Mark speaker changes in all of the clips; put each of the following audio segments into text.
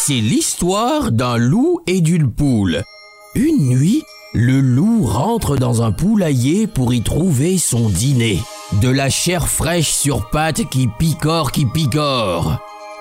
Speaker 1: c'est l'histoire d'un loup et d'une poule. Une nuit, le loup rentre dans un poulailler pour y trouver son dîner. De la chair fraîche sur pâte qui picore, qui picore.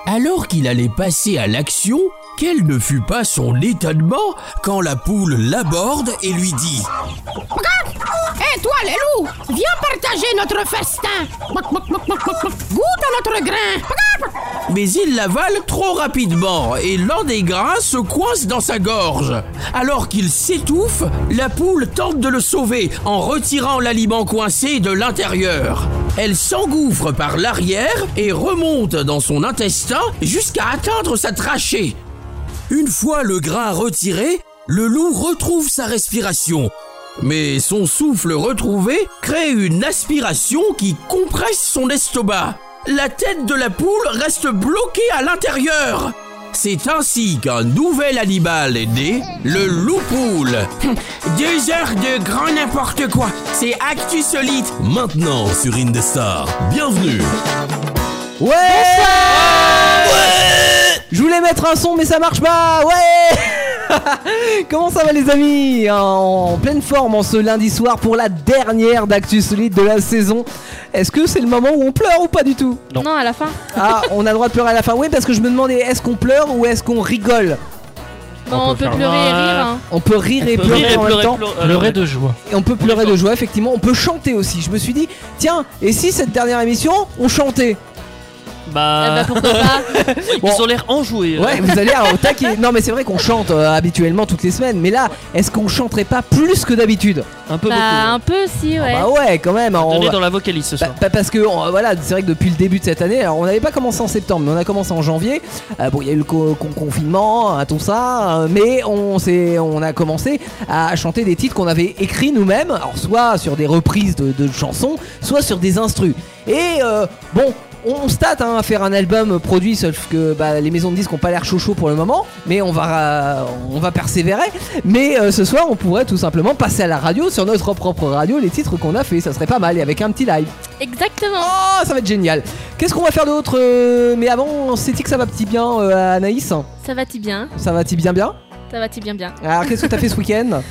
Speaker 1: Alors qu'il allait passer à l'action, quel ne fut pas son étonnement quand la poule l'aborde et lui dit
Speaker 2: Hé, toi, les loups, viens partager notre festin. Goûte à notre grain.
Speaker 1: Mais il l'avale trop rapidement et l'un des grains se coince dans sa gorge. Alors qu'il s'étouffe, la poule tente de le sauver en retirant l'aliment coincé de l'intérieur. Elle s'engouffre par l'arrière et remonte dans son intestin jusqu'à atteindre sa trachée. Une fois le grain retiré, le loup retrouve sa respiration. Mais son souffle retrouvé crée une aspiration qui compresse son estomac la tête de la poule reste bloquée à l'intérieur. C'est ainsi qu'un nouvel animal est né, le loup-poule.
Speaker 3: Deux heures de grand n'importe quoi, c'est Actu Solide.
Speaker 4: Maintenant sur Indestar, bienvenue.
Speaker 5: Ouais, Je voulais mettre un son mais ça marche pas, ouais Comment ça va les amis En pleine forme en ce lundi soir pour la dernière d'Actu Solide de la saison. Est-ce que c'est le moment où on pleure ou pas du tout
Speaker 6: Non. à la fin.
Speaker 5: Ah, on a le droit de pleurer à la fin, oui parce que je me demandais est-ce qu'on pleure ou est-ce qu'on rigole
Speaker 6: Non, on,
Speaker 7: On peut
Speaker 6: peut
Speaker 7: faire
Speaker 6: pleurer et
Speaker 7: mal.
Speaker 6: rire. hein.
Speaker 5: On peut rire et
Speaker 7: peut
Speaker 5: pleurer
Speaker 7: rire et euh,
Speaker 5: en même
Speaker 7: pleurer,
Speaker 5: temps.
Speaker 7: pleurer.
Speaker 8: Le raid de joie.
Speaker 5: Et on peut pleurer de joie, effectivement. On peut chanter aussi. Je me suis dit, tiens, et si cette dernière émission, on chantait
Speaker 6: Eh ben,
Speaker 7: Bah,
Speaker 6: pourquoi pas
Speaker 7: ils ont l'air enjoués. euh,
Speaker 5: Ouais, vous allez alors, au taquet. Non, mais c'est vrai qu'on chante euh, habituellement toutes les semaines. Mais là, est-ce qu'on chanterait pas plus que d'habitude
Speaker 7: Un peu
Speaker 6: Bah, un peu, si, ouais.
Speaker 5: Bah ouais, quand même.
Speaker 7: beaucoup.
Speaker 5: on
Speaker 7: On est
Speaker 5: va-
Speaker 7: dans la vocaliste ce
Speaker 5: Bah,
Speaker 7: soir.
Speaker 5: bah, parce que on- voilà, c'est vrai que depuis le début de cette année, alors on n'avait pas commencé en septembre, mais on a commencé en janvier. Euh, bon, il y a eu le co- con- confinement, hein, tout ça, euh, mais on s'est, on a commencé à chanter des titres qu'on avait écrits nous-mêmes, alors soit sur des reprises de, de chansons, soit sur des instrus. Et euh, bon. On state hein, à faire un album produit, sauf que bah, les maisons de disques n'ont pas l'air chaud chaud pour le moment, mais on va, euh, on va persévérer. Mais euh, ce soir, on pourrait tout simplement passer à la radio, sur notre propre radio, les titres qu'on a fait, ça serait pas mal, et avec un petit live.
Speaker 6: Exactement.
Speaker 5: Oh, ça va être génial. Qu'est-ce qu'on va faire d'autre euh, Mais avant, on s'est dit que ça va petit bien, euh, Anaïs.
Speaker 6: Ça va-t-il bien
Speaker 5: Ça va petit bien bien.
Speaker 6: Ça va-t-il bien bien
Speaker 5: Alors, qu'est-ce que t'as fait ce week-end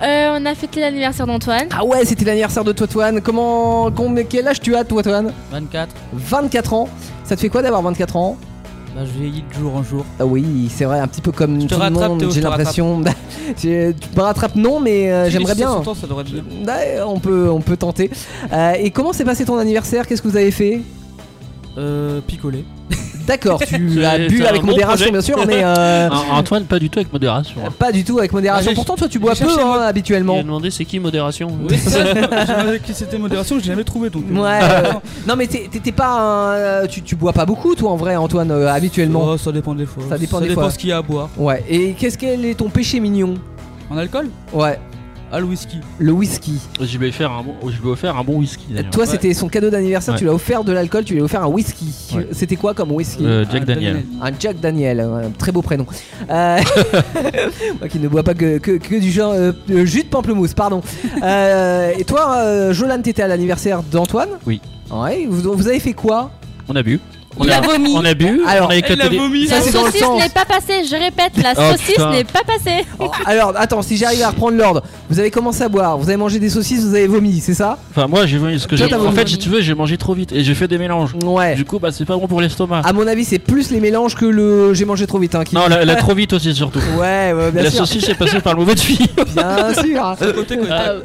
Speaker 6: Euh, On a fêté l'anniversaire d'Antoine.
Speaker 5: Ah ouais, c'était l'anniversaire de Toitoine. Comment, combien- quel âge tu as, Toitoine
Speaker 8: 24,
Speaker 5: 24 ans. Ça te fait quoi d'avoir 24 ans
Speaker 8: bah, je vieillis de jour en jour.
Speaker 5: Ah oui, c'est vrai, un petit peu comme
Speaker 8: Je te
Speaker 5: tout le
Speaker 8: rattrape,
Speaker 5: monde.
Speaker 8: Théo, je
Speaker 5: J'ai
Speaker 8: te
Speaker 5: l'impression. J'ai- tu me rattrapes non, mais euh, j'aimerais bien.
Speaker 8: ça devrait être bien.
Speaker 5: Ouais, on peut, on peut tenter. Euh, et comment s'est passé ton anniversaire Qu'est-ce que vous avez fait
Speaker 8: Euh, picolé.
Speaker 5: D'accord, tu
Speaker 7: C'est-
Speaker 5: as bu
Speaker 7: c'est un
Speaker 5: avec
Speaker 7: bon
Speaker 5: modération,
Speaker 7: projet.
Speaker 5: bien sûr, mais euh,
Speaker 8: Antoine, pas du tout avec modération. hein.
Speaker 5: pas du tout avec modération.
Speaker 7: Bah, Ah,
Speaker 8: j'ai-
Speaker 5: Pourtant, toi, tu bois
Speaker 8: j'ai
Speaker 5: peu
Speaker 8: cherché
Speaker 5: hein,
Speaker 7: Il
Speaker 5: habituellement.
Speaker 7: a demandé c'est qui modération
Speaker 9: Oui, c'est ça. J'ai demandé qui c'était modération, je l'ai jamais trouvé donc. euh,
Speaker 5: Ouais. euh, non mais t'es- t'étais pas un, euh, tu, tu bois pas beaucoup toi en vrai Antoine euh, habituellement.
Speaker 9: oh, ça dépend des fois.
Speaker 5: Ça dépend des fois.
Speaker 9: ce qu'il y a à boire.
Speaker 5: Ouais. Et qu'est-ce qu'elle est ton péché mignon
Speaker 9: En alcool
Speaker 5: Ouais.
Speaker 9: Ah, le whisky.
Speaker 5: Le whisky.
Speaker 8: Je vais faire un bon, je lui ai offert un bon whisky. d'ailleurs.
Speaker 5: Toi c'était son cadeau d'anniversaire,
Speaker 8: Ouais.
Speaker 5: tu l'as offert de l'alcool, tu lui as offert un whisky.
Speaker 8: Ouais.
Speaker 5: C'était quoi comme whisky
Speaker 8: Euh,
Speaker 9: Ah,
Speaker 8: Jack Daniel.
Speaker 5: Un Jack Daniel, un très beau prénom. Euh, Moi qui ne bois pas que, que- que du genre, euh, euh, jus de pamplemousse, pardon. Euh, et toi, euh, Jolan, t'étais à l'anniversaire d'Antoine
Speaker 8: Oui.
Speaker 5: Ouais, vous, vous avez fait quoi
Speaker 8: On a bu. On
Speaker 6: Il a vomi.
Speaker 8: On a bu.
Speaker 5: Alors,
Speaker 8: on a éclaté des-
Speaker 6: La
Speaker 5: Ça, c'est dans le
Speaker 6: saucisse
Speaker 5: sens.
Speaker 6: n'est pas passée, je répète, la
Speaker 8: Oh,
Speaker 6: saucisse
Speaker 8: putain.
Speaker 6: n'est pas passée.
Speaker 5: Oh, Alors, attends, si j'arrive à reprendre l'ordre, vous avez commencé à boire, vous avez mangé des saucisses, vous avez vomi, c'est ça
Speaker 8: Enfin, moi, j'ai vomi ce que
Speaker 5: Toi,
Speaker 8: j'ai.
Speaker 5: t'as
Speaker 8: En fait,
Speaker 6: vomi.
Speaker 8: si tu veux, j'ai mangé trop vite et j'ai fait des mélanges.
Speaker 5: Ouais.
Speaker 8: Du coup, bah, c'est pas bon pour l'estomac.
Speaker 5: À mon avis, c'est plus les mélanges que le j'ai mangé trop vite. Hein, qui-
Speaker 8: Non, la, la trop vite aussi, surtout.
Speaker 5: Ouais, ouais, bien
Speaker 8: la
Speaker 5: sûr.
Speaker 8: saucisse est passée par le mauvais tuyau.
Speaker 5: Bien sûr.
Speaker 7: Ah,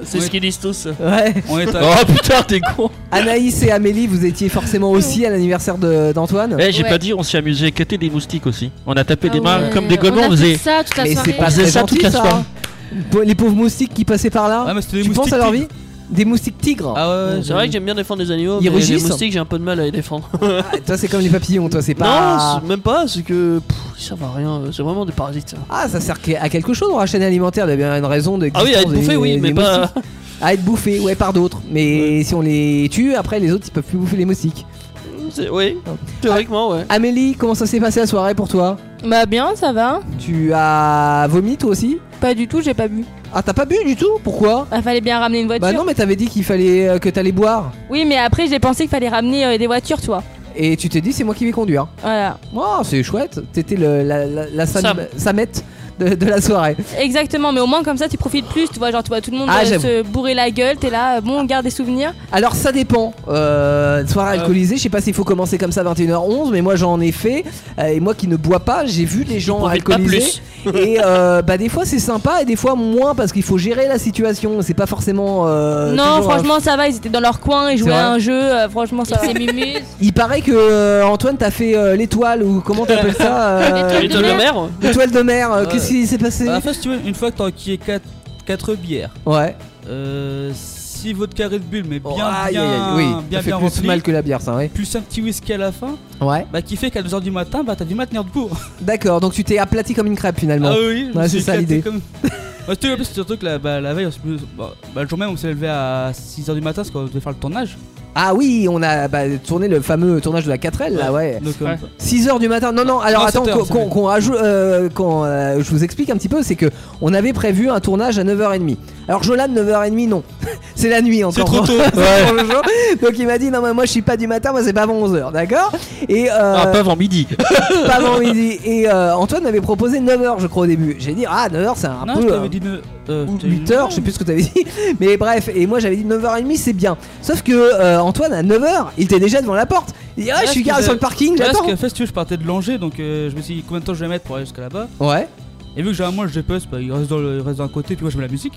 Speaker 7: C'est ce qu'ils disent tous.
Speaker 5: Ouais.
Speaker 9: On est à-
Speaker 8: Oh putain, t'es con.
Speaker 5: Anaïs et Amélie, vous étiez forcément aussi à l'anniversaire de- d'Antoine.
Speaker 8: Eh, j'ai
Speaker 6: Ouais.
Speaker 8: pas dit, on s'est amusé à éclater des moustiques aussi. On a tapé des mains
Speaker 6: Ah ouais.
Speaker 8: comme des
Speaker 6: On
Speaker 8: golements,
Speaker 6: a
Speaker 8: on
Speaker 6: fait
Speaker 8: faisait.
Speaker 6: ça toute la
Speaker 5: Mais c'est
Speaker 6: soirée.
Speaker 5: pas
Speaker 8: faisait
Speaker 5: très
Speaker 8: ça
Speaker 5: gentil,
Speaker 8: toute la
Speaker 5: ça,
Speaker 8: soirée.
Speaker 5: hein. Pour- Les pauvres moustiques qui passaient par là.
Speaker 9: Ah, mais c'était des
Speaker 5: tu penses
Speaker 9: moustiques
Speaker 5: à leur vie
Speaker 9: tigres.
Speaker 5: Des moustiques tigres.
Speaker 9: Ah ouais, ouais,
Speaker 7: C'est vrai que j'aime bien défendre les animaux,
Speaker 5: Ils
Speaker 7: mais les
Speaker 5: rugissent
Speaker 7: moustiques j'ai un peu de mal à les défendre.
Speaker 5: Ah, toi, c'est comme les papillons, toi, c'est
Speaker 7: Non,
Speaker 5: pas.
Speaker 7: c'est- même pas, c'est que pff, ça va rien, euh, c'est vraiment des parasites. ça.
Speaker 5: ah, ça sert à quelque chose dans la chaîne alimentaire. Il y a bien une raison de.
Speaker 7: Ah oui, à être bouffé, oui, mais pas.
Speaker 5: à être bouffés, ouais, par d'autres. Mais si on les tue, après les autres ils peuvent plus bouffer les moustiques. Ah,
Speaker 7: C'est- Oui, théoriquement, ouais.
Speaker 5: Amélie, comment ça s'est passé la soirée pour toi
Speaker 10: Bah bien, ça va.
Speaker 5: Tu as vomi toi aussi
Speaker 10: Pas du tout, j'ai pas bu.
Speaker 5: Ah, t'as pas bu du tout Pourquoi
Speaker 10: Il fallait bien ramener une voiture.
Speaker 5: Bah non, mais t'avais dit qu'il fallait euh, que t'allais boire.
Speaker 10: Oui, mais après j'ai pensé qu'il fallait ramener euh, des voitures, tu vois.
Speaker 5: Et tu t'es dit, c'est moi qui vais conduire.
Speaker 10: Voilà.
Speaker 5: Oh, c'est chouette. T'étais le- la, la, la sam-
Speaker 10: Sam.
Speaker 5: samette de, de la soirée.
Speaker 10: Exactement, mais au moins comme ça tu profites plus, tu vois, genre tu vois tout le monde
Speaker 5: Ah,
Speaker 10: euh,
Speaker 5: j'avoue.
Speaker 10: se bourrer la gueule, t'es là, euh, bon, on garde des souvenirs.
Speaker 5: Alors ça dépend. Euh, une soirée alcoolisée, je sais pas s'il faut commencer comme ça à 21h11, mais moi j'en ai fait. euh, et moi qui ne bois pas, j'ai vu des gens
Speaker 7: profitent pas
Speaker 5: alcoolisés. et euh, bah des fois c'est sympa et des fois moins parce qu'il faut gérer la situation. C'est pas forcément. euh,
Speaker 10: non,
Speaker 5: toujours un-
Speaker 10: franchement ça va, ils étaient dans leur coin, ils
Speaker 5: C'est
Speaker 10: jouaient à
Speaker 5: vrai
Speaker 10: un jeu, euh, franchement ça va.
Speaker 6: C'est Mimus.
Speaker 5: Il paraît que euh, Antoine t'as fait euh, l'étoile ou comment t'appelles ça euh,
Speaker 6: L'étoile de
Speaker 7: le
Speaker 6: mer.
Speaker 7: maire
Speaker 5: L'étoile de mer. euh, Qu'est-ce qui s'est passé
Speaker 9: Bah, En fait, si tu veux, une fois que t'as enquillé 4, bières,
Speaker 5: Ouais.
Speaker 9: euh, 6 vodka Red Bull, mais bien,
Speaker 5: Oh, aïe,
Speaker 9: bien,
Speaker 5: aïe, aïe, oui,
Speaker 9: bien,
Speaker 5: ça fait
Speaker 9: bien
Speaker 5: plus
Speaker 9: rempli,
Speaker 5: mal que la bière ça. Ouais.
Speaker 9: plus un petit whisky à la fin,
Speaker 5: ouais.
Speaker 9: bah qui fait qu'à 2h du matin, bah t'as du mal à tenir debout.
Speaker 5: D'accord. Donc tu t'es aplati comme une crêpe finalement.
Speaker 9: Ah oui, je me
Speaker 5: Ouais,
Speaker 9: suis
Speaker 5: c'est ça,
Speaker 9: éclaté
Speaker 5: l'idée.
Speaker 9: Comme... Bah, c'était- en plus, c'est surtout que la, bah, la veille, on s'est plus- bah, bah, le jour même, on s'est levé à 6h du matin parce qu'on devait faire le tournage.
Speaker 5: Ah oui, on a bah, tourné le fameux tournage de la 4L là, ouais.
Speaker 9: Donc, euh,
Speaker 8: Ouais.
Speaker 5: 6 heures du matin. Non, non, alors
Speaker 9: Non,
Speaker 5: attends,
Speaker 9: 7 heures,
Speaker 5: qu'on,
Speaker 9: c'est vrai.
Speaker 5: qu'on- qu'on rajoute- euh, qu'on, euh, je vous explique un petit peu, c'est que on avait prévu un tournage à 9h30. Alors Jolan, 9h30, non. c'est la nuit encore.
Speaker 9: trop tôt.
Speaker 5: C'est pour le jour. Donc il m'a dit, non, mais moi je suis pas du matin, moi c'est pas avant 11h, d'accord Et euh,
Speaker 8: Ah, pas avant midi.
Speaker 5: pas avant midi. Et euh, Antoine m'avait proposé 9h, je crois, au début. J'ai dit, ah, 9h, c'est un
Speaker 9: non, je
Speaker 5: peu.
Speaker 9: t'avais
Speaker 5: hein,
Speaker 9: dit ne- euh,
Speaker 5: ou
Speaker 9: t'as-
Speaker 5: 8 heures, je sais plus ce que t'avais dit, mais bref, et moi j'avais dit 9h30 c'est bien. Sauf que euh, Antoine à 9h, il était déjà devant la porte. Il dit ah, je suis
Speaker 9: Parce
Speaker 5: garé
Speaker 9: que-
Speaker 5: sur le parking,
Speaker 9: Ouais,
Speaker 5: j'attends.
Speaker 9: parce que, en fait, si euh, tu veux, je partais de Langer, donc euh, je me suis dit combien de temps je vais mettre pour aller jusqu'à là-bas.
Speaker 5: Ouais.
Speaker 9: Et vu que j'ai un mois, le GPS, bah, il reste dans le, il reste dans un côté, puis moi je mets la musique.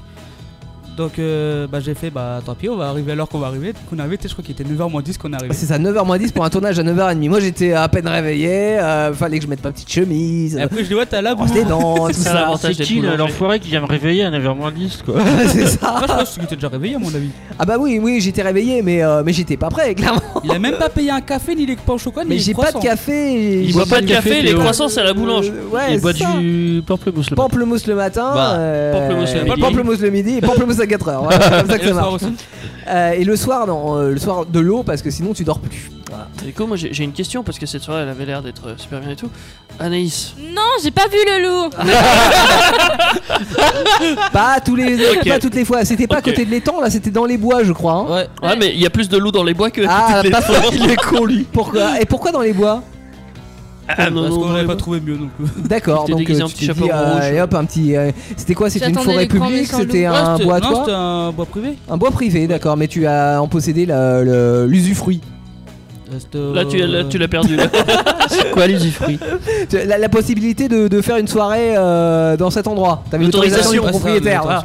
Speaker 9: Donc euh, bah, j'ai fait, bah tant pis, on va arriver à l'heure qu'on va arriver. Qu'on est arrivé, tu sais, je crois qu'il était 9h moins 10 qu'on est arrivé.
Speaker 5: C'est ça, 9h moins 10 pour un tournage à 9h30. Moi j'étais à peine réveillé, euh, fallait que je mette ma petite chemise,
Speaker 9: Et
Speaker 5: euh,
Speaker 9: après, je dis, ouais, t'as la boue.
Speaker 5: brosse les dents, tout
Speaker 8: Oh,
Speaker 5: ça.
Speaker 8: C'est qui le- l'enfoiré qui vient me réveiller à 9h10 quoi
Speaker 5: Ah, C'est ça.
Speaker 9: Moi, je pense qu'il était déjà réveillé, à mon avis.
Speaker 5: Ah bah oui, oui, j'étais réveillé, mais, euh, mais j'étais pas prêt, clairement.
Speaker 9: Il a même pas payé un café, ni les pains au chocolat,
Speaker 5: Mais
Speaker 9: ni les
Speaker 5: j'ai pas de
Speaker 9: croissants.
Speaker 5: café.
Speaker 8: Il
Speaker 5: j'ai
Speaker 8: boit pas de café,
Speaker 7: les
Speaker 8: Théo.
Speaker 7: croissants c'est à la boulange.
Speaker 5: Euh, ouais,
Speaker 8: Il boit
Speaker 5: c'est ça.
Speaker 8: du pamplemousse le
Speaker 5: Pamplemousse le matin,
Speaker 7: Bah,
Speaker 5: euh,
Speaker 7: pamplemousse le midi.
Speaker 5: pamplemousse le midi et pamplemousse à 4h. Voilà, c'est comme ça que ça
Speaker 9: Et le soir
Speaker 5: marche.
Speaker 9: aussi.
Speaker 5: Euh, et le soir, non, euh, le soir de l'eau parce que sinon tu dors plus.
Speaker 7: Bah, Du coup, moi j'ai j'ai une question parce que cette soirée elle avait l'air d'être euh, super bien et tout. Anaïs,
Speaker 6: Non, j'ai pas vu le loup.
Speaker 5: Pas, tous les,
Speaker 7: Ok.
Speaker 5: pas toutes les fois, c'était pas à
Speaker 7: Ok.
Speaker 5: côté de l'étang là, c'était dans les bois, je crois. hein.
Speaker 7: Ouais. ouais, mais il y a plus de loups dans les bois que.
Speaker 5: Ah,
Speaker 7: les
Speaker 5: pas
Speaker 7: forêts.
Speaker 5: faux.
Speaker 7: il est con lui.
Speaker 5: Pourquoi Et pourquoi dans les bois
Speaker 7: Ah, non,
Speaker 9: Parce
Speaker 7: non,
Speaker 9: qu'on
Speaker 7: non,
Speaker 9: n'avait
Speaker 7: non.
Speaker 9: pas trouvé mieux, donc.
Speaker 5: D'accord,
Speaker 7: J'étais
Speaker 5: donc
Speaker 7: déguisé
Speaker 5: euh,
Speaker 7: en
Speaker 5: tu t'es
Speaker 7: petit chapeau
Speaker 5: dit, euh,
Speaker 7: rouge.
Speaker 5: et hop, un petit. euh, c'était quoi C'était une
Speaker 6: J'attendais
Speaker 5: forêt
Speaker 6: les grands
Speaker 5: publique
Speaker 6: méchants
Speaker 5: C'était
Speaker 6: loups.
Speaker 5: un
Speaker 9: Ouais, c'était-
Speaker 5: bois à
Speaker 9: non,
Speaker 5: toi
Speaker 9: c'était un bois privé.
Speaker 5: Un bois privé, d'accord, mais tu as en possédé la- le- l'usufruit.
Speaker 7: Là, tu, là,
Speaker 5: euh,
Speaker 7: tu l'as perdu. là.
Speaker 8: C'est quoi les fruits
Speaker 5: Tu- La, la possibilité de, de faire une soirée euh, dans cet endroit. T'avais l'autorisation du
Speaker 7: L'autorisation,
Speaker 5: propriétaire. voilà.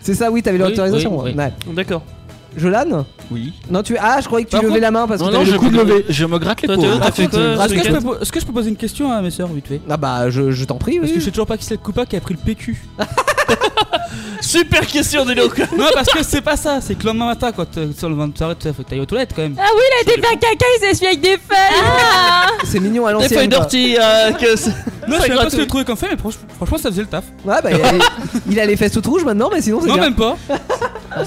Speaker 5: C'est ça, oui, t'avais
Speaker 7: Oui,
Speaker 5: l'autorisation.
Speaker 7: oui, oui.
Speaker 5: ouais.
Speaker 7: D'accord.
Speaker 5: Ah. Jolan
Speaker 8: Oui.
Speaker 5: Non, tu. Ah, je croyais que tu
Speaker 7: Par
Speaker 5: levais
Speaker 7: contre-
Speaker 5: la main parce que
Speaker 8: Non,
Speaker 5: t'avais
Speaker 8: non,
Speaker 5: le
Speaker 8: je
Speaker 5: coude
Speaker 8: me,
Speaker 5: levé.
Speaker 8: je me gratte
Speaker 7: Toi,
Speaker 8: les
Speaker 7: Théo,
Speaker 8: peaux.
Speaker 7: t'as fait quoi
Speaker 9: Est-ce
Speaker 7: ce
Speaker 9: que, je
Speaker 7: week-end
Speaker 9: peux, po- est-ce que je peux poser une question à mes soeurs, vite fait
Speaker 5: Ah bah, je, je t'en prie,
Speaker 9: Parce que
Speaker 5: oui.
Speaker 9: je sais toujours pas qui c'est le coupa qui a pris le PQ.
Speaker 7: Super question, Délo.
Speaker 9: non, parce que c'est pas ça, c'est que le lendemain matin, quand euh, sur le 20 soirée, tu sais, faut que t'ailles aux toilettes quand même.
Speaker 10: Ah oui, il a été faire caca, il s'est essuyé avec des feuilles.
Speaker 6: Ah.
Speaker 5: C'est mignon à
Speaker 7: Des feuilles
Speaker 5: l'ancienne. quoi.
Speaker 7: d'ortie. euh, que c'est-
Speaker 9: Non,
Speaker 7: ça
Speaker 9: je sais même pas
Speaker 7: gratte.
Speaker 9: ce que le truc en fait, mais franch- franchement, ça faisait le taf.
Speaker 5: Ouais, bah, il a, il a les fesses toutes rouges maintenant, mais sinon c'est
Speaker 9: Non,
Speaker 5: bien.
Speaker 9: même pas.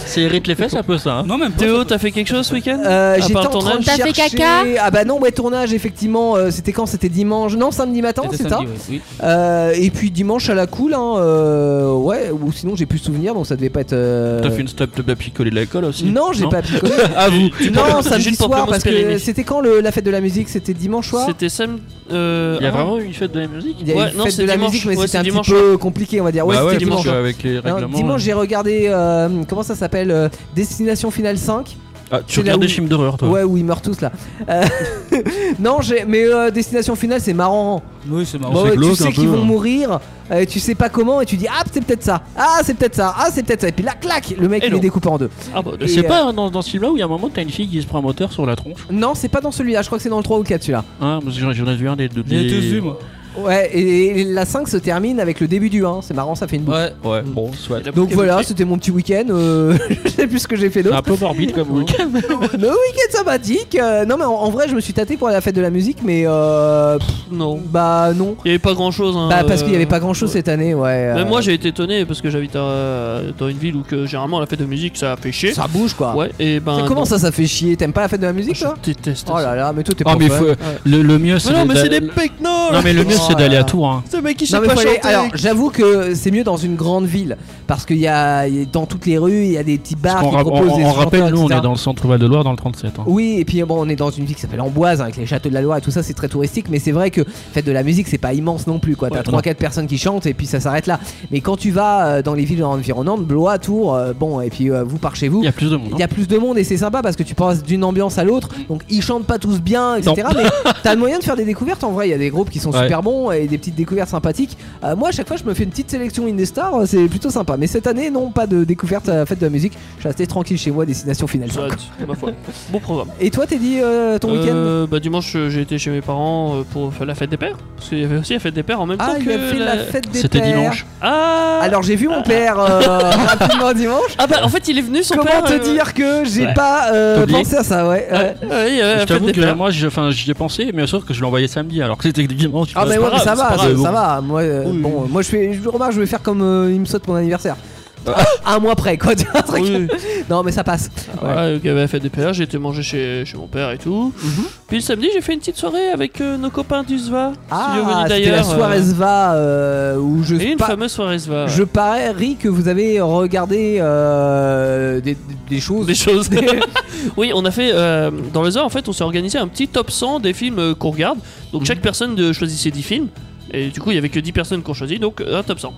Speaker 8: C'est hérite les fesses un peu ça. hein.
Speaker 9: Non, même pas.
Speaker 7: Théo, t'as fait quelque chose ce week-end
Speaker 5: Euh,
Speaker 7: À
Speaker 5: J'étais en
Speaker 7: part le
Speaker 5: train de
Speaker 7: tournage.
Speaker 6: T'as fait
Speaker 5: chercher-
Speaker 6: caca
Speaker 5: Ah bah non, ouais, tournage, effectivement. euh, C'était quand C'était dimanche. Non, samedi matin,
Speaker 9: C'était
Speaker 5: c'est ça.
Speaker 9: samedi, oui.
Speaker 5: Euh, et puis dimanche à la cool, hein, euh, ouais, ou sinon j'ai plus souvenir, donc ça devait pas être. euh,
Speaker 8: T'as fait une stop de picoler de l'alcool aussi
Speaker 5: Non, j'ai pas picolé.
Speaker 7: Ah,
Speaker 8: À vous.
Speaker 5: non,
Speaker 7: Juste
Speaker 5: samedi
Speaker 7: pour
Speaker 5: soir,
Speaker 7: commencer
Speaker 5: parce
Speaker 7: les
Speaker 5: que
Speaker 7: émissions.
Speaker 5: c'était quand le- la fête de la musique C'était dimanche soir
Speaker 7: C'était samedi. Euh,
Speaker 8: Il y a
Speaker 7: ah,
Speaker 8: vraiment eu une fête de la musique
Speaker 5: Il y a
Speaker 7: ouais,
Speaker 5: une
Speaker 7: non,
Speaker 5: fête
Speaker 7: c'est
Speaker 5: de la
Speaker 7: dimanche.
Speaker 5: musique, mais
Speaker 7: Ouais,
Speaker 5: c'était
Speaker 7: c'est
Speaker 5: un
Speaker 7: dimanche.
Speaker 5: petit peu compliqué, on va dire. Ouais,
Speaker 8: Bah ouais,
Speaker 5: c'était
Speaker 8: dimanche,
Speaker 5: dimanche.
Speaker 8: ouais, avec les
Speaker 5: Non,
Speaker 8: règlements.
Speaker 5: dimanche, j'ai regardé, euh, comment ça s'appelle euh, Destination Finale 5.
Speaker 8: Ah,
Speaker 5: c'est
Speaker 8: tu
Speaker 5: là
Speaker 8: regardes des
Speaker 5: où-
Speaker 8: films d'horreur toi
Speaker 5: Ouais, où ils meurent tous là. Euh, non, j'ai- mais euh, Destination Finale, c'est marrant.
Speaker 9: Oui, c'est marrant.
Speaker 5: Bon,
Speaker 8: c'est
Speaker 5: ouais, tu
Speaker 8: glauque
Speaker 5: sais
Speaker 8: un
Speaker 5: qu'ils
Speaker 8: peu,
Speaker 5: vont
Speaker 8: hein.
Speaker 5: mourir, euh, tu sais pas comment, et tu dis Ah, c'est peut-être ça, ah, c'est peut-être ça, ah, c'est peut-être ça. Et puis là, clac, le mec
Speaker 7: Et
Speaker 5: il
Speaker 7: non.
Speaker 5: est découpé en deux.
Speaker 7: Ah bah,
Speaker 5: Et,
Speaker 8: C'est
Speaker 5: euh,
Speaker 8: pas hein, dans, dans ce film-là où il y a un moment t'as une fille qui se prend un moteur sur la tronche
Speaker 5: Non, c'est pas dans celui-là, je crois que c'est dans le 3 ou le 4 celui-là.
Speaker 8: hein, parce que J'en j'en ai vu un des deux.
Speaker 9: J'ai
Speaker 8: des-
Speaker 9: été dessus, moi.
Speaker 5: Ouais, et, et la 5 se termine avec le début du 1, c'est marrant, ça fait une boucle.
Speaker 9: Ouais.
Speaker 8: Ouais, bon, soit.
Speaker 7: il a
Speaker 5: Donc
Speaker 7: bouqué-
Speaker 5: voilà, c'était mon petit week-end, euh, je sais plus ce que j'ai fait
Speaker 8: C'est
Speaker 5: d'autre.
Speaker 8: un peu morbide comme week-end.
Speaker 5: Le week-end sympathique euh, Non, mais en, en vrai, je me suis tâté pour aller à la fête de la musique, mais euh, pff,
Speaker 7: Non.
Speaker 5: bah non.
Speaker 7: Il y avait pas grand chose. Hein,
Speaker 5: Bah, parce
Speaker 7: euh,
Speaker 5: qu'il y avait pas grand chose cette année, ouais.
Speaker 7: Même
Speaker 5: euh,
Speaker 7: moi j'ai été étonné parce que j'habite euh, dans une ville où que généralement la fête de musique ça fait chier.
Speaker 5: ça bouge quoi.
Speaker 7: Ouais, et ben.
Speaker 5: Comment
Speaker 7: donc,
Speaker 5: ça, ça fait chier T'aimes pas la
Speaker 8: Ah,
Speaker 5: fête de la musique
Speaker 7: Je
Speaker 5: toi
Speaker 7: déteste
Speaker 5: Oh
Speaker 7: ça.
Speaker 5: là là, mais toi t'es pas.
Speaker 8: Oh, mais
Speaker 5: fan.
Speaker 8: faut- le, le mieux c'est.
Speaker 7: Mais non,
Speaker 8: de-
Speaker 7: mais c'est des pecnos
Speaker 8: Non, mais le mieux c'est d'aller à Tours. hein.
Speaker 5: Ce mec
Speaker 11: qui sait
Speaker 5: mais
Speaker 11: pas
Speaker 5: faut aller-
Speaker 11: chanter.
Speaker 5: Alors, j'avoue que c'est mieux dans une grande ville parce qu'il y a y a- dans toutes les rues, il y a des petits bars
Speaker 8: On,
Speaker 5: qui
Speaker 8: ra-
Speaker 5: proposent
Speaker 8: on-
Speaker 5: des
Speaker 8: on rappelle,
Speaker 5: chanteurs,
Speaker 8: nous, on
Speaker 5: etc..
Speaker 8: est dans le centre val de Loire, dans le 37. hein.
Speaker 5: Oui, et puis bon, on est dans une ville qui s'appelle Amboise, hein, avec les châteaux de la Loire et tout ça, c'est très touristique, mais c'est vrai que faites de la musique, c'est pas immense non plus, quoi. T'as
Speaker 8: Ouais,
Speaker 5: trois, 3-4 personnes qui chantent et puis ça s'arrête là. Mais quand tu vas euh, dans les villes environnantes, Blois, Tours, euh, bon, et puis euh, vous par chez vous, il y a
Speaker 8: plus de monde. hein.
Speaker 5: Il y a plus de monde et c'est sympa parce que tu passes d'une ambiance à l'autre, donc ils chantent pas tous bien, etc.
Speaker 8: Non.
Speaker 5: Mais t'as le moyen de faire des découvertes en vrai, il y a des groupes qui sont
Speaker 8: Ouais.
Speaker 5: super bons et des petites découvertes sympathiques. Euh, moi, à chaque fois, je me fais une petite sélection Indestar, euh, c'est plutôt sympa. Mais cette année, non, pas de découverte euh, faite de la musique, je suis resté tranquille chez moi, destination finale.
Speaker 7: Ça, tu- ma foi. Bon programme.
Speaker 5: Et toi, t'es dit euh, ton week-end
Speaker 7: Euh, Bah dimanche euh, j'ai été chez mes parents euh, pour faire la fête des pères parce qu'il y avait aussi la fête des pères en même
Speaker 5: Ah,
Speaker 7: temps
Speaker 5: il
Speaker 7: que
Speaker 5: a fait la fête des
Speaker 7: C'était
Speaker 5: pères.
Speaker 7: dimanche. Ah
Speaker 5: Alors j'ai vu mon père euh, rapidement dimanche.
Speaker 7: Ah bah en fait il est venu son
Speaker 5: Comment
Speaker 7: père,
Speaker 5: te
Speaker 7: euh,
Speaker 5: dire que j'ai
Speaker 8: Ouais.
Speaker 5: pas euh,
Speaker 8: T'as oublié
Speaker 5: pensé à ça, ouais.
Speaker 7: Ah,
Speaker 5: ouais.
Speaker 7: euh,
Speaker 8: je t'avoue que moi, je- enfin, j'y ai pensé, mais sûr que je l'ai envoyé samedi alors que c'était dimanche.
Speaker 5: Ah
Speaker 8: C'est
Speaker 5: mais
Speaker 8: pas
Speaker 5: ouais, mais
Speaker 8: grave,
Speaker 5: ça
Speaker 8: c'est
Speaker 5: va,
Speaker 8: pas
Speaker 5: ça,
Speaker 8: grave, bon.
Speaker 5: ça va. Moi, euh, bon, moi je fais, je remarque, je vais faire comme euh, il me saute mon anniversaire. Ah, Un- Un mois près, quoi. tu vois, un truc. Non mais ça passe.
Speaker 8: Ah,
Speaker 5: Ouais.
Speaker 7: Voilà, donc il euh, y avait la fête des pères, j'ai été manger chez, chez mon père et tout.
Speaker 5: Mhm.
Speaker 7: Puis le samedi, j'ai fait une petite soirée avec euh, nos copains du SVA. studio
Speaker 5: Ah,
Speaker 7: Venu
Speaker 5: c'était
Speaker 7: d'ailleurs.
Speaker 5: la soirée
Speaker 7: euh,
Speaker 5: SVA euh, où je.
Speaker 7: et une
Speaker 5: pa-
Speaker 7: fameuse soirée SVA. ouais.
Speaker 5: Je parie que vous avez regardé euh, des, des choses.
Speaker 7: Des choses. oui, on a fait euh, dans le ZA en fait, on s'est organisé un petit top 100 des films euh, qu'on regarde. Donc
Speaker 5: Mhm.
Speaker 7: chaque personne de- choisissait 10 films et du coup, il y avait que 10 personnes qu'on choisit donc euh, un top 100.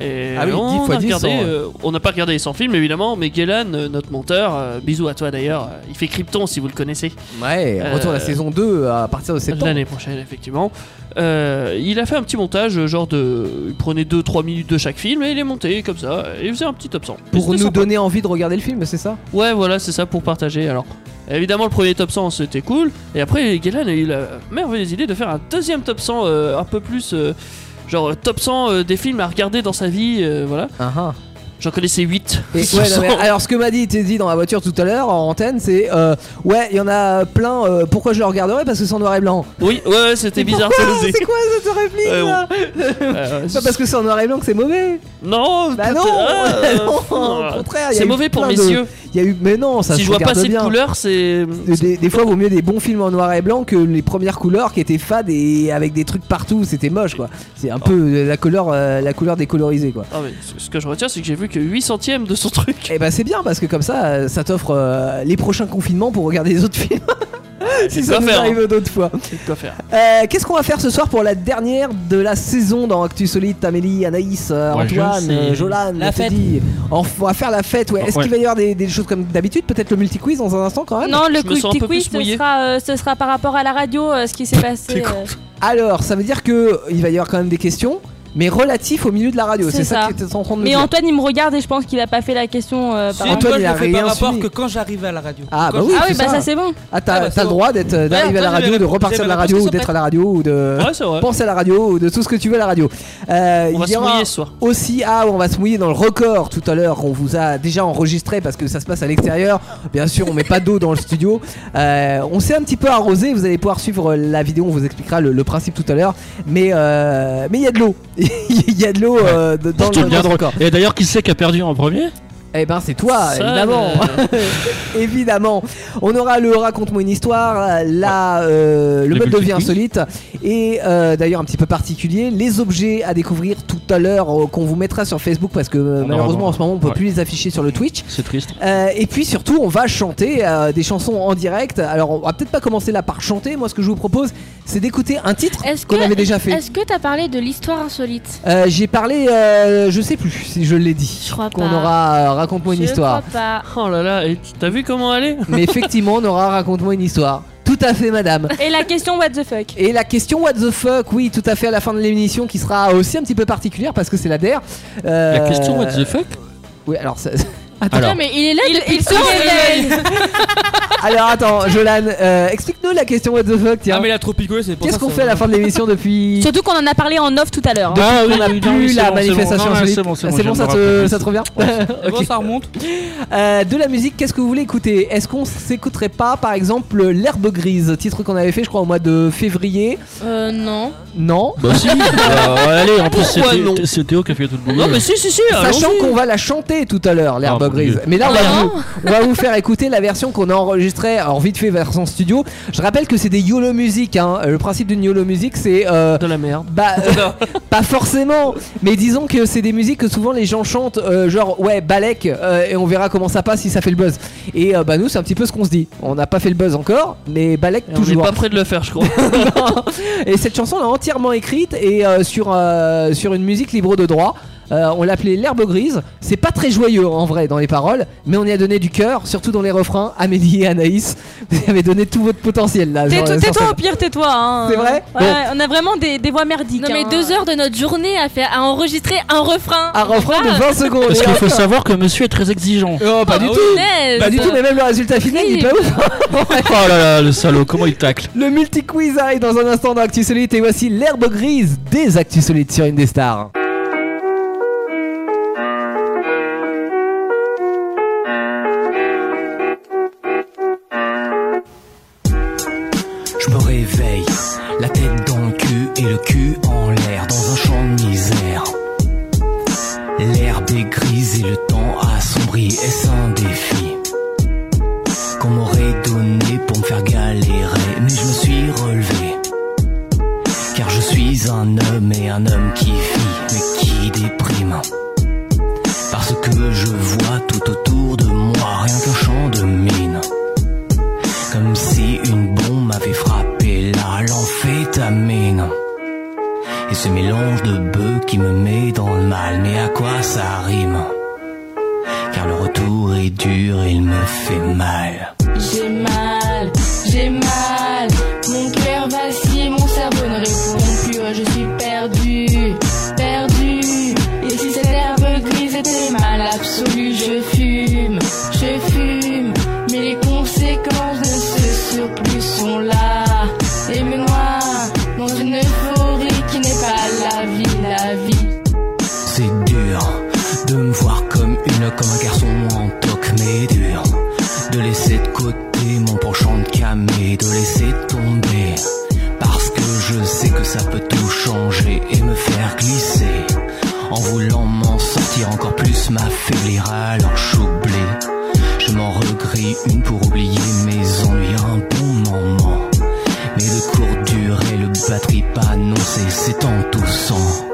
Speaker 7: Et
Speaker 5: Ah oui, 10
Speaker 7: on
Speaker 5: fois
Speaker 7: a
Speaker 5: 10, 100,
Speaker 7: regardé,
Speaker 5: ouais.
Speaker 7: euh, on n'a pas regardé les 100 films évidemment, mais Gélan, euh, notre monteur, euh, bisous à toi d'ailleurs, euh, il fait Krypton si vous le connaissez.
Speaker 5: Ouais, Eh, retour à la
Speaker 7: Euh,
Speaker 5: saison 2 à partir de septembre.
Speaker 7: L'année prochaine, effectivement. Euh, il a fait un petit montage, genre de. Il prenait 2-3 minutes de chaque film et il est monté comme ça. Et il faisait un petit top 100. Et
Speaker 5: Pour
Speaker 7: c'était
Speaker 5: nous
Speaker 7: sympa.
Speaker 5: donner envie de regarder le film, c'est ça
Speaker 7: Ouais, voilà, c'est ça pour partager. Alors, évidemment, le premier top 100 c'était cool. Et après, Galan a eu la merveilleuse idée de faire un deuxième top 100 euh, un peu plus. euh, genre, euh, top 100 euh, des films à regarder dans sa vie. euh, voilà. J'en connaissais 8.
Speaker 5: Ah, Et- ouais, non, mais alors ce que m'a dit Teddy dans la voiture tout à l'heure en antenne, c'est euh, ouais, il y en a plein. euh, pourquoi je le regarderais Parce que c'est en noir et blanc.
Speaker 7: Oui, ouais, ouais, c'était
Speaker 5: Mais
Speaker 7: bizarre.
Speaker 5: pourquoi
Speaker 7: ça,
Speaker 5: C'est quoi cette réplique
Speaker 7: Ouais, bon.
Speaker 5: là
Speaker 7: Euh,
Speaker 5: C'est Pas parce que c'est en noir et blanc que c'est mauvais.
Speaker 7: Non,
Speaker 5: bah
Speaker 7: peut-être-
Speaker 5: non,
Speaker 7: euh,
Speaker 5: non, au contraire. il y a
Speaker 7: c'est
Speaker 5: eu
Speaker 7: mauvais pour
Speaker 5: plein
Speaker 7: mes
Speaker 5: de-
Speaker 7: yeux.
Speaker 5: Il y a eu, mais non, ça
Speaker 7: si
Speaker 5: se
Speaker 7: je vois pas
Speaker 5: regarde
Speaker 7: assez de
Speaker 5: bien. Euh,
Speaker 7: couleurs, c'est.
Speaker 5: Des, des fois, vaut mieux des bons films en noir et blanc que les premières couleurs qui étaient fades et avec des trucs partout. C'était moche, quoi. C'est un peu euh, la couleur, euh, la couleur décolorisée, quoi.
Speaker 7: Ah, mais ce- ce que je retiens, c'est que j'ai vu que 8 centièmes de son truc.
Speaker 5: Et bah c'est bien parce que comme ça, euh, ça t'offre euh, les prochains confinements pour regarder les autres films. si
Speaker 7: de
Speaker 5: ça
Speaker 7: quoi
Speaker 5: nous
Speaker 7: faire,
Speaker 5: arrive
Speaker 7: hein.
Speaker 5: d'autres fois.
Speaker 7: C'est de quoi faire.
Speaker 5: Euh, Qu'est-ce qu'on va faire ce soir pour la dernière de la saison dans Actu Solide Amélie, Anaïs, euh,
Speaker 8: Ouais, je
Speaker 5: Antoine,
Speaker 8: sais.
Speaker 5: euh, Jolan,
Speaker 8: La fête.
Speaker 5: Teddy On f- on va faire la fête, ouais. Est-ce
Speaker 8: Ouais.
Speaker 5: qu'il va y avoir des, des choses comme d'habitude Peut-être le multi-quiz dans un instant quand même
Speaker 10: Non, le petit quiz, ce sera, euh, ce sera par rapport à la radio, euh, ce qui s'est passé. euh,
Speaker 5: Alors, ça veut dire que il va y avoir quand même des questions, mais relatifs au milieu de la radio. C'est ça, que tu en train de me
Speaker 10: Mais
Speaker 5: dire.
Speaker 10: Antoine, il me regarde et je pense qu'il a pas fait la question. euh, par
Speaker 5: Antoine,
Speaker 9: Moi, je
Speaker 5: il a
Speaker 9: le fais
Speaker 5: rien
Speaker 9: par rapport
Speaker 5: suivi.
Speaker 9: que quand j'arrivais à la radio.
Speaker 5: Ah bah
Speaker 9: Quand
Speaker 5: oui,
Speaker 9: je-
Speaker 10: Ah oui, bah ça, c'est bon.
Speaker 5: Ah, t'as
Speaker 9: Ah, bah,
Speaker 5: t'as
Speaker 9: c'est
Speaker 5: le
Speaker 9: bon.
Speaker 5: droit d'être euh,
Speaker 9: Ouais,
Speaker 5: d'arriver à la
Speaker 9: après,
Speaker 5: radio,
Speaker 9: j'avais
Speaker 5: de
Speaker 9: la-
Speaker 5: repartir
Speaker 9: j'avais
Speaker 5: de la
Speaker 9: la
Speaker 5: radio ou
Speaker 9: pression,
Speaker 5: d'être
Speaker 9: en
Speaker 5: à la radio ou de
Speaker 7: Ouais, c'est vrai.
Speaker 5: penser à la radio ou de tout ce que tu veux à la radio. Euh,
Speaker 7: On va
Speaker 5: il y
Speaker 7: se
Speaker 5: aura
Speaker 7: mouiller ce soir.
Speaker 5: Aussi, ah, on va se mouiller dans le record tout à l'heure qu'on vous a déjà enregistré parce que ça se passe à l'extérieur. Bien sûr, on met pas d'eau dans le studio. Euh, on s'est un petit peu arrosé. Vous allez pouvoir suivre la vidéo. On vous expliquera le, le principe tout à l'heure. Mais euh, mais il y a de l'eau. Il y a de l'eau euh, de- dans,
Speaker 8: C'était
Speaker 5: le,
Speaker 8: bien
Speaker 5: dans le
Speaker 8: drôle.
Speaker 5: record.
Speaker 8: Et d'ailleurs, qui c'est qui a perdu en premier
Speaker 5: Eh ben c'est toi,
Speaker 8: Ça,
Speaker 5: évidemment. évidemment. On aura le raconte-moi une histoire, la, euh, le
Speaker 8: Le
Speaker 5: mode de vie
Speaker 8: multi-quiz.
Speaker 5: insolite et euh, d'ailleurs un petit peu particulier, les objets à découvrir tout à l'heure euh, qu'on vous mettra sur Facebook parce que euh,
Speaker 8: aura
Speaker 5: malheureusement
Speaker 8: droit.
Speaker 5: en ce moment on peut
Speaker 8: Ouais.
Speaker 5: plus les afficher sur le Twitch.
Speaker 8: C'est triste.
Speaker 5: Euh, et puis surtout, on va chanter euh, des chansons en direct. Alors, on va peut-être pas commencer là par chanter. Moi, ce que je vous propose, c'est d'écouter un titre qu'on
Speaker 6: que-
Speaker 5: avait déjà fait.
Speaker 6: Est-ce que t'as parlé de l'histoire insolite
Speaker 5: Euh, J'ai parlé, euh, je sais plus si je l'ai dit.
Speaker 6: crois
Speaker 5: Qu'on
Speaker 6: pas.
Speaker 5: aura euh, raconte-moi une
Speaker 6: Je
Speaker 5: histoire.
Speaker 6: crois pas.
Speaker 7: Oh là là, et t'as vu comment elle est
Speaker 5: Mais effectivement, on aura raconte-moi une histoire. Tout à fait, madame.
Speaker 10: Et la question What the fuck
Speaker 5: Et la question What the fuck, oui, tout à fait à la fin de l'émission qui sera aussi un petit peu particulière parce que c'est la DER. Euh,
Speaker 8: La question, what the fuck
Speaker 5: Oui, alors ça.
Speaker 8: Alors,
Speaker 6: mais il est là
Speaker 10: Il, il se réveille
Speaker 5: Alors attends, Jolan, euh, explique-nous la question What the fuck, tiens.
Speaker 9: Ah, mais il a trop picolé, c'est pour
Speaker 5: Qu'est-ce
Speaker 9: ça,
Speaker 5: qu'on
Speaker 9: ça-
Speaker 5: fait à la fin de l'émission depuis.
Speaker 10: Surtout qu'on en a parlé en off tout à l'heure. hein.
Speaker 8: Ah
Speaker 5: on
Speaker 8: oui,
Speaker 5: a
Speaker 8: oui,
Speaker 5: plus
Speaker 8: non, oui, c'est
Speaker 5: la
Speaker 8: bon, c'est
Speaker 5: manifestation
Speaker 8: bon. Non, non,
Speaker 5: insolite.
Speaker 8: c'est bon, c'est bon,
Speaker 5: Ah,
Speaker 8: je
Speaker 5: ça,
Speaker 8: me
Speaker 5: te,
Speaker 8: rappelle.
Speaker 5: ça te revient
Speaker 9: Et bon,
Speaker 5: Ok.
Speaker 9: ça remonte.
Speaker 5: Euh, De la musique, qu'est-ce que vous voulez écouter Est-ce qu'on s'écouterait pas, par exemple, L'herbe grise, titre qu'on avait fait, je crois, au mois de février
Speaker 6: Euh, non.
Speaker 5: Non
Speaker 8: Bah si. Euh, allez, en plus
Speaker 5: Pourquoi non
Speaker 8: c'était- c'est Théo qui a fait tout le boulot.
Speaker 7: Non, mais si, si, si,
Speaker 5: Sachant
Speaker 7: allons-y.
Speaker 5: qu'on va la chanter tout à l'heure, l'herbe
Speaker 8: Ah, mon
Speaker 5: grise.
Speaker 8: Dieu.
Speaker 5: Mais là, on va,
Speaker 7: Ah,
Speaker 5: vous, on va vous faire écouter la version qu'on a enregistrait, alors vite fait vers son studio. Je rappelle que c'est des YOLO musique. Hein. Le principe d'une YOLO musique, c'est. euh,
Speaker 7: De la merde.
Speaker 5: bah, euh, pas forcément, mais disons que c'est des musiques que souvent les gens chantent, euh, genre ouais, Balek, euh, et on verra comment ça passe si ça fait le buzz. Et euh, bah, nous, c'est un petit peu ce qu'on se dit. On n'a pas fait le buzz encore, mais Balek
Speaker 7: On n'est
Speaker 5: toujours.
Speaker 7: pas prêt de le faire, je crois.
Speaker 5: Et cette chanson, on l'a entièrement écrite et euh, sur, euh, sur une musique libre de droit. Euh, on l'appelait l'herbe grise. C'est pas très joyeux en vrai dans les paroles, mais on y a donné du cœur, surtout dans les refrains. Amélie et Anaïs, vous avez donné tout votre potentiel là.
Speaker 10: Tais-
Speaker 5: genre,
Speaker 10: Tais-toi
Speaker 5: sur scène.
Speaker 10: au pire, tais-toi. hein.
Speaker 5: C'est vrai
Speaker 10: Ouais, On a vraiment des, des voix merdiques.
Speaker 6: Non mais
Speaker 10: hein.
Speaker 6: deux heures de notre journée à faire, à enregistrer un refrain.
Speaker 5: Un refrain
Speaker 10: Ah.
Speaker 5: de 20 secondes.
Speaker 8: Parce
Speaker 5: et
Speaker 8: qu'il faut
Speaker 5: encore.
Speaker 8: savoir que monsieur est très exigeant.
Speaker 5: Oh, pas du
Speaker 6: Ah,
Speaker 5: tout.
Speaker 6: Punaise.
Speaker 5: Pas Bah, du tout, mais même le résultat final, il est pas ouf. hein.
Speaker 8: Oh là là, le salaud, comment il tacle
Speaker 5: Le multi-quiz arrive dans un instant dans Actu Solide et voici l'herbe grise des Actu Solides sur une des stars.
Speaker 11: Je me réveille, la tête dans le cul et le cul en l'air dans un champ de misère. L'herbe est grise et le temps assombri, est-ce un défi qu'on m'aurait donné pour me faire galérer Mais je me suis relevé, car je suis un homme et un homme qui vit, mais qui déprime. Parce que je vois tout autour de moi rien qu'un champ de mine. Comme si une bombe m'avait frappé la l'amphétamine. Et ce mélange de bœuf qui me met dans le mal, mais à quoi ça rime Car le retour est dur et il me fait mal.
Speaker 12: J'ai mal, j'ai mal, mon cœur vacille, mon cerveau ne répond plus, Oh, je suis perdu, perdu. Et si cette herbe grise était mal absolue, je fume, je fume, mais les conséquences de ce surplus sont là et me noient dans une euphorie qui n'est pas la vie, la vie.
Speaker 11: C'est dur de me voir comme une, comme un garçon en toque, mais dur de laisser de côté mon penchant de camé, de laisser tomber. Parce que je sais que ça peut tout changer et me faire glisser. En voulant m'en sortir encore plus, m'affaiblir alors j'oublie. Je m'en regrette une pour oublier mes ennuis, un bon moment. Mais de courte durée, le batterie pas annoncé, c'est en toussant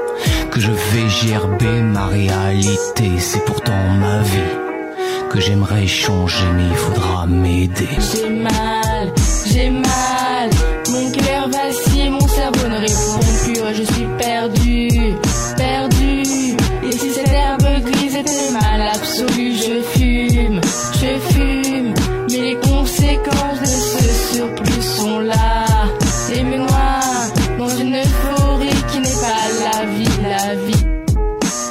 Speaker 11: que je vais gerber ma réalité. C'est pourtant ma vie que j'aimerais changer, mais il faudra m'aider.
Speaker 12: J'ai mal, j'ai mal, mon cœur vacille, mon cerveau ne répond plus, je suis perdu, perdu. Et si cette herbe grise était mal absolue, je fume, je fume, mais les conséquences de ce surplus sont là et me noient dans une euphorie qui n'est pas la vie, la vie.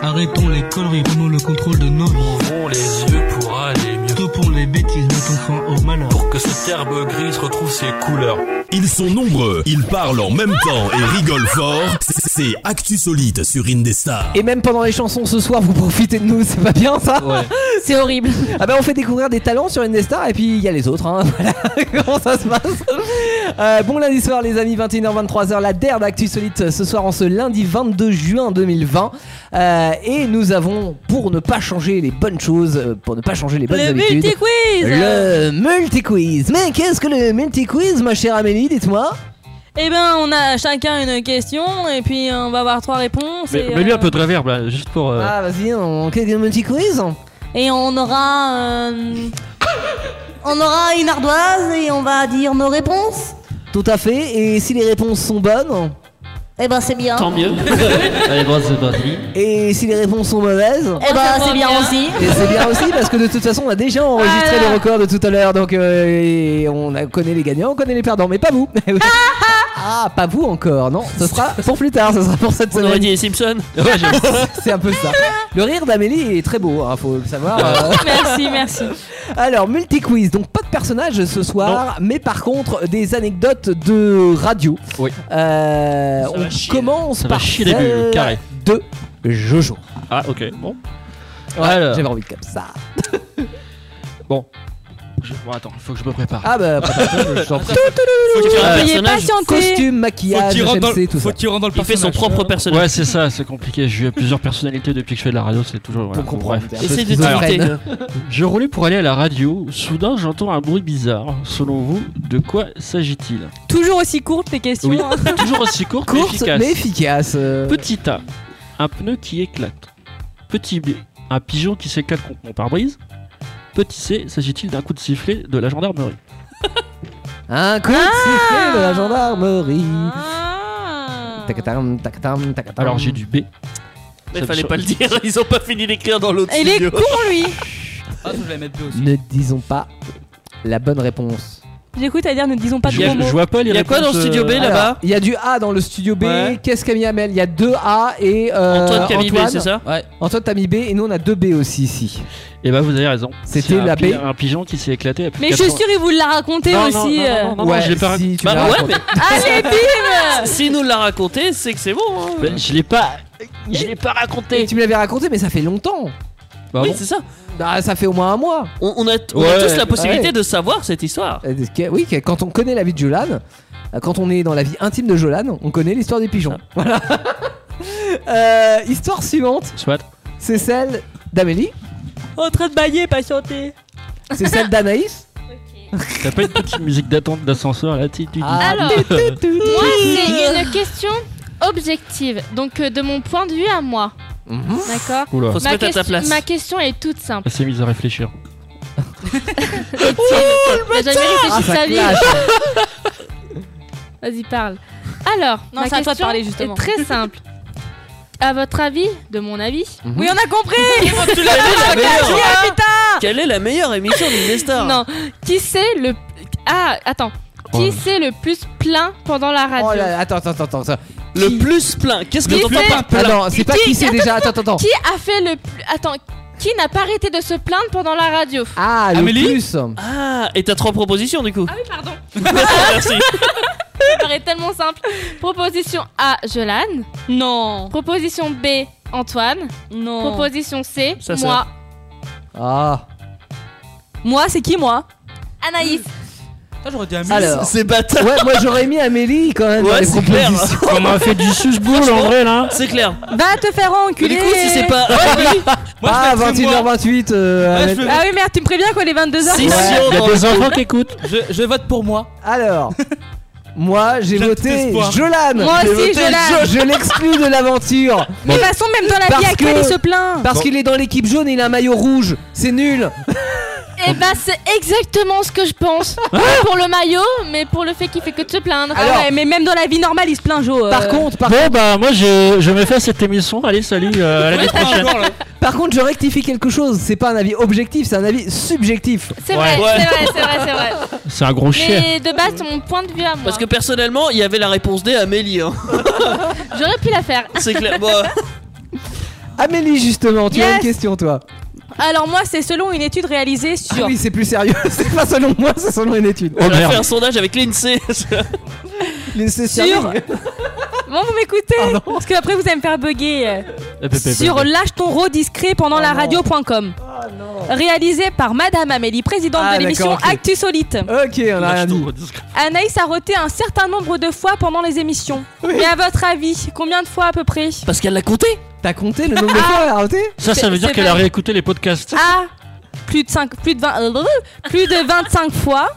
Speaker 13: Arrêtons les conneries, prenons le contrôle de nos vies. Ouvrons les yeux pour aller mieux. Topons les bêtises, mettons fin au malheur. Pour que cette herbe grise retrouve ses couleurs.
Speaker 4: Ils sont nombreux, ils parlent en même temps et rigolent fort. C'est Actu Solide sur Indestar.
Speaker 5: Et même pendant les chansons ce soir, vous profitez de nous, c'est pas bien ça
Speaker 10: C'est horrible.
Speaker 5: Ah ben on fait découvrir des talents sur Indestar et puis il y a les autres. Hein. Voilà comment ça se passe. Euh, bon lundi soir les amis, 21h-23h, la DER d'Actu Solite ce soir en ce lundi 22 juin 2020. Euh, et nous avons, pour ne pas changer les bonnes choses, euh, pour ne pas changer les bonnes
Speaker 10: Le
Speaker 5: habitudes...
Speaker 10: multi-quiz
Speaker 5: Le multi-quiz Mais qu'est-ce que le multi-quiz ma chère Amélie, dites-moi
Speaker 10: Eh ben, on a chacun une question et puis on va avoir trois réponses.
Speaker 8: Mais,
Speaker 10: et,
Speaker 8: mais lui
Speaker 10: euh,
Speaker 8: un peu de réverb là, juste pour. euh,
Speaker 5: Ah vas-y, on... qu'est-ce que le multi-quiz
Speaker 10: et on aura. euh, on aura une ardoise et on va dire nos réponses.
Speaker 5: Tout à fait, et si les réponses sont bonnes
Speaker 10: Eh ben, c'est bien.
Speaker 7: Tant mieux.
Speaker 8: Allez, droite, c'est parti.
Speaker 5: Et si les réponses sont mauvaises
Speaker 10: Eh ben, c'est bien aussi. Ah.
Speaker 5: Et c'est bien aussi parce que de toute façon on a déjà enregistré
Speaker 10: Voilà.
Speaker 5: le record de tout à l'heure donc euh, et on a- connaît les gagnants, on connaît les perdants mais pas vous. ah pas vous encore non, ce sera pour plus tard, ce sera pour cette
Speaker 7: On aurait dit
Speaker 5: semaine.
Speaker 7: les Simpsons.
Speaker 5: C'est un peu ça. Le rire d'Amélie est très beau, hein, faut le savoir. euh.
Speaker 10: Merci, merci.
Speaker 8: Euh,
Speaker 5: Alors multi quiz donc pas de personnage ce soir mais par contre des anecdotes de radio.
Speaker 8: Oui.
Speaker 5: Euh, on commence
Speaker 8: Ça va
Speaker 5: par
Speaker 8: chier les bulles,
Speaker 5: celle
Speaker 8: carré.
Speaker 5: de Jojo.
Speaker 8: Ah, ok, bon.
Speaker 5: Ouais,
Speaker 8: Alors.
Speaker 5: J'avais envie comme ça.
Speaker 8: Bon. je- Bon, attends, faut que je me prépare.
Speaker 5: Ah bah, pas de je t'en prie.
Speaker 8: Veuillez
Speaker 5: Costume, maquillage, MC, tout ça.
Speaker 7: Il fait son propre personnage.
Speaker 8: Ouais, c'est ça, c'est compliqué. J'ai eu plusieurs personnalités depuis que je fais de la radio, c'est toujours. Voilà,
Speaker 7: Pour
Speaker 8: bon,
Speaker 7: comprendre.
Speaker 8: bref.
Speaker 7: Essaye de t'imiter.
Speaker 8: Alors, Je roulais pour aller à la radio. Soudain, j'entends un bruit bizarre. Selon vous, de quoi s'agit-il
Speaker 14: Toujours aussi courtes les questions.
Speaker 8: Oui,
Speaker 14: hein.
Speaker 8: toujours aussi courte,
Speaker 5: Courte,
Speaker 8: mais efficace.
Speaker 5: mais efficace, euh.
Speaker 8: Petit A, un pneu qui éclate. Petit B, un pigeon qui s'éclate contre mon pare-brise. Petit C, s'agit-il d'un coup de sifflet de la gendarmerie
Speaker 5: Un coup de sifflet de la gendarmerie.
Speaker 7: Ah.
Speaker 5: Tac-tam, tac-tam, tac-tam.
Speaker 8: Alors j'ai du B.
Speaker 7: Mais fallait pas le dire, ils ont pas fini d'écrire dans l'autre
Speaker 14: Il est
Speaker 7: studio.
Speaker 14: con lui
Speaker 9: Ah, je vais mettre deux aussi.
Speaker 5: Ne disons pas la bonne réponse.
Speaker 14: J'écoute à dire ne disons pas de gros mots.
Speaker 7: Il y a quoi dans le studio B
Speaker 8: euh,
Speaker 5: Alors,
Speaker 7: là-bas
Speaker 5: Il y a du A dans le studio B.
Speaker 7: Ouais.
Speaker 5: Qu'est-ce qu'a mis Amel Il y a deux A et euh,
Speaker 7: Antoine qui a mis B, c'est ça
Speaker 5: Ouais. Antoine t'as mis B et nous on a deux B aussi ici.
Speaker 8: Et bah vous avez raison.
Speaker 5: C'était
Speaker 8: C'est un
Speaker 5: la
Speaker 8: pi-
Speaker 5: B.
Speaker 8: Un pigeon qui s'est éclaté. à plus de
Speaker 14: Mais je
Speaker 8: 80.
Speaker 14: suis sûr, il vous l'a raconté
Speaker 8: Non, non,
Speaker 14: aussi.
Speaker 8: non,
Speaker 14: euh.
Speaker 8: non, non, non, je l'ai pas raconté.
Speaker 7: Bah ouais, mais.
Speaker 6: Ah,
Speaker 14: Allez, bim
Speaker 7: Si nous l'a raconté, c'est que c'est bon. hein.
Speaker 8: Ben, Je l'ai pas.
Speaker 7: Je l'ai pas raconté.
Speaker 5: Et tu me l'avais raconté, mais ça fait longtemps.
Speaker 8: Bah
Speaker 7: oui, c'est ça.
Speaker 5: Ah, ça fait au moins un mois.
Speaker 7: On, on a, Euh, On a tous
Speaker 5: Ah
Speaker 7: la possibilité de savoir cette histoire.
Speaker 5: Oui, que- quand on connaît la vie de Jolan, euh, quand on est dans la vie intime de Jolan, on connaît l'histoire des pigeons.
Speaker 8: Ah.
Speaker 5: Voilà. Euh, histoire suivante.
Speaker 8: Soit.
Speaker 5: C'est celle d'Amélie.
Speaker 14: En train de bailler, patienter.
Speaker 5: C'est celle d'Anaïs.
Speaker 8: T'as pas une petite musique d'attente d'ascenseur là tu, tu- tu-
Speaker 5: Ah,
Speaker 8: euh,
Speaker 6: Alors, moi, c'est une question objective, donc euh, de mon point de vue à moi.
Speaker 8: Mhm.
Speaker 6: D'accord
Speaker 8: Oula. Faut se
Speaker 6: Ma
Speaker 8: mettre à ta
Speaker 6: question-
Speaker 8: place.
Speaker 6: Ma question est toute simple.
Speaker 8: Elle s'est mise à réfléchir.
Speaker 14: Oh,
Speaker 6: J'ai jamais réfléchi
Speaker 8: Ah,
Speaker 6: de
Speaker 8: ça
Speaker 6: sa vie. Vas-y, parle. Alors,
Speaker 14: Non,
Speaker 6: ma
Speaker 14: c'est à toi de
Speaker 6: question
Speaker 14: parler, justement.
Speaker 6: est très simple. À votre avis, de mon avis
Speaker 5: Mhm.
Speaker 14: Oui, on a compris Oh,
Speaker 7: Tu l'as dit, la meilleure.
Speaker 14: Ah, putain
Speaker 7: Quelle est la meilleure émission du Nestor
Speaker 6: hein. Non. Qui c'est le. Ah, attends. Qui
Speaker 7: Oh.
Speaker 6: c'est le plus plein pendant la radio
Speaker 5: Oh là là, attends, attends, attends, attends, attends.
Speaker 7: Le plus plein. Qu'est-ce que
Speaker 6: Qui
Speaker 7: t'entends
Speaker 6: fait-
Speaker 7: par plein
Speaker 5: Ah non, c'est pas qui c'est déjà. Attends, attends, attends.
Speaker 6: Qui a fait le plus. Attends, qui n'a pas arrêté de se plaindre pendant la radio
Speaker 5: Ah, le
Speaker 7: Amélie
Speaker 5: plus.
Speaker 7: Ah, et t'as trois propositions du coup.
Speaker 6: Ah oui, pardon.
Speaker 7: Merci.
Speaker 6: Ça paraît tellement simple. Proposition A, Jolan.
Speaker 14: Non.
Speaker 6: Proposition B, Antoine.
Speaker 14: Non.
Speaker 6: Proposition C,
Speaker 14: Ça, ça.
Speaker 6: moi.
Speaker 5: Ah.
Speaker 14: Moi, c'est qui moi
Speaker 6: Anaïs.
Speaker 9: j'aurais dit
Speaker 5: Alors.
Speaker 7: C'est bâtard.
Speaker 5: Ouais, moi j'aurais mis Amélie quand même dans
Speaker 7: Ouais,
Speaker 5: les
Speaker 7: c'est clair.
Speaker 5: propositions.
Speaker 7: Comment on fait du
Speaker 8: suce-boule
Speaker 7: en vrai, là C'est clair.
Speaker 14: Va te faire enculer
Speaker 7: Du coup, si c'est pas-
Speaker 5: Ah, 21h28. euh, Amélie.
Speaker 14: Ah oui, merde, tu me préviens qu'on est 22h
Speaker 5: Si, si, on Il y a dans des le enfants coup. qui
Speaker 8: écoutent.
Speaker 9: Je, je vote pour moi.
Speaker 5: Alors, moi j'ai voté
Speaker 9: espoir.
Speaker 5: Jolan.
Speaker 14: Moi
Speaker 5: J'ai
Speaker 14: aussi,
Speaker 5: voté
Speaker 14: Jolan.
Speaker 5: Jo- Je l'exclus de l'aventure.
Speaker 14: Mais de toute façon, même dans la vie
Speaker 5: Parce
Speaker 14: actuelle,
Speaker 5: que-
Speaker 14: il se plaint.
Speaker 5: Parce qu'il est dans l'équipe jaune et il a un maillot rouge. C'est nul.
Speaker 6: Eh bah, c'est exactement ce que je pense. Pas pour le maillot, mais pour le fait qu'il fait que de se plaindre.
Speaker 14: Ah ouais, mais même dans la vie normale, il se plaint, euh. Jo.
Speaker 5: Par contre, par,
Speaker 8: Bon bah moi je, je me fais cette émission. Allez salut euh, à l'année prochaine.
Speaker 5: par contre, je rectifie quelque chose. C'est pas un avis objectif, c'est un avis subjectif.
Speaker 6: C'est vrai,
Speaker 7: Ouais.
Speaker 6: c'est vrai, c'est vrai, c'est vrai.
Speaker 8: C'est un gros
Speaker 6: Mais de base, c'est mon point de vue à moi.
Speaker 7: Parce que personnellement, il y avait la réponse D à Amélie. hein.
Speaker 6: J'aurais pu la faire.
Speaker 7: C'est clair. Bon,
Speaker 5: Amélie, justement, tu as
Speaker 14: Yes.
Speaker 5: une question, toi.
Speaker 14: Alors moi, c'est selon une étude réalisée
Speaker 5: Ah
Speaker 14: sur...
Speaker 5: oui, c'est plus sérieux. c'est pas selon moi, c'est selon une étude.
Speaker 8: Oh,
Speaker 7: on a fait un sondage avec l'INSEE.
Speaker 5: Laissez
Speaker 14: Sur- Bon, vous m'écoutez Parce que après, vous allez me faire bugger. sur lâche ton rod discret
Speaker 5: Oh
Speaker 14: pendant la radio.com. Réalisé par Madame Amélie, présidente
Speaker 5: Ah,
Speaker 14: de l'émission
Speaker 5: d'accord, ok.
Speaker 14: Actu Solite.
Speaker 5: Ok, on a rien dit.
Speaker 14: Anaïs a roté un certain nombre de fois pendant les émissions. Mais à votre avis, combien de fois à peu près
Speaker 7: Parce qu'elle l'a compté.
Speaker 5: T'as compté le nombre
Speaker 6: Ah.
Speaker 5: de fois, elle a raté
Speaker 8: Ça
Speaker 14: C'est-
Speaker 8: ça veut dire
Speaker 14: c'est
Speaker 8: qu'elle a
Speaker 14: vrai.
Speaker 8: réécouté les podcasts.
Speaker 14: A. Plus de, 5, plus, de 20, euh, plus de 25 fois.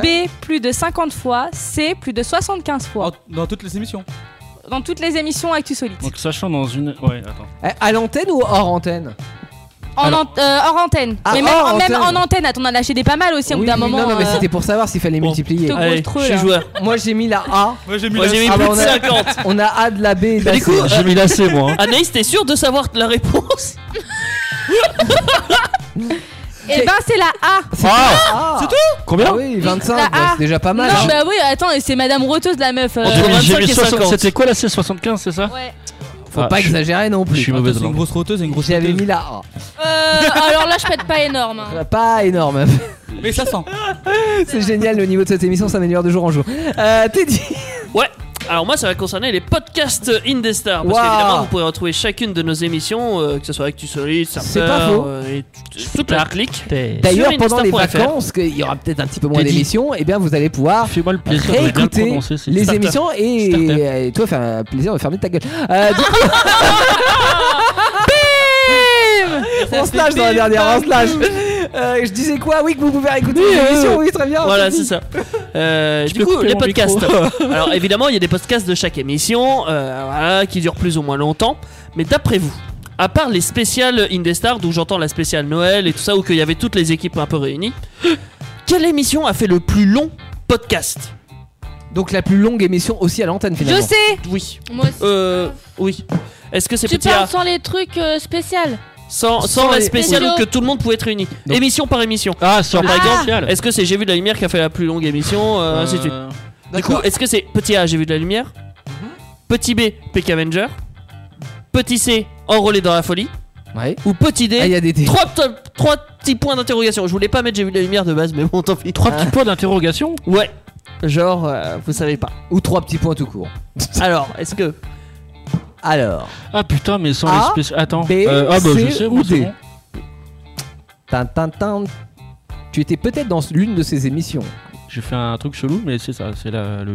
Speaker 5: Ouais.
Speaker 14: B. Plus de 50 fois. C. Plus de 75 fois.
Speaker 9: Dans toutes les émissions.
Speaker 14: Dans toutes les émissions Actu Solite.
Speaker 8: Donc sachant dans une ouais attends.
Speaker 5: Eh, À l'antenne ou hors antenne
Speaker 14: En
Speaker 8: Alors-
Speaker 14: ant- euh, hors antenne.
Speaker 5: Ah,
Speaker 14: mais même,
Speaker 5: hors
Speaker 14: même
Speaker 5: antenne.
Speaker 14: en antenne, attends, on a lâché des pas mal aussi au bout
Speaker 5: Oui,
Speaker 14: d'un
Speaker 5: oui,
Speaker 14: moment.
Speaker 5: Non, non, mais
Speaker 14: euh,
Speaker 5: c'était pour savoir s'il fallait multiplier.
Speaker 14: te Allez, gros je suis treux, là.
Speaker 7: joueur.
Speaker 5: Moi j'ai mis la A.
Speaker 9: Moi j'ai
Speaker 7: mis hein. Moi, la j'ai C. mis
Speaker 5: Ah
Speaker 7: plus
Speaker 5: bah,
Speaker 7: de
Speaker 5: on a-
Speaker 7: 50.
Speaker 5: On a A de la B et de la
Speaker 7: Mais
Speaker 5: C.
Speaker 7: Bah, du coup, euh,
Speaker 8: J'ai mis la C moi. hein.
Speaker 7: Anaïs, t'es sûre de savoir la réponse
Speaker 14: Eh ben, c'est la A.
Speaker 5: Ah,
Speaker 7: C'est tout
Speaker 8: Combien
Speaker 5: Ah oui, 25,
Speaker 14: La
Speaker 5: bah,
Speaker 14: A.
Speaker 5: c'est déjà pas mal.
Speaker 14: Non, bah oui, attends, et c'est Madame Roteuse la meuf. euh.
Speaker 7: Entre
Speaker 8: J'ai
Speaker 7: 25
Speaker 8: mis
Speaker 7: et
Speaker 8: 60
Speaker 7: 50.
Speaker 8: C'était quoi la C 75 c'est ça
Speaker 6: Ouais.
Speaker 5: Faut
Speaker 8: Ah,
Speaker 5: pas
Speaker 8: je-
Speaker 5: exagérer non plus.
Speaker 8: Je suis mauvaise
Speaker 9: C'est une
Speaker 8: langue.
Speaker 9: grosse roteuse et une grosse
Speaker 5: J'avais
Speaker 9: sauteuse.
Speaker 5: mis la
Speaker 6: Euh, alors là, je pète pas énorme. hein.
Speaker 5: A. Pas énorme.
Speaker 9: Mais ça sent.
Speaker 5: c'est génial, le niveau de cette émission s'améliore de jour en jour. Euh, Teddy,
Speaker 7: Ouais. Alors moi ça va concerner les podcasts Indestar parce
Speaker 5: Waouh.
Speaker 7: qu'évidemment vous pourrez retrouver chacune de nos émissions euh, que ce soit Actu Solide, euh,
Speaker 5: C'est pas faux.
Speaker 7: et tout- toute la clique.
Speaker 5: D'ailleurs,
Speaker 7: sur
Speaker 5: pendant les
Speaker 7: indestar.fr.
Speaker 5: vacances, qu'il y aura peut-être un petit peu moins
Speaker 7: Teddy.
Speaker 5: d'émissions, et eh bien vous allez pouvoir
Speaker 8: plaisir de bien le
Speaker 5: réécouter
Speaker 8: prononcer, c'est
Speaker 5: les
Speaker 8: starter.
Speaker 5: émissions et, et toi faire un plaisir de fermer ta gueule. Euh, du coup- Bim On se lâche dans la dernière, on se lâche. Euh, je disais quoi Oui, que vous pouvez réécouter
Speaker 7: Oui,
Speaker 5: les émissions,
Speaker 7: euh,
Speaker 5: oui, très bien.
Speaker 7: Voilà,
Speaker 5: dit.
Speaker 7: c'est ça. Euh,
Speaker 5: peux
Speaker 7: du coup,
Speaker 5: couper
Speaker 7: les
Speaker 5: mon
Speaker 7: podcasts.
Speaker 5: micro.
Speaker 7: Alors évidemment, il y a des podcasts de chaque émission euh, voilà, qui durent plus ou moins longtemps. Mais d'après vous, à part les spéciales Indestar, d'où j'entends la spéciale Noël et tout ça, où qu'il y avait toutes les équipes un peu réunies, quelle émission a fait le plus long podcast
Speaker 5: Donc la plus longue émission aussi à l'antenne finalement.
Speaker 6: Je sais
Speaker 7: Oui.
Speaker 6: Moi aussi.
Speaker 7: Euh, oui. Est-ce que c'est
Speaker 6: Tu
Speaker 7: petit A
Speaker 6: parles sans les trucs euh, spéciaux.
Speaker 7: ah. sans, sans,
Speaker 6: sans
Speaker 7: la
Speaker 6: les-
Speaker 7: spéciale
Speaker 6: spéciaux.
Speaker 7: où que tout le monde pouvait être réuni. Émission par émission. Ah,
Speaker 8: sans
Speaker 7: par
Speaker 8: les
Speaker 7: exemple,
Speaker 8: spéciales.
Speaker 7: est-ce que c'est J'ai vu de la lumière qui a fait la plus longue émission euh, ainsi de suite.
Speaker 8: Euh,
Speaker 7: Du coup,
Speaker 8: d'accord.
Speaker 7: est-ce que c'est petit A, J'ai vu de la lumière
Speaker 5: Mhm.
Speaker 7: Petit B, Peck Avenger Petit C, Enrôlé dans la folie Ou petit D,
Speaker 5: Ah, il y a des- des-
Speaker 7: trois, to- trois petits points d'interrogation. Je voulais pas mettre J'ai vu de la lumière de base, mais bon, tant pis. Trois
Speaker 8: petits
Speaker 7: points d'interrogation Ouais. Genre, euh, vous savez pas.
Speaker 5: Ou trois petits points tout court.
Speaker 7: Alors, est-ce que.
Speaker 5: Alors.
Speaker 8: Ah putain, mais sans
Speaker 5: A,
Speaker 8: les spéciales. Attends.
Speaker 5: B,
Speaker 8: Euh, ah bah
Speaker 5: C
Speaker 8: je sais,
Speaker 5: ou
Speaker 8: moi, c'est
Speaker 5: D.
Speaker 8: bon.
Speaker 5: Tin, tin, tin. Tu étais peut-être dans l'une de ces émissions.
Speaker 8: J'ai fait un truc chelou, mais c'est ça, c'est la, Euh, le.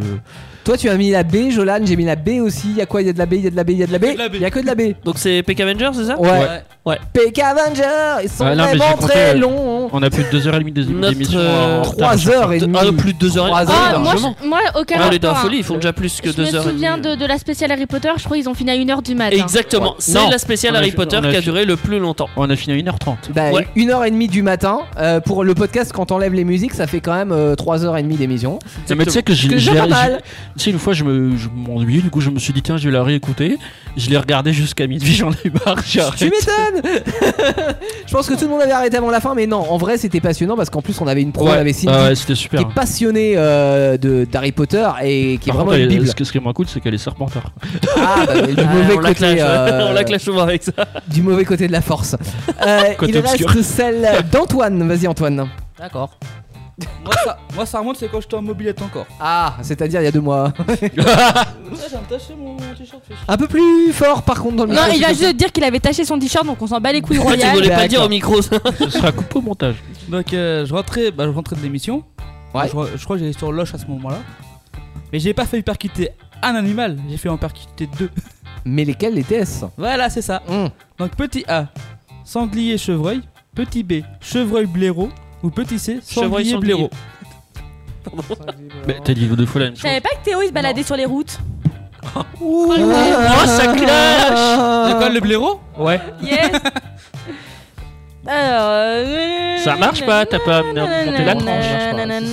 Speaker 5: Toi, tu as mis la B, Jolan, j'ai mis la B aussi. Il y a quoi Il y a de la B, il y a de la B, il y a de la B. Il y a que de la B.
Speaker 7: Donc c'est Peck Avenger, c'est ça
Speaker 5: Ouais.
Speaker 7: Ouais.
Speaker 5: PK Avenger, ils sont
Speaker 8: Ah, non, mais
Speaker 5: vraiment
Speaker 8: j'ai compté,
Speaker 5: très
Speaker 8: euh,
Speaker 5: longs. hein.
Speaker 8: On a plus de 2h30
Speaker 7: Notre,
Speaker 8: d'émission.
Speaker 7: euh, trois heures et demie. plus de 2 heures.
Speaker 8: Trois
Speaker 6: Ah, moi, je- moi, aucun
Speaker 7: Ah, les dents
Speaker 6: rapport, hein.
Speaker 7: folie, ils font déjà plus que
Speaker 6: Je
Speaker 7: 2
Speaker 6: me
Speaker 7: heures. et
Speaker 6: souviens
Speaker 7: demie. euh.
Speaker 6: de, de la spéciale Harry Potter, je crois qu'ils ont fini à 1h du
Speaker 14: hein.
Speaker 6: matin.
Speaker 7: Exactement, c'est
Speaker 5: Non.
Speaker 7: la spéciale
Speaker 5: On a
Speaker 7: Harry
Speaker 5: fi-
Speaker 7: Potter
Speaker 5: on a
Speaker 7: qui a
Speaker 5: fi-
Speaker 7: duré le plus longtemps.
Speaker 8: On a fini à 1h30.
Speaker 5: Bah,
Speaker 7: Ouais.
Speaker 5: une heure et demie du matin euh, pour le podcast quand t'enlèves les musiques ça fait quand même euh, trois heures et demie d'émission
Speaker 8: Non, mais tu sais que j'ai-
Speaker 5: je
Speaker 8: j'ai-
Speaker 5: rappelle.
Speaker 8: j'ai- Tu sais, une fois, je me- je m'ennuyais, du coup, je me suis dit, tiens, je vais la réécouter. Je l'ai regardé jusqu'à midi, j'en ai marre,
Speaker 5: Tu
Speaker 8: j'arrête.
Speaker 5: m'étonnes Je pense que tout le monde avait arrêté avant la fin, mais non, en vrai c'était passionnant parce qu'en plus on avait une pro,
Speaker 8: Ouais.
Speaker 5: on avait Cindy,
Speaker 8: Ah ouais, c'était super.
Speaker 5: qui est passionnée euh, de d'Harry Potter et qui est
Speaker 8: Par
Speaker 5: vraiment
Speaker 8: contre,
Speaker 5: une
Speaker 8: elle-
Speaker 5: bible.
Speaker 8: ce que- ce qui est moins cool, c'est qu'elle est serpentarde.
Speaker 5: Ah, bah, du
Speaker 7: Ah,
Speaker 5: mauvais
Speaker 7: on la
Speaker 5: côté,
Speaker 7: clash, ouais.
Speaker 5: euh,
Speaker 7: on la clash souvent avec ça.
Speaker 5: du mauvais côté de la force. Euh,
Speaker 7: Côté
Speaker 5: il
Speaker 7: obscur.
Speaker 5: reste celle d'Antoine. Vas-y Antoine.
Speaker 9: D'accord. moi, ça, moi, ça remonte, c'est quand j'étais en mobilette encore.
Speaker 5: Ah, c'est-à-dire il y a deux mois.
Speaker 9: Ça, ça me tâchait mon t-shirt. fait chier.
Speaker 5: Un peu plus fort par contre dans le
Speaker 14: Non,
Speaker 5: micro,
Speaker 14: il a
Speaker 5: s'il te
Speaker 14: juste de dire qu'il avait taché son t-shirt, donc on s'en bat les couilles
Speaker 7: En fait, il
Speaker 14: royales.
Speaker 7: voulait pas
Speaker 9: D'accord.
Speaker 7: le dire au micro. ça.
Speaker 8: Ce sera coupé au montage.
Speaker 9: Donc, euh, je, rentrais, bah, je rentrais de l'émission.
Speaker 5: Ouais.
Speaker 9: Je, re- je crois que j'étais sur Loche à ce moment-là. Mais j'ai pas fait percuter un animal, j'ai fait en percuter deux.
Speaker 5: Mais lesquels les TS
Speaker 9: Voilà, c'est ça.
Speaker 7: Hmm.
Speaker 9: Donc, petit A, sanglier chevreuil. Petit B, chevreuil blaireau. Ou petit C,
Speaker 8: Chevreuil,
Speaker 9: sanglier
Speaker 8: sanglier.
Speaker 9: blaireau.
Speaker 8: Mais t'as dit deux fois la même
Speaker 14: Je
Speaker 8: chose.
Speaker 14: savais pas que Théo il se baladait sur les routes.
Speaker 7: Oh,
Speaker 9: Ouh,
Speaker 7: Ah,
Speaker 14: ça clash
Speaker 9: C'est quoi le blaireau
Speaker 8: Ouais.
Speaker 14: Yes Alors, euh,
Speaker 8: Ça marche pas, t'as pas monté la tranche.
Speaker 14: nanana,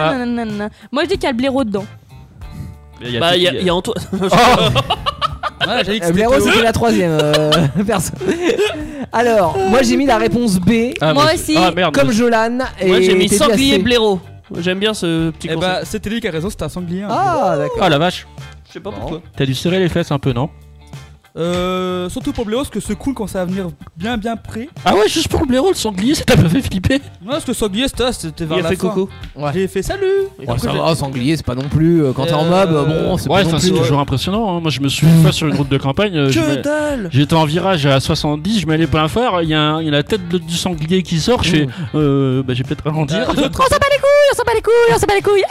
Speaker 7: Ah.
Speaker 14: nanana. Moi je dis qu'il y a le blaireau dedans.
Speaker 7: y a- Bah, il y a- il y a Antoine.
Speaker 5: Euh, Blaireau, c'était la troisième euh, personne. Alors, moi j'ai mis la réponse B.
Speaker 7: Ah, moi Moi aussi. aussi. Ah, merde.
Speaker 5: Comme Jolan. Et
Speaker 7: Moi j'ai mis
Speaker 5: Teddy a
Speaker 7: sanglier
Speaker 5: C.
Speaker 7: blaireau. J'aime bien ce petit
Speaker 9: Eh
Speaker 7: concept.
Speaker 9: bah, c'était lui qui a raison, c'était un sanglier. hein.
Speaker 5: Ah, d'accord.
Speaker 8: Ah la vache.
Speaker 7: Je sais pas pourquoi.
Speaker 8: T'as dû serrer les fesses un peu, non
Speaker 9: Euh, surtout pour Bléros, que c'est cool quand ça va venir bien bien près.
Speaker 8: Ah ouais, juste pour le blaireau, le sanglier, ça t'a pas fait flipper
Speaker 9: Non, parce que sanglier, c'était c'était vers
Speaker 8: Il a
Speaker 9: la
Speaker 8: fait
Speaker 9: fin.
Speaker 8: coucou.
Speaker 9: J'ai fait salut. Et
Speaker 5: Ouais,
Speaker 9: après,
Speaker 5: ça
Speaker 9: j'ai-
Speaker 5: va, Ah, sanglier, c'est pas non plus. euh, quand t'es en mob, euh, bon, c'est
Speaker 8: Ouais,
Speaker 5: pas non
Speaker 8: enfin,
Speaker 5: plus.
Speaker 8: c'est toujours impressionnant. hein. Moi, je me suis une fois sur une route de campagne. euh, je
Speaker 5: Que
Speaker 8: mets-
Speaker 5: dalle
Speaker 8: J'étais en virage à 70, je mets les pleins phares. Il y, a un- il y a la tête de- du sanglier qui sort. Je
Speaker 5: Mmh.
Speaker 8: fais. Euh, bah, j'ai peut-être ralentir.
Speaker 14: On s'en bat les couilles, on s'en bat
Speaker 8: oh,
Speaker 14: les couilles, on s'en bat les couilles.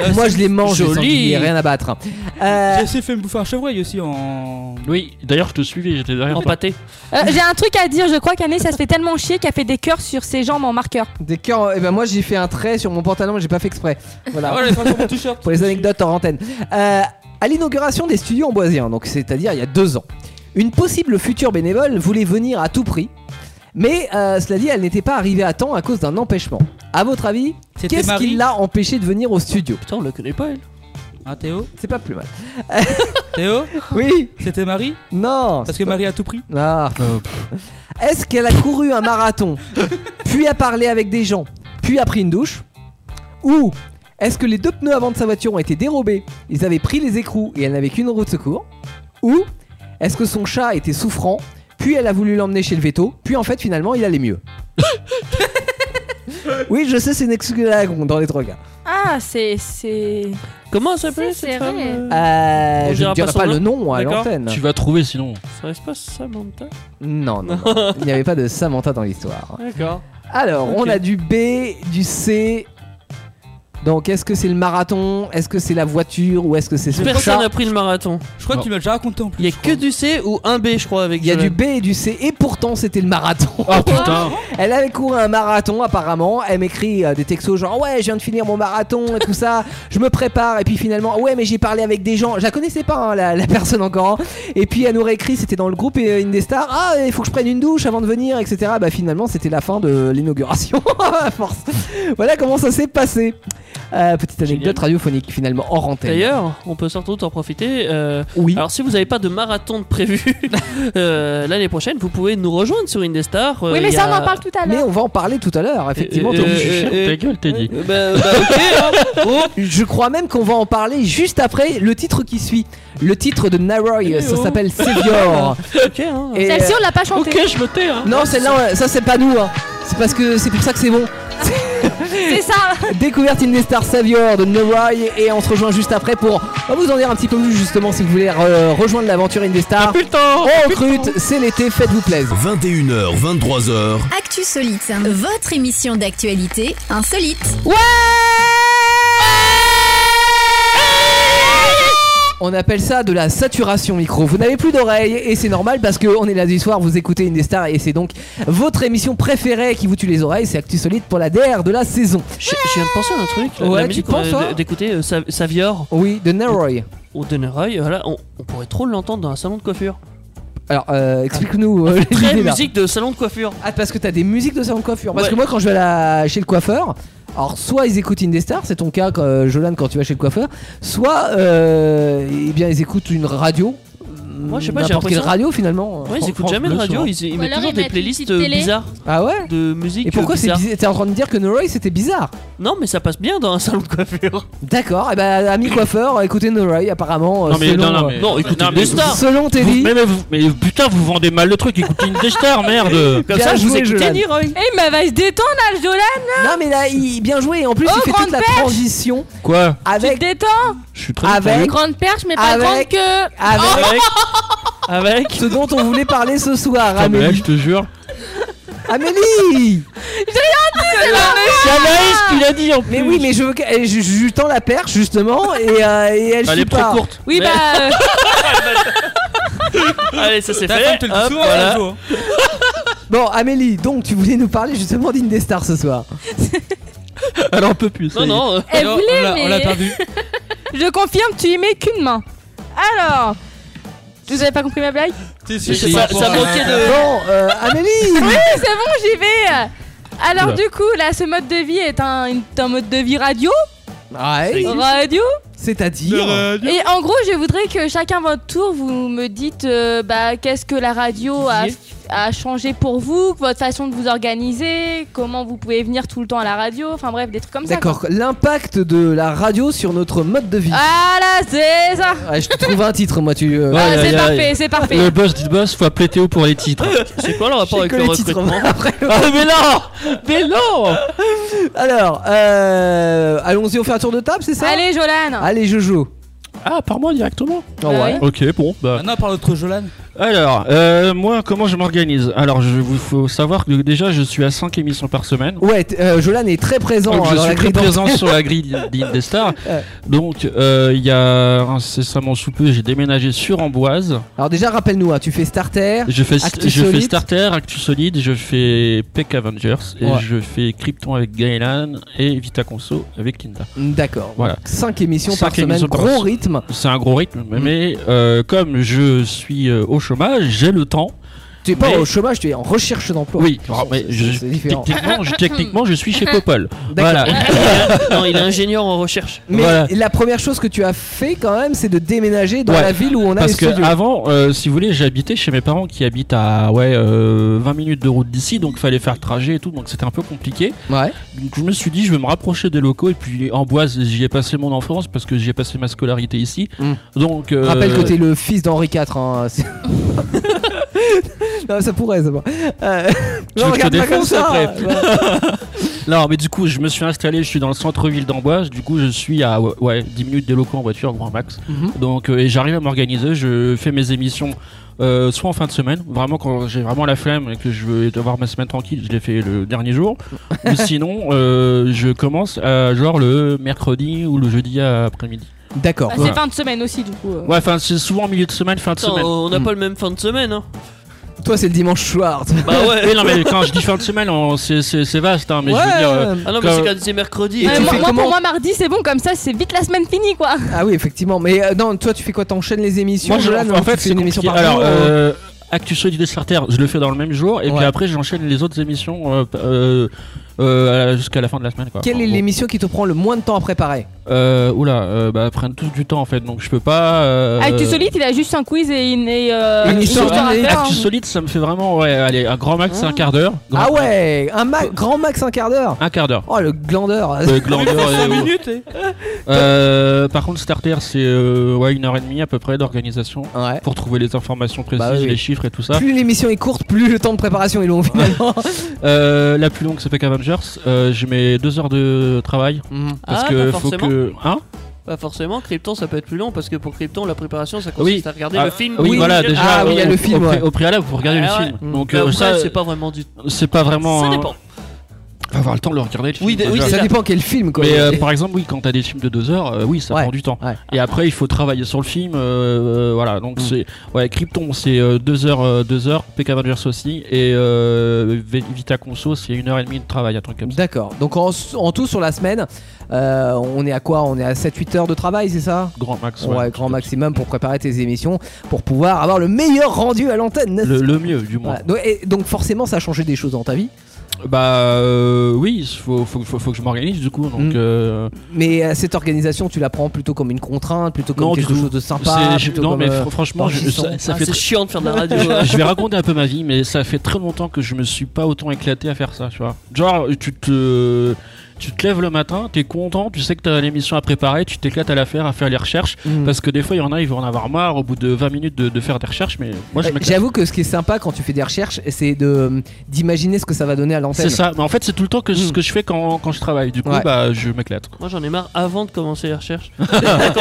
Speaker 14: Eh, eh.
Speaker 5: Moi Ah, je les mange, les
Speaker 8: Joli.
Speaker 5: sangliers, rien à battre.
Speaker 9: Euh,
Speaker 5: Euh,
Speaker 9: J'ai essayé de me bouffer un chevreuil aussi en.
Speaker 8: Oui, d'ailleurs, je te suivais, j'étais derrière. En
Speaker 7: pâté.
Speaker 14: Euh, J'ai un truc à dire, je crois qu'Anne ça se fait tellement chier qu'elle fait des cœurs sur ses jambes en marqueur.
Speaker 5: Des cœurs, et ben moi j'ai fait un trait sur mon pantalon, mais j'ai pas fait exprès. Voilà.
Speaker 14: Ah ouais, j'ai fait un sur mon t-shirt.
Speaker 5: Pour les anecdotes en antenne. Euh, à l'inauguration des studios amboisiens, donc c'est-à-dire il y a deux ans, une possible future bénévole voulait venir à tout prix, mais euh, cela dit, elle n'était pas arrivée à temps à cause d'un empêchement. À votre avis,
Speaker 9: C'était
Speaker 5: qu'est-ce
Speaker 9: Marie
Speaker 5: qui l'a empêchée de venir au studio
Speaker 7: Putain, on la connaît pas elle.
Speaker 9: Ah, Théo
Speaker 5: C'est pas plus mal.
Speaker 9: Théo
Speaker 5: Oui
Speaker 9: C'était Marie
Speaker 5: Non
Speaker 9: Parce que Marie a tout pris
Speaker 5: Ah. Est-ce qu'elle a couru un marathon, puis a parlé avec des gens, puis a pris une douche Ou est-ce que les deux pneus avant de sa voiture ont été dérobés, ils avaient pris les écrous et elle n'avait qu'une roue de secours Ou est-ce que son chat était souffrant, puis elle a voulu l'emmener chez le veto, puis en fait finalement il allait mieux Oui, je sais, c'est une excuse à la con dans les trois cas.
Speaker 14: Ah,
Speaker 6: Ah, c'est. c'est...
Speaker 7: Comment ça s'appelait
Speaker 6: cette femme
Speaker 5: Euh,
Speaker 7: On
Speaker 5: je
Speaker 7: dira
Speaker 5: ne
Speaker 7: pas
Speaker 5: dirai
Speaker 7: son
Speaker 5: pas
Speaker 7: nom.
Speaker 5: le nom à
Speaker 7: D'accord.
Speaker 5: l'antenne.
Speaker 7: Tu
Speaker 8: vas trouver sinon.
Speaker 7: Ça reste pas Samantha
Speaker 5: Non, non, non. il n'y avait pas de Samantha dans l'histoire.
Speaker 7: D'accord.
Speaker 5: Alors,
Speaker 7: Ok.
Speaker 5: on a du B, du C. Donc, est-ce que c'est le marathon Est-ce que c'est la voiture Ou est-ce que c'est son
Speaker 7: Personne
Speaker 5: chat
Speaker 7: n'a pris le marathon.
Speaker 9: Je crois que tu m'as déjà raconté en plus.
Speaker 7: Il y a que du C ou un B, je crois, avec euh,
Speaker 5: Il y a du B et du C, et pourtant c'était le marathon.
Speaker 7: Oh, putain.
Speaker 5: Elle avait couru un marathon apparemment. Elle m'écrit euh, des textos genre ouais, je viens de finir mon marathon et tout ça. Je me prépare et puis finalement ouais, mais j'ai parlé avec des gens. Je la connaissais pas hein, la, la personne encore. hein. Et puis elle nous réécrit, c'était dans le groupe et, euh, Indestar. Ah, il faut que je prenne une douche avant de venir, etc. Bah finalement c'était la fin de l'inauguration. à force. Voilà comment ça s'est passé. Euh, petite anecdote radiophonique finalement hors antenne.
Speaker 7: D'ailleurs, on peut surtout en profiter. euh, Alors, si vous n'avez pas de marathon de prévu euh, l'année prochaine, vous pouvez nous rejoindre sur Indestar. euh,
Speaker 14: Oui, mais
Speaker 7: il y
Speaker 14: ça, on
Speaker 7: a-
Speaker 14: en parle tout à
Speaker 5: Mais
Speaker 14: l'heure.
Speaker 5: on va en parler tout à l'heure, effectivement.
Speaker 7: Euh,
Speaker 5: Tom.
Speaker 7: euh, euh, Ta gueule, t'as dit. bah, hein. Oh.
Speaker 5: Je crois même qu'on va en parler juste après le titre qui suit. Le titre de
Speaker 7: Eh
Speaker 5: Naroy, ça
Speaker 14: oh.
Speaker 5: s'appelle Savior.
Speaker 7: Ok, hein.
Speaker 5: Et,
Speaker 14: Celle-ci,
Speaker 5: euh,
Speaker 14: on l'a pas chantée.
Speaker 7: Ok, je me tais. Hein.
Speaker 5: Non, celle-là, ça c'est pas nous. hein. C'est parce que c'est pour ça que c'est bon. C'est
Speaker 14: ça.
Speaker 5: Découverte Indestar Savior de Naroy et on se rejoint juste après pour vous en dire un petit peu plus justement si vous voulez euh, rejoindre l'aventure
Speaker 7: Ah,
Speaker 5: Indestar. on recrute, c'est l'été, faites-vous plaisir.
Speaker 4: 21h, 23h.
Speaker 15: Actu Solite, votre émission d'actualité insolite.
Speaker 5: Ouais On appelle ça de la saturation micro. Vous n'avez plus d'oreilles et c'est normal parce que on est lundi soir, vous écoutez Indestar et c'est donc votre émission préférée qui vous tue les oreilles, c'est Actu Solide pour la DR de la saison.
Speaker 7: Je, je viens de penser à un truc. la-
Speaker 5: Ouais,
Speaker 7: la
Speaker 5: tu
Speaker 7: musique
Speaker 5: penses, hein
Speaker 7: qu'on a
Speaker 5: toi
Speaker 7: d'écouter euh, Sa- Savior.
Speaker 5: Oui, de Neroy.
Speaker 7: Ou de Neroy, voilà, on, on pourrait trop l'entendre dans un salon de coiffure.
Speaker 5: Alors euh, explique-nous euh,
Speaker 7: Très
Speaker 5: l'idée, là.
Speaker 7: musique de salon de coiffure.
Speaker 5: Ah parce que t'as des musiques de salon de coiffure. Parce
Speaker 7: Ouais.
Speaker 5: que moi quand je vais à la- chez le coiffeur, alors soit ils écoutent Indestar, c'est ton cas euh, Jolan quand tu vas chez le coiffeur, soit euh, eh bien ils écoutent une radio.
Speaker 7: Moi, je sais pas, j'ai
Speaker 5: N'importe quelle
Speaker 7: l'impression-
Speaker 5: radio finalement.
Speaker 7: Ouais, ils
Speaker 5: Fran-
Speaker 7: écoutent
Speaker 5: Fran-
Speaker 7: jamais de
Speaker 5: le
Speaker 7: radio,
Speaker 5: soir.
Speaker 7: ils, ils mettent toujours des playlists euh, bizarres.
Speaker 5: Ah ouais
Speaker 7: De musique.
Speaker 5: Et pourquoi
Speaker 7: euh,
Speaker 5: c'est
Speaker 7: bizarre.
Speaker 5: bizarre T'es en train de dire que No Roy c'était bizarre
Speaker 7: Non, mais ça passe bien dans un salon de coiffure.
Speaker 5: D'accord, et ben ami coiffeur, écoutez No Roy apparemment. euh,
Speaker 8: Non mais
Speaker 5: selon,
Speaker 8: non, non,
Speaker 5: euh,
Speaker 8: mais, non, mais-
Speaker 5: Indestar. Selon Teddy.
Speaker 8: Vous- Mais, mais vous- mais putain, vous vendez mal le truc. Écoutez une des stars, merde.
Speaker 5: Comme ça, Bien vous joué, écoutez Jolan. Leroy.
Speaker 14: Eh, mais va se détendre, là, le Jolan hein
Speaker 5: Non mais là, il bien joué. En plus,
Speaker 14: Oh,
Speaker 5: il fait toute
Speaker 14: grande
Speaker 5: la
Speaker 14: perche.
Speaker 5: transition
Speaker 8: Quoi
Speaker 5: avec.
Speaker 14: Tu te détends
Speaker 8: Je suis
Speaker 5: avec
Speaker 14: Grande perche, mais pas grande
Speaker 5: Avec-
Speaker 14: queue.
Speaker 5: avec,
Speaker 7: avec
Speaker 5: ce dont on voulait parler ce soir, Amélie.
Speaker 8: je te jure.
Speaker 5: Amélie
Speaker 14: J'ai rien dit,
Speaker 5: C'est
Speaker 14: Anaïs
Speaker 8: qui l'a dit en
Speaker 5: Mais oui, mais je veux que- eh, je, je lui tends la perche justement et, euh, et elle
Speaker 7: Elle
Speaker 5: suit
Speaker 7: est trop
Speaker 5: pas.
Speaker 7: courte.
Speaker 14: Oui, bah. euh,
Speaker 7: Allez, ça c'est
Speaker 9: Ta
Speaker 7: fait.
Speaker 9: femme te le dit
Speaker 7: Hop,
Speaker 9: souvent,
Speaker 7: voilà.
Speaker 9: elle joue, hein.
Speaker 5: Bon, Amélie, donc tu voulais nous parler justement d'Indestar ce soir.
Speaker 8: Alors on peut plus.
Speaker 7: Non, non, euh,
Speaker 14: Elle
Speaker 7: non,
Speaker 14: voulait,
Speaker 7: on l'a-
Speaker 14: mais...
Speaker 7: on l'a perdu.
Speaker 14: Je confirme, tu y mets qu'une main. Alors... Vous avez pas compris ma blague
Speaker 7: Si, si, si, ça- ça manquait de-
Speaker 5: Bon, euh, Amélie
Speaker 14: Oui, c'est bon, j'y vais Alors
Speaker 5: Oula.
Speaker 14: du coup, là, ce mode de vie est un, une- un mode de vie radio.
Speaker 7: Ah,
Speaker 5: Ouais.
Speaker 14: Radio
Speaker 5: C'est-à-dire
Speaker 14: Et en gros, je voudrais que chacun votre tour, vous me dites euh, bah, qu'est-ce que la radio a, a changé pour vous, votre façon de vous organiser, comment vous pouvez venir tout le temps à la radio, enfin bref, des trucs comme ça.
Speaker 5: D'accord, l'impact de la radio sur notre mode de vie.
Speaker 14: quoi. Ah là, c'est ça
Speaker 5: Ouais, je te trouve un titre, moi, tu. euh,
Speaker 14: Ah, c'est parfait, c'est parfait.
Speaker 8: Le boss dit boss, faut appeler Théo pour les titres.
Speaker 7: C'est quoi le rapport avec
Speaker 5: que
Speaker 7: le
Speaker 5: les titres,
Speaker 7: recrutement
Speaker 5: après le-
Speaker 7: Ah, mais non Mais non
Speaker 5: Alors, euh, allons-y, on fait un tour de table, c'est ça
Speaker 14: Allez, Jolan
Speaker 5: Allez, Jojo
Speaker 8: Ah, par moi directement
Speaker 5: Ah ouais.
Speaker 8: Ok, bon, bah.
Speaker 9: Maintenant, par notre Jolan.
Speaker 8: Alors, euh, moi, comment je m'organise Alors, je vous faut savoir que déjà, je suis à 5 émissions par semaine.
Speaker 5: Ouais, t- euh, Jolan est très présent
Speaker 8: Donc,
Speaker 5: hein,
Speaker 8: je
Speaker 5: dans la
Speaker 8: suis très
Speaker 5: grille d'antenne.
Speaker 8: présent sur la grille des stars.
Speaker 5: Ouais.
Speaker 8: Donc, euh, il y a incessamment sous peu, j'ai déménagé sur Amboise.
Speaker 5: Alors déjà rappelle-nous, hein, tu fais starter,
Speaker 8: Je fais,
Speaker 5: Actu
Speaker 8: je fais
Speaker 5: Solide.
Speaker 8: Starter, Actu Solide, je fais Peck Avengers, et
Speaker 5: Ouais.
Speaker 8: je fais Krypton avec Gaëlan, et Vita Conso avec Linda.
Speaker 5: D'accord.
Speaker 8: Voilà.
Speaker 5: 5 émissions
Speaker 8: Cinq
Speaker 5: par semaine,
Speaker 8: émissions par
Speaker 5: gros
Speaker 8: se-
Speaker 5: rythme. Mm.
Speaker 8: C'est un gros rythme, mais euh, comme je suis euh, au chômage, j'ai le temps.
Speaker 5: Tu es pas
Speaker 8: Mais-
Speaker 5: au chômage, tu es en recherche d'emploi.
Speaker 8: Oui, oh, mais je-
Speaker 5: c'est différent.
Speaker 8: techniquement, je, techniquement, je suis chez Popol.
Speaker 5: D'accord.
Speaker 8: Voilà.
Speaker 7: Non, il est ingénieur en recherche.
Speaker 5: Mais
Speaker 8: Voilà.
Speaker 5: la première chose que tu as fait quand même, c'est de déménager dans
Speaker 8: Ouais.
Speaker 5: la ville où on a
Speaker 8: Parce
Speaker 5: les
Speaker 8: que
Speaker 5: studios.
Speaker 8: avant, euh, si vous voulez, j'habitais chez mes parents qui habitent à ouais euh, 20 minutes de route d'ici, donc fallait faire le trajet et tout, donc c'était un peu compliqué.
Speaker 5: Ouais.
Speaker 8: Donc je me suis dit, je vais me rapprocher des locaux et puis en Boise, j'y ai passé mon enfance parce que j'y ai passé ma scolarité ici. Donc euh,
Speaker 5: Hum. Rappelle que t'es le fils d'Henri IV. hein, c'est- non, ça pourrait, Euh, ça va. Euh,
Speaker 8: Tu veux
Speaker 5: non,
Speaker 8: que je te
Speaker 5: regarde pas Oh, comme
Speaker 8: défonce
Speaker 5: ça.
Speaker 8: après
Speaker 5: Bah,
Speaker 8: Non, mais du coup, je me suis installé, je suis dans le centre-ville d'Amboise. Du coup, je suis à ouais, ouais, 10 minutes de locaux en voiture, grand max.
Speaker 7: Mhm.
Speaker 8: Donc, euh, et j'arrive à m'organiser. Je fais mes émissions euh, soit en fin de semaine, vraiment quand j'ai vraiment la flemme et que je veux avoir ma semaine tranquille, je l'ai fait le dernier jour. ou sinon, euh, je commence euh, genre le mercredi ou le jeudi après-midi.
Speaker 5: D'accord.
Speaker 14: Ah, C'est fin de semaine aussi, du coup. euh.
Speaker 8: Ouais, enfin, c'est souvent milieu de semaine, fin de
Speaker 7: Attends,
Speaker 8: semaine.
Speaker 7: on n'a
Speaker 8: Mm.
Speaker 7: pas le même fin de semaine, hein.
Speaker 5: Toi, c'est le dimanche soir.
Speaker 7: Bah ouais.
Speaker 8: Oui, non, mais quand je dis fin de semaine, on- c'est- c'est c'est vaste, hein, mais je veux dire. euh,
Speaker 7: ah non, mais
Speaker 8: quand-
Speaker 7: c'est quand c'est mercredi.
Speaker 14: Ouais, Euh, moi, moi, pour moi, mardi, c'est bon, comme ça, c'est vite la semaine finie, quoi.
Speaker 5: Ah oui, effectivement. Mais euh, non, toi, tu fais quoi T'enchaînes les émissions
Speaker 8: Moi, je-
Speaker 5: Jolan,
Speaker 8: en
Speaker 5: ou
Speaker 8: fait,
Speaker 5: tu fais
Speaker 8: c'est
Speaker 5: une émission
Speaker 8: compliqué.
Speaker 5: par
Speaker 8: Alors,
Speaker 5: jour, euh,
Speaker 8: euh, Actu Solid et Starter, je le fais dans le même jour, et
Speaker 5: Ouais.
Speaker 8: puis après, j'enchaîne les autres émissions euh, euh, euh, jusqu'à la fin de la semaine. Quoi.
Speaker 5: Quelle est
Speaker 8: En gros.
Speaker 5: l'émission qui te prend le moins de temps à préparer
Speaker 8: euh, Oula, euh, bah, prennent tous du temps en fait, donc je peux pas. euh,
Speaker 14: Actu Solide, il a juste un quiz et une, et, euh, une
Speaker 8: Actu Solide,
Speaker 14: histoire à faire.
Speaker 8: Actu Solide, ça me fait vraiment, ouais, allez, un grand max, c'est un quart d'heure. Grand-
Speaker 5: Ah ouais Un ma- grand max un quart d'heure
Speaker 8: Un quart d'heure.
Speaker 5: Oh, le glandeur
Speaker 8: Le glandeur, euh, ouais.
Speaker 5: minutes eh.
Speaker 8: Euh, par contre, Starter, c'est euh, ouais, une heure et demie à peu près d'organisation pour trouver les informations précises,
Speaker 5: Bah oui.
Speaker 8: les chiffres et tout ça.
Speaker 5: Plus l'émission est courte, plus le temps de préparation est long finalement.
Speaker 8: Euh, la plus longue, c'est Peck Avengers. Euh, je mets deux heures de travail parce
Speaker 7: Ah,
Speaker 8: que
Speaker 7: pas
Speaker 8: faut
Speaker 7: forcément.
Speaker 8: que hein
Speaker 7: Bah forcément, Krypton ça peut être plus long parce que pour Krypton la préparation ça consiste
Speaker 8: oui
Speaker 7: à regarder
Speaker 8: Ah,
Speaker 7: le film.
Speaker 8: oui, voilà déjà
Speaker 7: oui,
Speaker 8: au- au, pré- au préalable faut regarder
Speaker 7: Ah,
Speaker 8: le
Speaker 7: ouais.
Speaker 8: film
Speaker 7: Mm.
Speaker 8: donc
Speaker 7: Mais
Speaker 8: euh,
Speaker 7: après,
Speaker 8: ça
Speaker 7: c'est pas vraiment du
Speaker 8: c'est pas vraiment
Speaker 7: Ça
Speaker 8: un-
Speaker 7: dépend.
Speaker 8: faut avoir le temps de le regarder le
Speaker 7: Oui,
Speaker 8: film,
Speaker 7: d- oui,
Speaker 8: déjà.
Speaker 7: c'est ça. Ça dépend
Speaker 5: quel film
Speaker 7: quoi.
Speaker 8: mais euh, par exemple oui quand t'as des films de deux heures euh, oui ça prend du temps et après il faut travailler sur le film euh, euh, voilà donc c'est ouais Krypton c'est euh, deux heures euh, deux heures Peck Avengers aussi et euh, V- Vita Conso c'est une heure et demie de travail un truc comme ça
Speaker 5: D'accord. Donc en, en tout sur la semaine, euh, on est à quoi On est à 7-8 heures de travail, c'est ça
Speaker 8: Grand max.
Speaker 5: Ouais, grand maximum pour préparer tes émissions, pour pouvoir avoir le meilleur rendu à l'antenne. n'est-ce
Speaker 8: Le-
Speaker 5: pas
Speaker 8: le mieux, du moins.
Speaker 5: Voilà. Donc, et- donc forcément, ça a changé des choses dans ta vie.
Speaker 8: Bah euh, oui, il faut, faut, faut, faut que je m'organise du coup. Donc,
Speaker 5: Mm.
Speaker 8: euh,
Speaker 5: Mais euh, cette organisation, tu la prends plutôt comme une contrainte, plutôt comme
Speaker 8: Non, du
Speaker 5: quelque
Speaker 8: tout.
Speaker 5: chose de
Speaker 8: C'est-
Speaker 5: sympa.
Speaker 8: je-
Speaker 5: plutôt
Speaker 8: non,
Speaker 5: comme,
Speaker 8: mais
Speaker 5: euh,
Speaker 8: fr- franchement, je-
Speaker 5: enrichissant.
Speaker 8: ça- ça
Speaker 7: Ah,
Speaker 8: fait
Speaker 7: c'est
Speaker 8: très-
Speaker 7: chiant de faire de la radio. hein.
Speaker 8: je, je vais raconter un peu ma vie, mais ça fait très longtemps que je me suis pas autant éclaté à faire ça, tu vois. Genre, tu te, tu te lèves le matin, t'es content, tu sais que t'as l'émission à préparer, tu t'éclates à la faire, à faire les recherches,
Speaker 5: Mm.
Speaker 8: parce que des fois, il y en a, ils vont en avoir marre au bout de 20 minutes de, de faire des recherches, mais moi, je
Speaker 5: Euh,
Speaker 8: m'éclate.
Speaker 5: J'avoue que ce qui est sympa quand tu fais des recherches, c'est de euh, d'imaginer ce que ça va donner à l'antenne. Mm.
Speaker 8: C'est ça, mais en fait, c'est tout le temps que, ce que je fais quand, quand je travaille, du coup,
Speaker 5: Ouais.
Speaker 8: bah, je m'éclate.
Speaker 7: Moi j'en ai marre avant de commencer les recherches. quand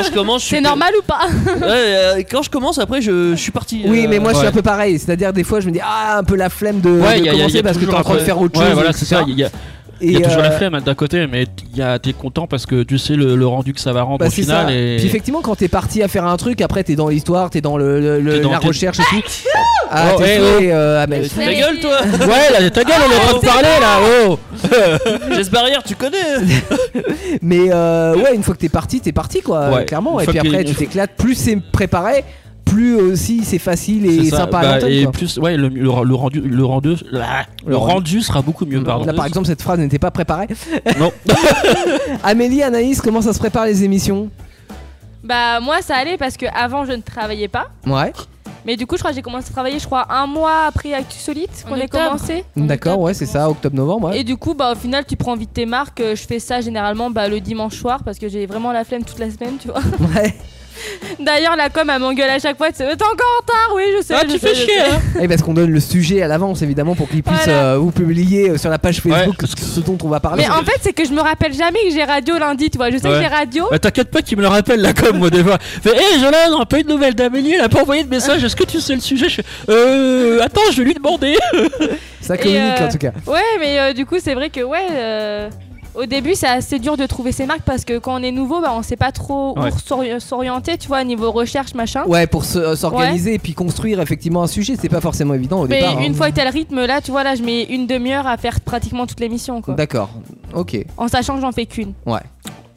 Speaker 7: je commence, je suis-
Speaker 14: C'est normal ou pas
Speaker 7: Ouais, euh, quand je commence après je, je suis parti.
Speaker 5: Oui,
Speaker 7: euh,
Speaker 5: mais moi je suis
Speaker 7: ouais.
Speaker 5: un peu pareil. C'est-à-dire des fois je me dis ah un peu la flemme de,
Speaker 8: Ouais,
Speaker 5: de
Speaker 8: y a- y a-
Speaker 5: commencer
Speaker 8: y a
Speaker 5: parce que t'es
Speaker 8: toujours
Speaker 5: en
Speaker 8: un
Speaker 5: train de
Speaker 8: peu-
Speaker 5: faire autre
Speaker 8: Ouais,
Speaker 5: chose.
Speaker 8: voilà,
Speaker 5: etc.
Speaker 8: c'est ça. Il y a,
Speaker 5: Et,
Speaker 8: y a toujours la
Speaker 5: euh,
Speaker 8: flemme hein, d'un côté, mais il y a- t'es content parce que tu sais le, le rendu que ça va rendre
Speaker 5: Bah,
Speaker 8: au
Speaker 5: c'est
Speaker 8: final.
Speaker 5: ça.
Speaker 8: Et...
Speaker 5: Puis effectivement, quand t'es parti à faire un truc, après t'es dans l'histoire, t'es dans le, le- le-
Speaker 8: T'es dans-
Speaker 5: la
Speaker 8: t'es-
Speaker 5: recherche et tout. Ah,
Speaker 8: Oh,
Speaker 5: t'es
Speaker 8: hey,
Speaker 5: fait,
Speaker 8: oh.
Speaker 5: euh, Amel.
Speaker 7: Mais Ta gueule toi
Speaker 8: Ouais, là, ta gueule, on est en train de parler là, oh
Speaker 7: J'espère hier tu connais
Speaker 5: Mais euh, ouais, une fois que t'es parti, t'es parti quoi,
Speaker 8: Ouais.
Speaker 5: clairement.
Speaker 8: Une
Speaker 5: Et
Speaker 8: fois
Speaker 5: puis
Speaker 8: que-
Speaker 5: après,
Speaker 8: une
Speaker 5: tu
Speaker 8: fois-
Speaker 5: t'éclates. Plus c'est préparé, plus euh, aussi c'est facile
Speaker 8: C'est
Speaker 5: et
Speaker 8: ça,
Speaker 5: sympa
Speaker 8: bah,
Speaker 5: à l'antenne.
Speaker 8: Et
Speaker 5: quoi.
Speaker 8: plus, ouais, le, le- le rendu, le, rendu, là, le,
Speaker 5: Le rendu.
Speaker 8: rendu sera beaucoup mieux, pardon.
Speaker 5: Là, par exemple, cette phrase n'était pas préparée.
Speaker 8: Non.
Speaker 5: Amélie, Anaïs, comment ça se prépare les émissions
Speaker 14: Bah, moi, ça allait parce que avant je ne travaillais pas.
Speaker 5: Ouais.
Speaker 14: Mais du coup, je crois que j'ai commencé à travailler, je crois, un mois après Actu Solide qu'on ait commencé.
Speaker 5: D'accord, ouais, c'est ça, octobre-novembre. Ouais.
Speaker 14: Et du coup, bah, au final, tu prends vite tes marques. Euh, Je fais ça généralement bah, le dimanche soir parce que j'ai vraiment la flemme toute la semaine, tu vois.
Speaker 5: Ouais.
Speaker 14: D'ailleurs, la com, elle m'engueule à chaque fois. tu sais, T'es encore en retard, oui, je
Speaker 5: Ah,
Speaker 14: sais.
Speaker 8: Ah,
Speaker 14: je sais, je sais.
Speaker 5: Et Eh ben, parce qu'on donne le sujet à l'avance, évidemment, pour qu'ils puissent euh, vous publier euh, sur la page Facebook ce dont on va parler.
Speaker 14: Mais en fait, c'est que je me rappelle jamais que j'ai radio lundi, tu vois. Je sais que
Speaker 8: Ouais.
Speaker 14: j'ai radio.
Speaker 8: Bah, T'inquiète pas qu'il me le rappelle là comme moi des fois. Fait, hé Jolan, on a pas eu de nouvelles d'Amélie, elle a pas envoyé de message, est-ce que tu sais le sujet Je fais, Euh. Attends, je vais lui demander
Speaker 5: Ça
Speaker 14: Et, euh, Ouais, mais euh, du coup, c'est vrai que ouais. euh, Au début, c'est assez dur de trouver ses marques parce que quand on est nouveau, bah, on sait pas trop
Speaker 5: Ouais.
Speaker 14: où s'ori- s'orienter, tu vois, niveau recherche,
Speaker 6: Hein
Speaker 14: machin.
Speaker 5: Ouais, pour se- euh, s'organiser et puis construire effectivement un sujet, c'est pas forcément évident au
Speaker 14: Mais
Speaker 5: départ.
Speaker 14: une
Speaker 5: hein.
Speaker 14: fois que t'as le rythme, là, tu vois, là, je mets une demi-heure à faire pratiquement toute l'émission, quoi.
Speaker 5: D'accord, ok,
Speaker 14: En sachant que j'en fais qu'une.
Speaker 5: ouais.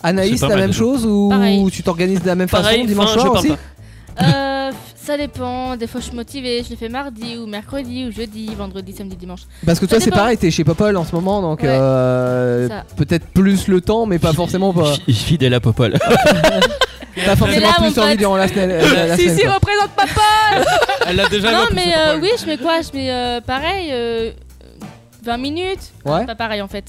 Speaker 5: Anaïs,
Speaker 8: C'est pas
Speaker 5: la
Speaker 8: mal,
Speaker 5: même
Speaker 8: déjà.
Speaker 5: chose ou
Speaker 6: Pareil.
Speaker 5: tu t'organises de la même
Speaker 7: Pareil,
Speaker 5: façon dimanche
Speaker 7: enfin, je
Speaker 5: soir
Speaker 7: parle
Speaker 5: aussi
Speaker 7: pas.
Speaker 6: Euh, ça dépend. Des fois, je suis motivée. Je le fais mardi ou mercredi ou jeudi, vendredi, samedi, dimanche.
Speaker 5: Parce que toi,
Speaker 6: Ça
Speaker 5: c'est
Speaker 6: dépend.
Speaker 5: pareil, t'es chez Popol en ce moment, donc
Speaker 6: Ouais.
Speaker 5: euh,
Speaker 6: Ça.
Speaker 5: peut-être plus le temps, mais pas forcément pas,
Speaker 8: Fidèle à Popol.
Speaker 5: pas forcément
Speaker 6: là, mon
Speaker 5: plus envie
Speaker 6: pote.
Speaker 5: durant la semaine. la- la
Speaker 14: si,
Speaker 5: semaine,
Speaker 14: si,
Speaker 5: quoi.
Speaker 14: représente papa
Speaker 9: Elle l'a déjà
Speaker 6: non,
Speaker 9: évoqué,
Speaker 6: mais
Speaker 9: c'est pas
Speaker 6: euh,
Speaker 9: mal.
Speaker 6: oui, je mets quoi Je mets euh, pareil, euh, 20 minutes.
Speaker 5: Ouais.
Speaker 6: Pas pareil en fait.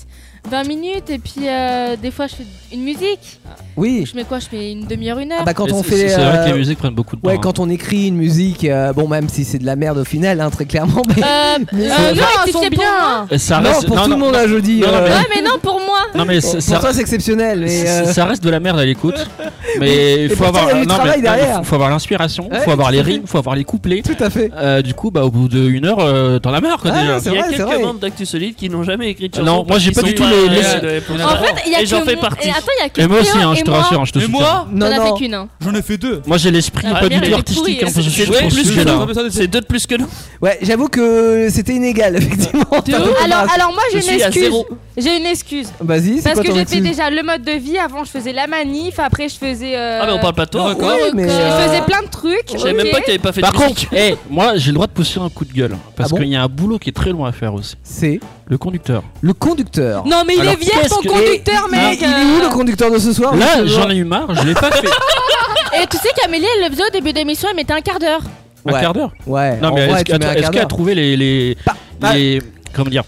Speaker 6: 20 minutes et puis euh, des fois je fais une musique.
Speaker 5: Ah. Oui.
Speaker 6: Je mets quoi Je mets une demi-heure, une heure
Speaker 5: Ah bah, quand on fait.
Speaker 8: C'est vrai
Speaker 5: euh,
Speaker 8: que les musiques prennent beaucoup de temps.
Speaker 5: Ouais,
Speaker 8: hein.
Speaker 5: quand on écrit une musique, euh, bon, même si c'est de la merde au final, hein, très clairement. Mais,
Speaker 6: Euh,
Speaker 5: mais-
Speaker 6: euh, non,
Speaker 14: rectifiez
Speaker 6: c'est
Speaker 14: pour
Speaker 6: bien.
Speaker 8: Et Euh, ça
Speaker 5: Non,
Speaker 8: reste-
Speaker 5: pour
Speaker 8: non,
Speaker 5: tout
Speaker 8: non,
Speaker 5: le monde,
Speaker 8: non.
Speaker 5: hein, je dis.
Speaker 8: Non, non, mais-
Speaker 5: euh,
Speaker 6: Ouais, mais non, pour moi.
Speaker 8: Non mais
Speaker 5: Pour-
Speaker 8: ça-
Speaker 5: pour
Speaker 8: ça,
Speaker 5: toi, c'est exceptionnel. Mais,
Speaker 8: ça-
Speaker 5: euh,
Speaker 8: ça reste de la merde à l'écoute, mais
Speaker 5: Et
Speaker 8: il faut
Speaker 5: pourtant,
Speaker 8: avoir
Speaker 5: il y a du
Speaker 8: non, mais-
Speaker 5: travail
Speaker 8: non, mais
Speaker 5: derrière.
Speaker 8: faut- faut avoir l'inspiration,
Speaker 5: Ouais,
Speaker 8: faut avoir les
Speaker 5: tout à fait.
Speaker 8: rimes, faut avoir les couplets.
Speaker 5: Tout à fait.
Speaker 8: du coup, bah au bout d'une heure, euh, t'en as marre quoi, déjà.
Speaker 7: Il y a quelques membres d'Actu Solide qui n'ont jamais écrit de
Speaker 8: Ah
Speaker 7: chansons.
Speaker 8: non, moi, j'ai pas du tout les- les-
Speaker 6: En fait, il y a
Speaker 7: Et j'en
Speaker 6: que
Speaker 7: fais
Speaker 6: mon-
Speaker 7: partie.
Speaker 6: Et attends, il y a que
Speaker 8: Et moi aussi,
Speaker 6: Clément
Speaker 8: hein, je
Speaker 6: et
Speaker 8: te
Speaker 6: moi.
Speaker 8: rassure, hein, je te soutiens.
Speaker 6: T'en as fait qu'une. hein.
Speaker 9: J'en ai fait deux.
Speaker 8: Moi j'ai l'esprit
Speaker 7: Ah,
Speaker 8: pas
Speaker 7: bien, elle
Speaker 8: du tout
Speaker 7: est
Speaker 8: artistique,
Speaker 7: pourrie,
Speaker 8: hein,
Speaker 7: elle,
Speaker 8: parce que
Speaker 7: c'est-
Speaker 8: je suis
Speaker 7: c'est
Speaker 8: sur ce
Speaker 7: plus que
Speaker 8: sujet-là.
Speaker 7: nous. C'est deux de plus que nous.
Speaker 5: Ouais, j'avoue que c'était inégal, effectivement. T'as raison.
Speaker 14: Alors, alors moi j'ai
Speaker 5: Je
Speaker 14: une
Speaker 5: suis à
Speaker 14: excuse.
Speaker 5: zéro.
Speaker 14: J'ai une excuse.
Speaker 5: Vas-y, c'est
Speaker 14: Parce
Speaker 5: quoi
Speaker 14: que
Speaker 5: ton
Speaker 14: j'ai fait
Speaker 5: excuse
Speaker 14: déjà le mode de vie. Avant, je faisais la manif. Après, je faisais. euh,
Speaker 7: Ah, mais on parle pas de toi
Speaker 5: Oui,
Speaker 7: encore.
Speaker 5: mais,
Speaker 14: Je
Speaker 5: euh,
Speaker 14: faisais plein de trucs.
Speaker 7: Je savais même
Speaker 14: ok.
Speaker 7: pas que t'avais pas fait
Speaker 8: Par
Speaker 7: de musique.
Speaker 8: contre, eh, moi j'ai le droit de pousser un coup de gueule parce qu'il y a un boulot qui est très loin à faire aussi.
Speaker 5: Ah C'est
Speaker 8: le conducteur.
Speaker 5: Le conducteur.
Speaker 14: Non, mais il
Speaker 8: Alors,
Speaker 14: est vierge
Speaker 8: qu'est-ce
Speaker 14: ton
Speaker 8: que-
Speaker 14: conducteur,
Speaker 8: Mais
Speaker 14: mec.
Speaker 8: il est
Speaker 14: euh.
Speaker 5: Où le conducteur de ce soir
Speaker 8: Là,
Speaker 5: monsieur
Speaker 8: j'en ai eu marre, je l'ai pas fait.
Speaker 6: Et tu sais qu'Amélie, elle le faisait au début d'émission, elle mettait un quart d'heure.
Speaker 8: Un quart d'heure
Speaker 5: Ouais.
Speaker 8: Non,
Speaker 5: en
Speaker 8: mais
Speaker 5: vrai,
Speaker 8: est-ce
Speaker 5: tu
Speaker 8: qu'à-
Speaker 5: mets un
Speaker 8: est-ce
Speaker 5: quart
Speaker 8: qu'elle a
Speaker 5: d'heure.
Speaker 8: trouvé les. les, les- comment dire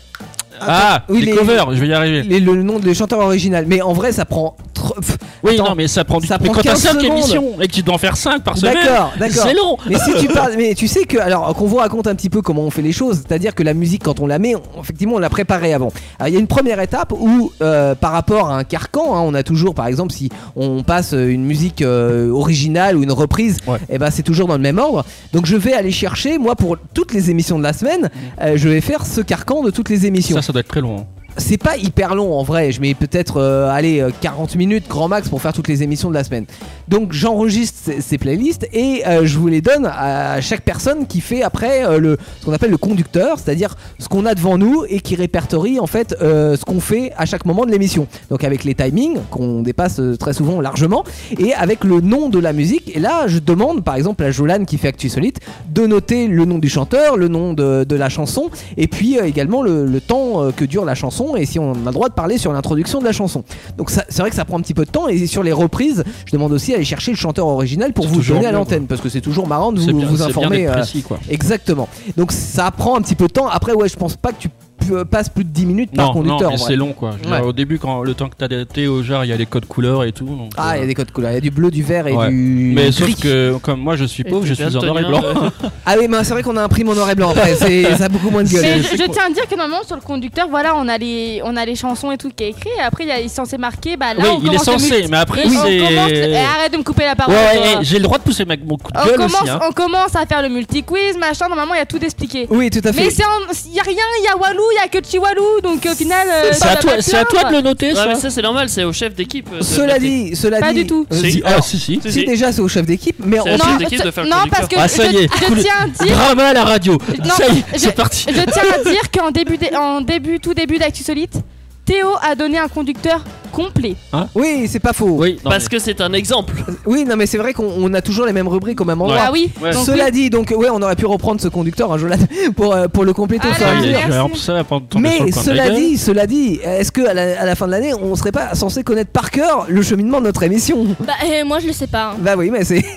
Speaker 8: Ah,
Speaker 5: oui,
Speaker 8: les,
Speaker 5: les-
Speaker 8: covers, je vais y arriver.
Speaker 5: Les- le nom des chanteurs original. Mais en vrai, ça prend. tr- pff,
Speaker 8: Oui,
Speaker 5: attends,
Speaker 8: non, mais ça prend du
Speaker 5: ça
Speaker 8: Mais
Speaker 5: prend
Speaker 8: quand t'as
Speaker 5: 15
Speaker 8: cinq
Speaker 5: secondes.
Speaker 8: émissions et que tu dois en faire 5 par semaine,
Speaker 5: D'accord, d'accord.
Speaker 8: c'est long.
Speaker 5: Mais si tu parles, mais tu sais que alors qu'on vous raconte un petit peu comment on fait les choses, c'est-à-dire que la musique quand on la met, on- effectivement on l'a préparée avant. Alors, il y a une première étape où euh, par rapport à un carcan, hein, on a toujours par exemple si on passe euh, une musique euh, originale ou une reprise, et ben c'est toujours dans le même ordre. Donc je vais aller chercher moi pour toutes les émissions de la semaine, euh, je vais faire ce carcan de toutes les émissions.
Speaker 8: Mmh. Ça, ça doit être très long. hein.
Speaker 5: C'est pas hyper long en vrai, je mets peut-être euh, allez euh, 40 minutes grand max pour faire toutes les émissions de la semaine. Donc j'enregistre ces- ces playlists et euh, je vous les donne à chaque personne qui fait après euh, le ce qu'on appelle le conducteur, c'est-à-dire ce qu'on a devant nous et qui répertorie en fait euh, ce qu'on fait à chaque moment de l'émission. Donc avec les timings qu'on dépasse euh, très souvent largement et avec le nom de la musique. Et là, je demande par exemple à Jolane qui fait Actu Solite de noter le nom du chanteur, le nom de, de la chanson et puis euh, également le, le temps euh, que dure la chanson et si on a le droit de parler sur l'introduction de la chanson. Donc ça- c'est vrai que ça prend un petit peu de temps et sur les reprises, je demande aussi à aller chercher le chanteur original pour vous le
Speaker 8: toujours
Speaker 5: donner à
Speaker 8: mieux,
Speaker 5: l'antenne parce que c'est toujours marrant de
Speaker 8: C'est
Speaker 5: vous,
Speaker 8: bien-
Speaker 5: vous
Speaker 8: c'est bien
Speaker 5: informer.
Speaker 8: d'être
Speaker 5: euh,
Speaker 8: précis, quoi.
Speaker 5: Exactement. Donc ça prend un petit peu de temps. Après, ouais, je pense pas que tu p- passes plus de 10 minutes par
Speaker 8: Non,
Speaker 5: conducteur.
Speaker 8: non,
Speaker 5: en
Speaker 8: mais
Speaker 5: vrai.
Speaker 8: c'est long quoi. Je veux dire,
Speaker 5: Ouais.
Speaker 8: au début, quand le temps que t'as adapté au genre, il y a les codes couleurs et tout. donc,
Speaker 5: Ah, il y
Speaker 8: euh,
Speaker 5: a des codes couleurs. Il y a du bleu, du vert et
Speaker 8: ouais.
Speaker 5: du.
Speaker 8: Mais
Speaker 5: gris.
Speaker 8: sauf que, comme moi je suis pauvre, je suis en or et blanc.
Speaker 14: euh.
Speaker 5: Ah oui, mais c'est vrai qu'on a un prime en noir et blanc après. c'est- ça a beaucoup moins de gueule.
Speaker 14: Mais je, je tiens à dire que normalement sur le conducteur, voilà, on a les, on a les chansons et tout qui est écrit. Et après, il y a- il est censé marquer. Bah là,
Speaker 8: Oui,
Speaker 14: on
Speaker 8: il est
Speaker 14: commence le
Speaker 8: censé,
Speaker 14: multi-
Speaker 8: mais après,
Speaker 14: et on
Speaker 8: c'est-
Speaker 14: commence- eh, arrête de me couper la
Speaker 8: Ouais,
Speaker 14: parole. toi.
Speaker 8: ouais, eh, j'ai le droit de pousser ma- mon coup de
Speaker 14: on
Speaker 8: gueule
Speaker 14: commence,
Speaker 8: aussi. hein.
Speaker 14: on commence à faire le multi-quiz, machin. Normalement, il y a tout expliqué.
Speaker 5: Oui, tout à fait.
Speaker 14: Mais il y a rien, il y a Walou, il y a que Chiwalou. Donc au final, euh,
Speaker 7: C'est
Speaker 14: t'en
Speaker 7: à
Speaker 14: as
Speaker 7: toi-
Speaker 14: pas
Speaker 7: c'est à
Speaker 14: plein,
Speaker 7: toi de le
Speaker 14: quoi.
Speaker 7: noter, Ouais, mais ça c'est normal, c'est au chef d'équipe. euh, de
Speaker 5: Cela
Speaker 7: noter.
Speaker 5: dit, cela
Speaker 14: Pas
Speaker 5: dit,
Speaker 14: du tout.
Speaker 5: euh,
Speaker 7: Si,
Speaker 5: si,
Speaker 7: ah,
Speaker 5: alors,
Speaker 7: si, si.
Speaker 5: si,
Speaker 7: Si.
Speaker 5: déjà c'est au chef d'équipe, mais
Speaker 7: C'est
Speaker 5: on
Speaker 7: au chef
Speaker 5: Non,
Speaker 7: d'équipe
Speaker 5: ça-
Speaker 7: de faire le
Speaker 14: non,
Speaker 7: conducteur.
Speaker 14: parce que
Speaker 8: Ah, ça
Speaker 14: je-
Speaker 8: y est,
Speaker 14: je
Speaker 8: cool.
Speaker 14: tiens à dire-
Speaker 8: Drama à la radio.
Speaker 14: Non,
Speaker 8: ça y est,
Speaker 14: je-
Speaker 8: c'est parti.
Speaker 14: Je tiens à dire qu'en début, dé- en début, tout début d'Actu Solite, Théo a donné un conducteur complet.
Speaker 5: Oui, c'est pas faux.
Speaker 8: Hein Oui,
Speaker 7: Parce que c'est un exemple.
Speaker 5: Oui, non, mais c'est vrai qu'on on a toujours les mêmes rubriques au même endroit.
Speaker 7: Ouais. Ah oui, Ouais. donc
Speaker 5: Cela
Speaker 7: oui.
Speaker 5: dit, donc ouais, on aurait pu reprendre ce conducteur, hein, Jolane, pour, euh, pour le compléter au fur et à
Speaker 8: Ah,
Speaker 5: mesure.
Speaker 8: j'ai- j'ai un- ça, pendant- pendant- sur
Speaker 5: Mais
Speaker 8: le coin de
Speaker 5: cela
Speaker 8: la gueule.
Speaker 5: dit, cela dit, est-ce que à la, à la fin de l'année, on serait pas censé connaître par cœur le cheminement de notre émission
Speaker 6: Bah, euh, moi, je le sais pas. hein.
Speaker 5: Bah oui, mais c'est.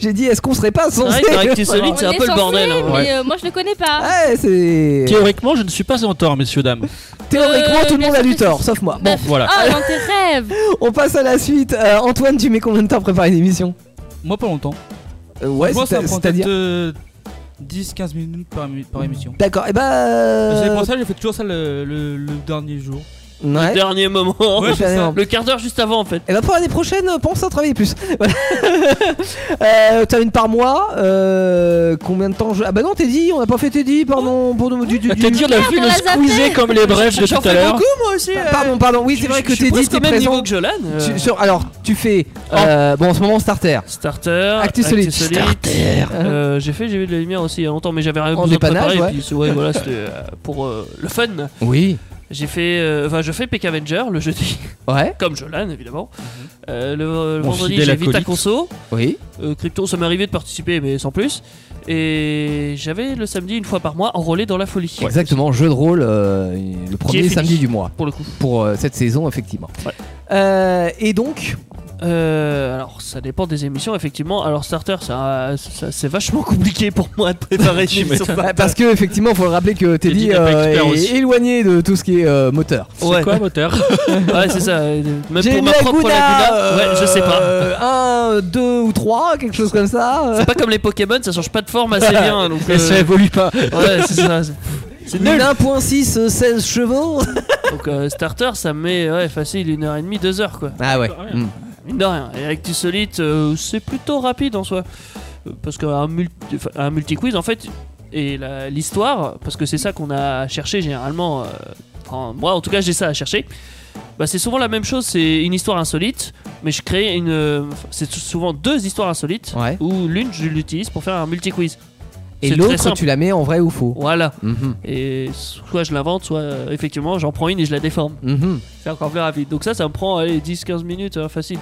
Speaker 5: J'ai dit, est-ce qu'on serait pas
Speaker 6: C'est
Speaker 5: censé
Speaker 6: vrai que dans
Speaker 8: Actu Solide, c'est
Speaker 6: On
Speaker 8: un
Speaker 6: est
Speaker 8: peu le
Speaker 6: censé,
Speaker 8: bordel, hein.
Speaker 6: mais,
Speaker 8: Ouais.
Speaker 6: euh, moi, je le connais pas.
Speaker 5: Ouais, c'est.
Speaker 8: Théoriquement, je ne suis pas en tort, messieurs, dames.
Speaker 5: Théoriquement,
Speaker 6: Euh,
Speaker 5: tout le
Speaker 6: bien
Speaker 5: monde a
Speaker 6: sûr
Speaker 5: du
Speaker 6: que
Speaker 5: tort, sauf moi.
Speaker 8: Bon, voilà.
Speaker 6: Ah, dans tes rêves.
Speaker 5: On passe à la suite. Euh, Antoine, tu mets combien de temps à préparer une émission
Speaker 9: Moi, pas longtemps.
Speaker 5: Euh, ouais,
Speaker 9: Moi, ça
Speaker 5: c'est-
Speaker 9: me prend
Speaker 5: c'est-à-dire.
Speaker 9: peut-être 10-15 minutes par, émi- par émission.
Speaker 5: D'accord, et bah.
Speaker 9: C'est
Speaker 5: euh,
Speaker 9: pour ça que j'ai fait toujours ça le, le- le dernier jour.
Speaker 5: Ouais.
Speaker 7: Le dernier moment.
Speaker 5: Ouais, c'est ça.
Speaker 7: le quart d'heure juste avant en fait.
Speaker 5: Et bah pour l'année prochaine, euh, pense à travailler plus. Voilà. euh, T'as une par mois. euh, combien de temps je... Ah bah non, Teddy, on n'a pas fait Teddy, pardon. Pour nous, du, du, du...
Speaker 8: Teddy, on a Merde, fait on le l'a zappé. squeezer comme les brefs de tout à l'heure.
Speaker 7: moi aussi. euh.
Speaker 5: Pa- Pardon, pardon. Oui, c'est vrai que
Speaker 7: je suis
Speaker 5: Teddy,
Speaker 7: presque
Speaker 5: t'es
Speaker 7: au même
Speaker 5: présent.
Speaker 7: niveau que Jolan. euh.
Speaker 5: Tu- sur- alors, tu fais. euh, bon, en ce moment, starter.
Speaker 7: Starter,
Speaker 5: Actu solide. Starter.
Speaker 7: Starter. Euh, j'ai fait, j'ai vu de la lumière aussi il y a longtemps, mais j'avais rien
Speaker 5: En
Speaker 7: besoin de
Speaker 5: dépannage,
Speaker 7: préparer, et
Speaker 5: ouais.
Speaker 7: puis c'est- ouais, voilà, c'était euh, pour euh, le fun.
Speaker 5: Oui.
Speaker 7: J'ai fait, euh, enfin, je fais Peck Avenger le jeudi.
Speaker 5: Ouais. Mhm.
Speaker 7: Comme Jolan évidemment. Euh, le euh, le
Speaker 8: Mon
Speaker 7: vendredi
Speaker 8: fidèle
Speaker 7: j'ai Vita
Speaker 8: acolyte.
Speaker 7: Conso.
Speaker 5: Oui.
Speaker 7: Euh, crypto, ça m'est arrivé de participer, mais sans plus. Et j'avais le samedi une fois par mois enrôlé dans la folie.
Speaker 5: Exactement, jeu de rôle euh, le premier
Speaker 7: fini.
Speaker 5: samedi du mois.
Speaker 7: Pour le coup.
Speaker 5: Pour euh, cette saison, effectivement. Euh, et donc,
Speaker 7: Euh, alors, ça dépend des émissions, effectivement. Alors, Starter, ça, ça- c'est vachement compliqué pour moi de préparer une émission.
Speaker 5: Bah, Parce que effectivement, faut le rappeler que Teddy
Speaker 7: Teddy n'est pas
Speaker 5: euh,
Speaker 7: expert
Speaker 5: est
Speaker 7: aussi.
Speaker 5: éloigné de tout ce qui est euh, moteur.
Speaker 7: Ouais. Ouais, c'est ça. euh, Même
Speaker 5: J'ai
Speaker 7: pour
Speaker 5: une
Speaker 7: ma propre
Speaker 5: Laguna,
Speaker 7: Laguna, ouais, je sais pas.
Speaker 5: pas. Un, euh, deux ou trois, quelque chose comme ça. Euh,
Speaker 7: C'est pas comme les Pokémon, ça change pas de forme assez bien. Donc, euh,
Speaker 5: Et ça évolue pas.
Speaker 7: Ouais, c'est ça. c'est- C'est nul. hein,
Speaker 5: 1.6, euh, 16 chevaux.
Speaker 7: Donc, euh, Starter, ça met ouais, facile une heure et demie, deux heures quoi.
Speaker 5: Ah ouais.
Speaker 7: Mine de rien. Et avec du solide, euh, c'est plutôt rapide en soi. Euh, Parce qu'un multi, enfin, un multi-quiz, en fait, et la- l'histoire, parce que c'est ça qu'on a cherché généralement. euh, enfin, moi, en tout cas, j'ai ça à chercher. Bah, c'est souvent la même chose, c'est une histoire insolite, mais je crée une. euh, c'est souvent deux histoires insolites, où l'une, je l'utilise pour faire un multi-quiz.
Speaker 5: Et
Speaker 7: C'est très
Speaker 5: l'autre,
Speaker 7: simple.
Speaker 5: tu la mets en vrai ou faux.
Speaker 7: Voilà.
Speaker 5: Mhm.
Speaker 7: Et soit je l'invente, soit euh, effectivement j'en prends une et je la déforme.
Speaker 5: Mhm.
Speaker 7: C'est encore plus rapide. Donc ça, ça me prend 10-15 minutes, hein, facile.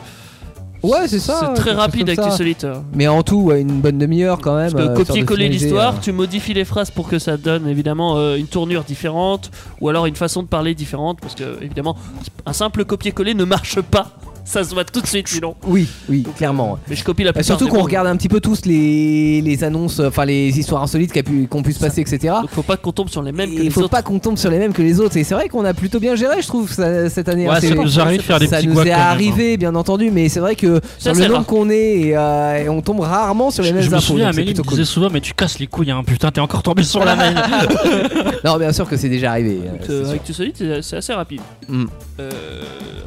Speaker 5: Ouais, c'est ça.
Speaker 7: C'est
Speaker 5: quelque
Speaker 7: très
Speaker 5: chose
Speaker 7: rapide
Speaker 5: comme
Speaker 7: avec
Speaker 5: ça.
Speaker 7: du solide. hein.
Speaker 5: Mais en tout, ouais, une bonne demi-heure quand même.
Speaker 7: Parce que
Speaker 5: euh, histoire de
Speaker 7: copier-coller
Speaker 5: finaliser,
Speaker 7: l'histoire,
Speaker 5: euh.
Speaker 7: tu modifies les phrases pour que ça donne évidemment euh, une tournure différente ou alors une façon de parler différente parce que évidemment un simple copier-coller ne marche pas. Ça se voit tout de suite sinon.
Speaker 5: Oui, oui, clairement.
Speaker 7: Mais je copie
Speaker 5: Bah,
Speaker 7: la plupart
Speaker 5: surtout
Speaker 7: des
Speaker 5: qu'on
Speaker 7: mots.
Speaker 5: regarde un petit peu tous les, les annonces, euh, enfin les histoires insolites qu'a pu- qu'on puisse passer, etc.
Speaker 7: Donc faut pas qu'on tombe sur les mêmes que
Speaker 5: Et
Speaker 7: les
Speaker 5: il faut
Speaker 7: autres.
Speaker 5: pas qu'on tombe sur les mêmes que les autres. Et c'est vrai qu'on a plutôt bien géré, je trouve, ça- cette année.
Speaker 8: Ouais,
Speaker 5: hein.
Speaker 8: ça
Speaker 5: C'est-
Speaker 8: nous arrive de faire des
Speaker 5: ça
Speaker 8: petits
Speaker 5: nous
Speaker 8: couacs
Speaker 5: est
Speaker 8: quand même, hein.
Speaker 5: arrivé, bien entendu, mais c'est vrai que
Speaker 8: Ça,
Speaker 5: sur
Speaker 8: c'est
Speaker 5: le nombre
Speaker 8: rare.
Speaker 5: qu'on est, et, euh, et on tombe rarement sur les mêmes
Speaker 8: Je me
Speaker 5: infos.
Speaker 8: souviens,
Speaker 5: donc c'est
Speaker 8: Amélie me
Speaker 5: plutôt
Speaker 8: disait
Speaker 5: cool.
Speaker 8: souvent, mais tu casses les couilles, hein, putain, t'es encore tombé sur la main.
Speaker 5: non, bien sûr que c'est déjà arrivé. euh,
Speaker 7: Donc,
Speaker 5: c'est
Speaker 7: euh,
Speaker 5: sûr.
Speaker 7: avec tout solide, c'est- c'est assez rapide.
Speaker 5: Mm.
Speaker 7: Euh,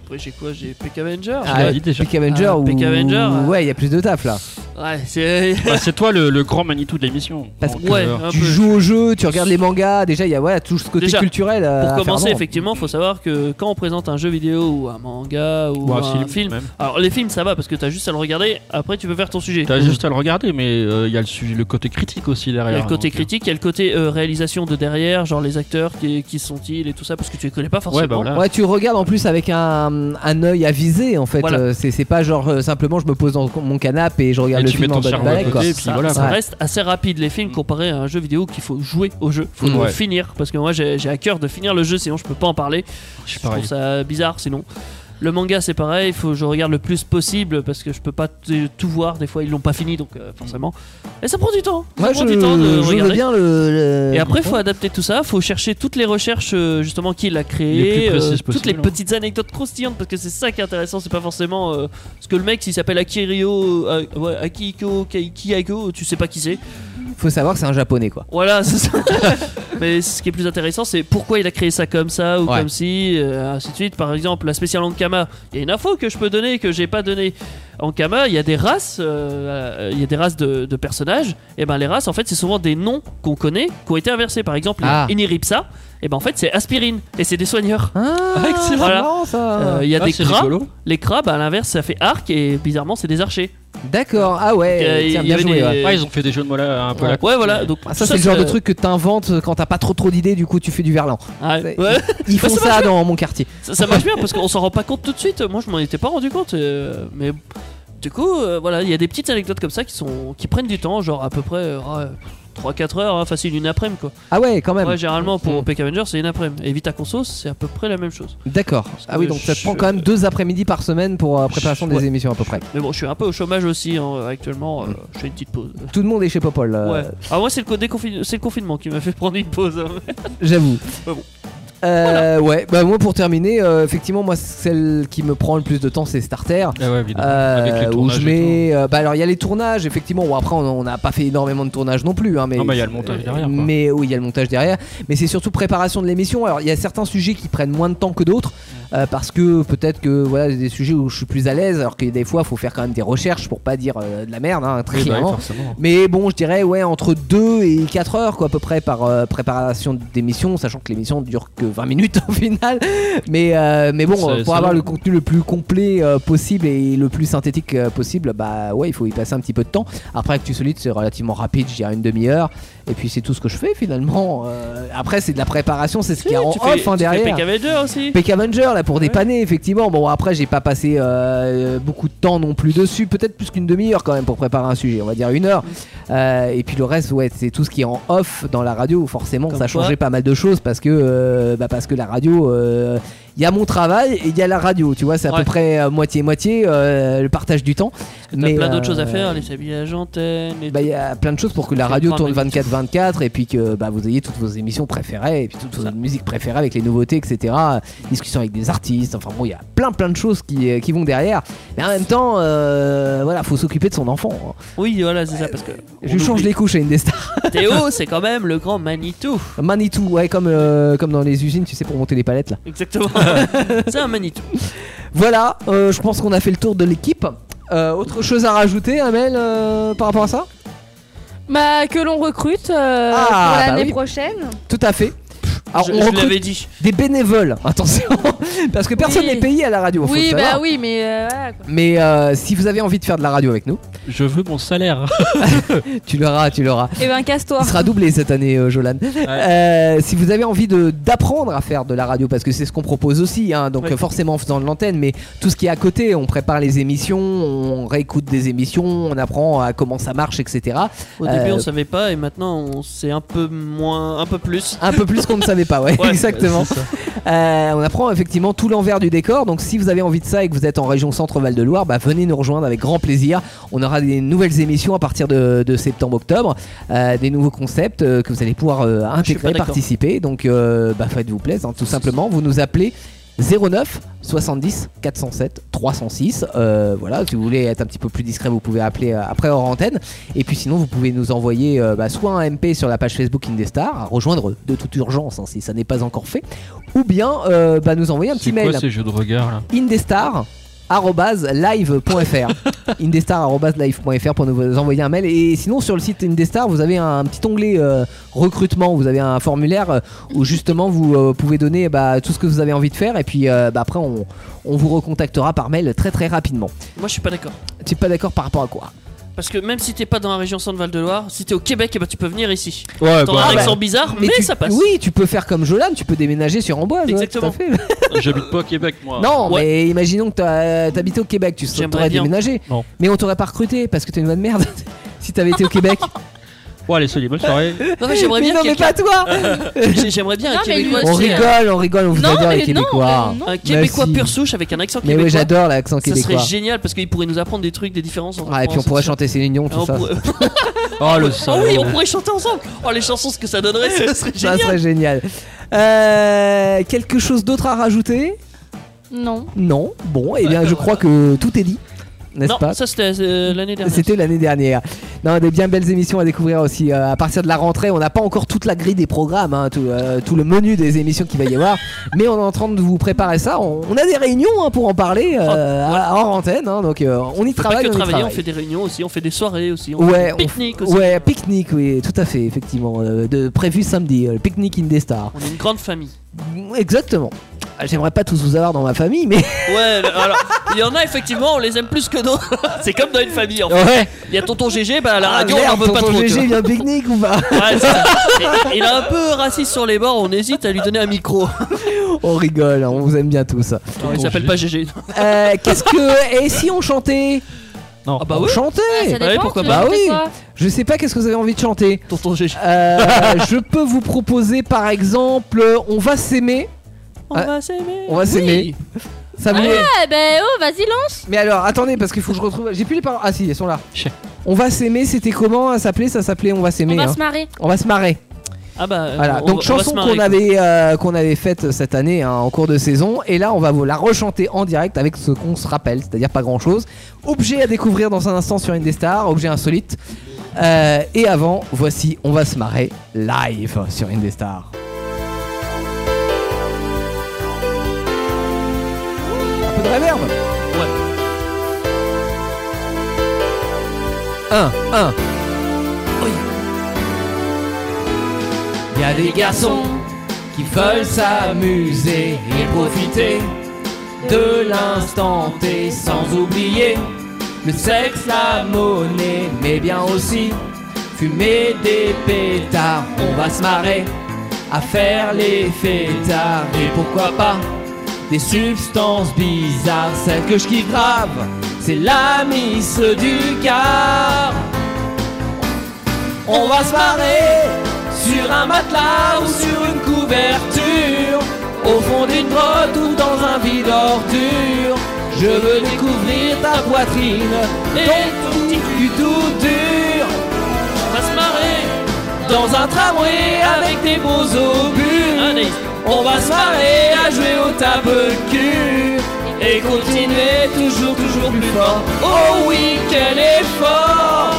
Speaker 7: après j'ai quoi J'ai Peck Avenger.
Speaker 5: Ah, Peck Avenger
Speaker 7: Ah,
Speaker 5: ou-
Speaker 7: Peck Avenger.
Speaker 5: Ouais, il y a plus de taf là.
Speaker 7: Ouais, c'est.
Speaker 8: Bah, c'est toi le, le grand Manitou de l'émission.
Speaker 5: Parce
Speaker 8: Donc,
Speaker 5: que
Speaker 8: euh,
Speaker 5: tu joues au jeu, tu regardes les mangas, déjà il y a ouais, tout ce côté
Speaker 7: Déjà,
Speaker 5: culturel. euh, à
Speaker 7: Pour
Speaker 5: faire
Speaker 7: commencer,
Speaker 5: avant.
Speaker 7: effectivement, faut savoir que quand on présente un jeu vidéo ou un manga ou
Speaker 8: Ou un
Speaker 7: un
Speaker 8: film,
Speaker 7: film,
Speaker 8: même.
Speaker 7: alors les films ça va parce que t'as juste à le regarder. Après, tu peux faire ton sujet.
Speaker 8: T'as juste à le regarder, mais euh, il y a le, su- le côté critique aussi
Speaker 7: Il
Speaker 8: derrière. hein.
Speaker 7: y a le côté
Speaker 8: Donc,
Speaker 7: critique, il y a le côté euh, réalisation de derrière, genre les acteurs qui, qui sont-ils et tout ça, parce que tu les connais pas forcément.
Speaker 8: bah
Speaker 5: Ouais, bah tu regardes en plus avec un, un œil avisé en fait.
Speaker 7: Voilà.
Speaker 5: Euh, c'est c'est pas genre euh, simplement je me pose dans mon canapé et je regarde
Speaker 8: Et
Speaker 5: le
Speaker 8: tu mets
Speaker 5: film
Speaker 8: ton
Speaker 5: en bas de
Speaker 8: cerveau à
Speaker 5: balai,
Speaker 8: côté,
Speaker 5: quoi.
Speaker 8: et puis
Speaker 5: Ouais.
Speaker 7: ça, ça reste assez rapide les films comparé à un jeu vidéo qu'il faut jouer au jeu, faut
Speaker 5: Mm.
Speaker 7: le
Speaker 5: Ouais.
Speaker 7: finir parce que moi j'ai j'ai à cœur de finir le jeu sinon je peux pas en parler. Je,
Speaker 8: pareil.
Speaker 7: trouve ça bizarre sinon. Le manga c'est pareil, il faut que je regarde le plus possible parce que je peux pas t- tout voir, des fois ils l'ont pas fini donc euh, forcément. Et ça prend du temps. Ça
Speaker 5: Ouais,
Speaker 7: prend
Speaker 5: je,
Speaker 7: du temps de
Speaker 5: je veux
Speaker 7: regarder.
Speaker 5: bien le.
Speaker 8: Euh,
Speaker 5: le-
Speaker 7: Et après, faut
Speaker 5: comprendre.
Speaker 7: adapter tout ça, faut chercher toutes les recherches, euh, justement, qui l'a
Speaker 8: Les plus
Speaker 7: créé,
Speaker 8: précises
Speaker 7: euh, toutes les
Speaker 8: possibles, hein.
Speaker 7: petites anecdotes croustillantes, parce que c'est ça qui est intéressant, c'est pas forcément. euh, parce que le mec, s'il s'appelle Akirio, euh, ouais, Akiko, Kiago, tu sais pas qui c'est.
Speaker 5: Faut savoir que c'est un japonais quoi.
Speaker 7: Voilà, c'est ça. Mais ce qui est plus intéressant, c'est pourquoi il a créé ça comme ça ou
Speaker 5: Ouais.
Speaker 7: comme si, euh, ainsi de suite. Par exemple, la spéciale Ankama, il y a une info que je peux donner que j'ai pas donnée. Ankama, il y a des races, euh, euh, il y a des races de, de personnages. Et ben les races, en fait, c'est souvent des noms qu'on connaît qui ont été inversés. Par exemple, il y a
Speaker 5: Ah.
Speaker 7: Iniripsa. Et ben en fait, c'est aspirine et c'est des soigneurs.
Speaker 5: Ah, c'est
Speaker 7: Voilà.
Speaker 5: marrant, ça.
Speaker 7: Euh, Il y a
Speaker 5: Ah,
Speaker 7: des
Speaker 5: c'est
Speaker 7: crabes.
Speaker 5: rigolo.
Speaker 7: Les crabes, à l'inverse, ça fait arc et bizarrement, c'est des archers.
Speaker 5: D'accord, ah ouais,
Speaker 7: Donc, euh,
Speaker 5: tiens,
Speaker 7: il y
Speaker 5: bien
Speaker 7: avait
Speaker 5: joué.
Speaker 7: des-
Speaker 5: ouais.
Speaker 8: Ouais, Ah, ils ont fait des jeux de mots là un peu
Speaker 7: Ouais,
Speaker 8: là.
Speaker 7: ouais, voilà. Donc,
Speaker 5: Ah, ça, c'est le
Speaker 7: euh,
Speaker 5: genre de truc que t'inventes quand t'as pas trop trop d'idées, du coup tu fais du verlan.
Speaker 7: Ouais. Ouais.
Speaker 5: Ils font
Speaker 7: Ah. Bah,
Speaker 5: ça,
Speaker 7: marche bien.
Speaker 5: dans mon quartier.
Speaker 7: Ça, ça marche bien parce qu'on s'en rend pas compte tout de suite. Moi, je m'en étais pas rendu compte. euh, mais du coup, euh, voilà, il y a des petites anecdotes comme ça qui sont qui prennent du temps, genre à peu près euh, 3-4 heures, hein, facile une après-midi quoi.
Speaker 5: Ah ouais, quand même. Mm.
Speaker 7: Ouais, généralement pour Peck Avenger, c'est une après-midi. Et Vita Consos, c'est à peu près la même chose.
Speaker 5: D'accord. Ah oui,
Speaker 7: que
Speaker 5: donc ça te
Speaker 7: je-
Speaker 5: prend quand même deux après-midi par semaine pour euh, préparation des émissions à peu près.
Speaker 7: Mais bon, je suis un peu au chômage aussi hein, actuellement. euh, je fais une petite pause.
Speaker 5: Tout le monde est chez Popol. Mm. euh,
Speaker 7: Ouais. Ah moi, c'est le, co- déconfin- c'est le confinement qui m'a fait prendre une pause. hein.
Speaker 5: J'avoue.
Speaker 7: Mais bon.
Speaker 5: Euh, Ouais, bah moi pour terminer, euh, effectivement, moi celle qui me prend le plus de temps c'est Starter. Euh,
Speaker 8: Ah ouais, évidemment. Avec les
Speaker 5: où
Speaker 8: tournages
Speaker 5: je
Speaker 8: et
Speaker 5: mets. euh, bah alors il y a les tournages, effectivement, bon après on on n'a pas fait énormément de tournages non plus. Hein, mais
Speaker 8: Non, bah, il y a le montage derrière, quoi.
Speaker 5: Mais oui, il y a le montage derrière. Mais c'est surtout préparation de l'émission. Alors il y a certains sujets qui prennent moins de temps que d'autres. euh, parce que peut-être que voilà il y a des sujets où je suis plus à l'aise alors que des fois faut faire quand même des recherches pour pas dire euh, de la merde hein, très
Speaker 8: Oui, bah oui,
Speaker 5: clairement
Speaker 8: forcément.
Speaker 5: mais bon, je dirais ouais entre 2 et 4 heures quoi à peu près par euh, préparation d'émission, sachant que l'émission dure que 20 minutes au final. Mais euh, mais bon,
Speaker 8: C'est-
Speaker 5: euh, pour
Speaker 8: c'est
Speaker 5: avoir
Speaker 8: long.
Speaker 5: le contenu le plus complet euh, possible et le plus synthétique euh, possible, bah ouais, il faut y passer un petit peu de temps. Après Actu Solide, c'est relativement rapide, je dirais une demi-heure. Et puis c'est tout ce que je fais finalement. Euh, après, c'est de la préparation, c'est ce qu'il y a
Speaker 7: Oui,
Speaker 5: en
Speaker 7: tu fais-
Speaker 5: off hein,
Speaker 7: tu fais
Speaker 5: derrière.
Speaker 7: Peck Avenger aussi.
Speaker 5: Peck Avenger, là, pour dépanner, effectivement. Bon, après, j'ai pas passé euh, beaucoup de temps non plus dessus. Peut-être plus qu'une demi-heure quand même pour préparer un sujet. On va dire une heure. Euh, et puis le reste, ouais, c'est tout ce qui est en off dans la radio. Forcément, ça a
Speaker 7: quoi.
Speaker 5: changé pas mal de choses parce que, euh, bah, parce que la radio. euh, il y a mon travail et il y a la radio, tu vois, c'est à peu près euh, moitié-moitié euh, le partage du temps.
Speaker 7: T'as
Speaker 5: Mais
Speaker 7: plein d'autres
Speaker 5: euh,
Speaker 7: choses à faire, les habillages antennes et
Speaker 5: bah, il y a plein de choses pour que la radio
Speaker 7: plein
Speaker 5: tourne
Speaker 7: de
Speaker 5: 24-24 et puis que bah, vous ayez toutes vos émissions préférées et puis toutes vos musiques préférées avec les nouveautés, etc. Discussion avec des artistes, enfin bon, il y a plein plein de choses qui, euh, qui vont derrière. Mais en même temps, euh, voilà, faut s'occuper de son enfant. hein.
Speaker 7: Oui, voilà, c'est ça, parce que.
Speaker 5: Je change les couches à une des stars.
Speaker 7: Théo, c'est quand même le grand Manitou.
Speaker 5: Manitou, ouais, comme, euh, comme dans les usines, tu sais, pour monter les palettes là.
Speaker 7: Exactement. c'est un Manitou.
Speaker 5: Voilà, euh, je pense qu'on a fait le tour de l'équipe. Euh, autre chose à rajouter, Amel, euh, par rapport à ça
Speaker 14: Bah, que l'on recrute euh,
Speaker 5: Ah,
Speaker 14: pour
Speaker 5: bah
Speaker 14: l'année
Speaker 5: oui.
Speaker 14: prochaine.
Speaker 5: Tout à fait. Alors,
Speaker 7: Je-
Speaker 5: on
Speaker 7: je
Speaker 5: recrute
Speaker 7: l'avais dit.
Speaker 5: Des bénévoles, attention, parce que personne
Speaker 14: Oui.
Speaker 5: n'est payé à la radio. faut
Speaker 14: oui,
Speaker 5: le
Speaker 14: bah
Speaker 5: savoir.
Speaker 14: oui, mais euh, voilà, quoi.
Speaker 5: Mais euh, si vous avez envie de faire de la radio avec nous,
Speaker 8: je veux mon salaire.
Speaker 5: tu l'auras, tu l'auras.
Speaker 14: Eh ben, casse-toi.
Speaker 5: Il sera doublé cette année, euh, Jolan. Euh, si vous avez envie de- d'apprendre à faire de la radio, parce que c'est ce qu'on propose aussi, hein, donc
Speaker 7: Ouais.
Speaker 5: euh, forcément en faisant de l'antenne, mais tout ce qui est à côté, on prépare les émissions, on réécoute des émissions, on apprend à comment ça marche, etc.
Speaker 7: Au début,
Speaker 5: Euh,
Speaker 7: on savait pas, et maintenant, on sait un peu moins, un peu plus.
Speaker 5: Un peu plus qu'on ne savait pas, ouais,
Speaker 7: Ouais,
Speaker 5: exactement.
Speaker 7: c'est ça.
Speaker 5: Euh, on apprend effectivement tout l'envers du décor. Donc, si vous avez envie de ça et que vous êtes en région Centre-Val de Loire, bah, venez nous rejoindre avec grand plaisir. On aura des nouvelles émissions à partir de, de septembre-octobre, euh, des nouveaux concepts euh, que vous allez pouvoir euh, intégrer,
Speaker 7: d'accord.
Speaker 5: participer. Donc, euh, bah, faites-vous plaisir, hein, tout simplement. Vous nous appelez. 09 70 407 306 Euh, voilà si vous voulez être un petit peu plus discret vous pouvez appeler euh, après hors antenne et puis sinon vous pouvez nous envoyer euh, bah, soit un MP sur la page Facebook Indestar à rejoindre de toute urgence hein, si ça n'est pas encore fait ou bien euh, bah, nous envoyer un petit
Speaker 8: C'est quoi
Speaker 5: mail
Speaker 8: ces jeux de regard là
Speaker 5: indestar live.fr indestar.live.fr pour nous envoyer un mail et sinon sur le site Indestar vous avez un petit onglet euh, recrutement vous avez un formulaire euh, où justement vous euh, pouvez donner bah, tout ce que vous avez envie de faire et puis euh, bah, après on, on vous recontactera par mail très très rapidement
Speaker 7: Moi, je suis pas d'accord.
Speaker 5: tu es pas d'accord par rapport à quoi
Speaker 7: Parce que même si t'es pas dans la région Centre-Val-de-Loire, si t'es au Québec, et bah, tu peux venir ici.
Speaker 8: Ouais,
Speaker 7: T'auras
Speaker 8: bah,
Speaker 7: un
Speaker 8: ah bah,
Speaker 7: accent bizarre, mais,
Speaker 5: tu-
Speaker 7: ça passe.
Speaker 5: oui tu peux faire comme Jolan tu peux déménager sur Amboise ouais, tout à
Speaker 7: Exactement.
Speaker 5: fait.
Speaker 8: J'habite pas au Québec moi.
Speaker 5: Non, mais imaginons que t'as- t'habitais au Québec, tu serais-
Speaker 8: J'aimerais
Speaker 5: t'aurais
Speaker 8: bien.
Speaker 5: déménagé.
Speaker 8: Non.
Speaker 5: Mais on t'aurait pas recruté parce que t'es une bonne merde. si t'avais été au Québec.
Speaker 8: Ouais, allez, salut, bonne soirée.
Speaker 7: Non, mais j'aimerais
Speaker 5: Mais
Speaker 7: bien.
Speaker 5: non, mais
Speaker 7: quelqu'un-
Speaker 5: pas toi
Speaker 7: J'ai- J'aimerais bien un
Speaker 5: Non, mais lui
Speaker 7: Québécois.
Speaker 5: aussi, On
Speaker 7: tu sais,
Speaker 5: rigole, on rigole, on vous
Speaker 7: euh, Non,
Speaker 5: adore, les
Speaker 7: mais non,
Speaker 5: Québécois.
Speaker 7: mais non.
Speaker 5: Mais
Speaker 7: Un Québécois
Speaker 5: si.
Speaker 7: pur souche avec un accent
Speaker 5: Mais oui,
Speaker 7: québécois.
Speaker 5: j'adore l'accent
Speaker 7: Ça serait
Speaker 5: québécois.
Speaker 7: génial parce qu'il pourrait nous apprendre des trucs, des différences entre
Speaker 5: Ah, et puis on
Speaker 7: France,
Speaker 5: pourrait
Speaker 7: tout ça.
Speaker 5: chanter Céline Dion, tout
Speaker 7: Ah, on
Speaker 5: ça. Ah
Speaker 7: pourrait-
Speaker 8: Oh le
Speaker 7: Oh
Speaker 8: salaud.
Speaker 7: oui, on pourrait chanter ensemble. Oh les chansons, ce que ça donnerait, ce
Speaker 5: Ça
Speaker 7: serait génial.
Speaker 5: serait génial. Euh, quelque chose d'autre à rajouter
Speaker 14: Non.
Speaker 5: Non. Bon, et bien je crois que tout est dit. N'est-ce
Speaker 7: Non,
Speaker 5: pas
Speaker 7: ça c'était euh, l'année dernière.
Speaker 5: C'était l'année dernière. Non, des bien belles émissions à découvrir aussi. euh, à partir de la rentrée, on n'a pas encore toute la grille des programmes, hein, tout, euh, tout le menu des émissions qu'il va y avoir. mais on est en train de vous préparer ça. On, on a des réunions hein, pour en parler euh, à- hors antenne. hein, donc euh, on y
Speaker 7: Oh, Faut
Speaker 5: travaille.
Speaker 7: pas
Speaker 5: on
Speaker 7: que
Speaker 5: y
Speaker 7: travailler, on
Speaker 5: travaille.
Speaker 7: fait des réunions aussi, on fait des soirées aussi, on
Speaker 5: Ouais,
Speaker 7: fait
Speaker 5: on
Speaker 7: des
Speaker 5: f-
Speaker 7: pique-niques aussi.
Speaker 5: ouais, pique-nique, oui, tout à fait, effectivement, euh, de prévu samedi, euh, le pique-nique Indestar.
Speaker 7: On est une grande famille.
Speaker 5: Exactement. Ah, J'aimerais pas tous vous avoir dans ma famille, mais
Speaker 7: Ouais, le- alors il y en a effectivement, on les aime plus que d'autres. C'est comme dans une famille en fait.
Speaker 5: Ouais.
Speaker 7: Il y a tonton GG, bah à la
Speaker 5: Ah,
Speaker 7: radio on en
Speaker 5: merde,
Speaker 7: veut pas
Speaker 5: tonton
Speaker 7: trop. tu
Speaker 5: GG vient
Speaker 7: vois.
Speaker 5: pique-nique ou pas
Speaker 7: Ouais, c'est ça. Et- Il est un peu raciste sur les bords, on hésite à lui donner un micro.
Speaker 5: On rigole, hein, on vous aime bien tous.
Speaker 7: Non, il s'appelle pas GG.
Speaker 5: Euh, Qu'est-ce que. Et si on chantait
Speaker 8: Non.
Speaker 5: bah
Speaker 7: Ah oui.
Speaker 5: Chanter
Speaker 7: Ouais, ça Bah oui, dépend, pourquoi tu veux
Speaker 5: Bah
Speaker 7: chanter
Speaker 5: oui
Speaker 7: quoi
Speaker 5: Je sais pas qu'est-ce que vous avez envie de chanter. Euh,
Speaker 7: Tonton GG.
Speaker 5: je peux vous proposer par exemple On va s'aimer.
Speaker 7: On
Speaker 5: Ah,
Speaker 7: va s'aimer.
Speaker 5: On va s'aimer. Ça vous
Speaker 6: Ah, ben oh, vas-y, lance
Speaker 5: Mais alors, attendez, parce qu'il faut que je retrouve. J'ai plus les paroles. Ah si, elles sont là. On va s'aimer, c'était comment hein, Ça s'appelait Ça s'appelait On va s'aimer.
Speaker 6: On va
Speaker 5: hein.
Speaker 6: se marrer.
Speaker 5: On va se marrer.
Speaker 7: Ah bah euh,
Speaker 5: Voilà,
Speaker 7: on- on
Speaker 5: donc
Speaker 7: va
Speaker 5: chanson
Speaker 7: se marrer,
Speaker 5: qu'on
Speaker 7: quoi.
Speaker 5: avait, euh, qu'on avait faite cette année hein, en cours de saison, et là on va vous la rechanter en direct avec ce qu'on se rappelle, c'est-à-dire pas grand-chose. Objet à découvrir dans un instant sur Indestar, objet insolite. Euh, et avant, voici On va se marrer live sur Indestar. Un peu de réverb
Speaker 7: Ouais.
Speaker 5: 1, 1. Il y a des garçons qui veulent s'amuser et profiter de l'instant T sans oublier le sexe, la monnaie, mais bien aussi fumer des pétards. On va se marrer à faire les fêtards. Et pourquoi pas des substances bizarres. Celle que je kiffe grave, c'est la miss du car. On va se marrer sur un matelas ou sur une couverture, au fond d'une grotte ou dans un vide ordure. Je veux découvrir ta poitrine et ton petit cul tout dur. On va se marrer dans un tramway avec des beaux obus. On va se marrer à jouer au tape-cul et continuer toujours, toujours plus fort. Oh oui, quel effort!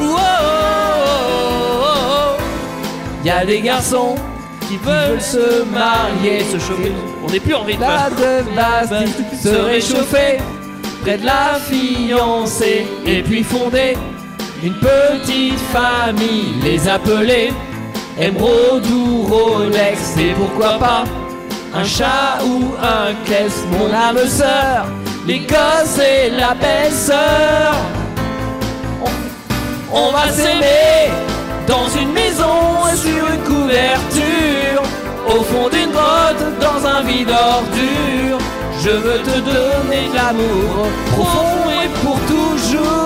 Speaker 5: Wow. Wow. Y a des garçons qui veulent se marier, se chauffer.
Speaker 7: On n'est plus en rythme.
Speaker 5: La de base, se réchauffer près de la fiancée et puis fonder une petite famille, les appeler Emeraude ou Rolex et pourquoi pas un chat ou un caisse, mon âme sœur, l'Écosse et la belle sœur. On va s'aimer dans une maison et sur une couverture, au fond d'une grotte, dans un vide ordure. Je veux te donner de l'amour profond et pour toujours.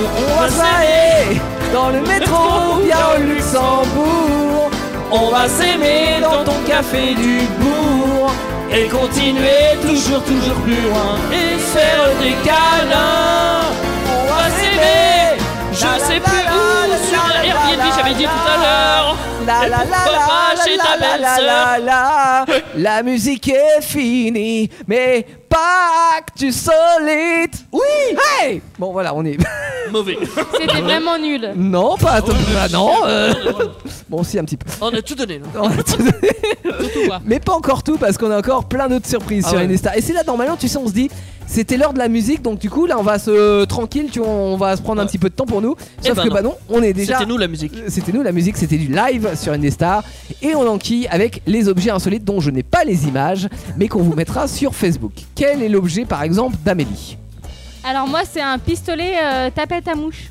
Speaker 5: On va s'aimer dans le métro ou bien au Luxembourg. On va s'aimer dans ton café du bourg et continuer toujours, toujours plus loin et faire des câlins. On va s'aimer,
Speaker 7: Je sais plus où, sur un Airbnb, j'avais dit tout à l'heure.
Speaker 5: La
Speaker 7: Et
Speaker 5: la la
Speaker 7: pourquoi pas
Speaker 5: la
Speaker 7: chez
Speaker 5: la
Speaker 7: ta
Speaker 5: la la la
Speaker 7: belle-sœur
Speaker 5: la La musique est finie, mais pas du solide. Oui. Hey. Bon voilà, on est.
Speaker 7: Mauvais. Oh,
Speaker 14: C'était vraiment nul.
Speaker 5: Non, pas bah non. euh, Bon, si un petit peu.
Speaker 7: On a tout donné. là.
Speaker 5: On a tout donné. Mais pas encore tout parce qu'on a encore plein d'autres surprises
Speaker 7: Ah
Speaker 5: sur
Speaker 7: ouais.
Speaker 5: Indestar. Et c'est là normalement, tu sais, on se dit, c'était l'heure de la musique, donc du coup là, on va se tranquille, tu vois, on va se prendre un petit peu de temps pour nous.
Speaker 7: Eh
Speaker 5: Sauf
Speaker 7: ben
Speaker 5: que
Speaker 7: non.
Speaker 5: bah non, on est déjà.
Speaker 7: C'était nous, la musique.
Speaker 5: Euh, C'était nous la musique, c'était du live sur Indestar et on enquille avec les objets insolites dont je n'ai pas les images, mais qu'on vous mettra sur Facebook. Quel est l'objet par exemple d'Amélie
Speaker 14: Alors moi, c'est un pistolet euh, tapette à mouche.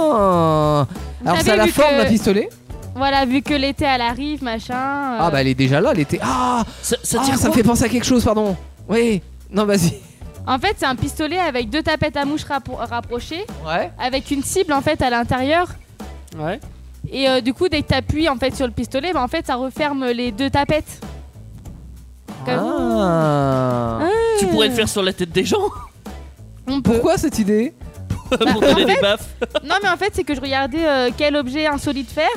Speaker 5: Ah Alors
Speaker 14: savez,
Speaker 5: ça a la
Speaker 14: vu
Speaker 5: forme
Speaker 14: que-
Speaker 5: d'un pistolet
Speaker 14: Voilà, vu que l'été elle arrive, machin. euh,
Speaker 5: Ah bah elle est déjà là, elle était. Ah
Speaker 7: Ça,
Speaker 14: tire
Speaker 5: ça me
Speaker 14: quoi
Speaker 5: fait penser à quelque chose, pardon. Oui, non vas-y.
Speaker 14: En fait, c'est un pistolet avec deux tapettes à mouche rappro- rapprochées,
Speaker 5: Ouais.
Speaker 14: avec une cible en fait à l'intérieur.
Speaker 7: Ouais.
Speaker 14: Et euh, du coup, dès que t'appuies en fait sur le pistolet, bah, en fait, ça referme les deux tapettes. Comme-
Speaker 5: Ah.
Speaker 7: Tu pourrais le faire sur la tête des gens
Speaker 5: Pourquoi cette idée
Speaker 7: pour donner des baffes.
Speaker 14: Non, mais en fait, c'est que je regardais euh, quel objet insolite faire.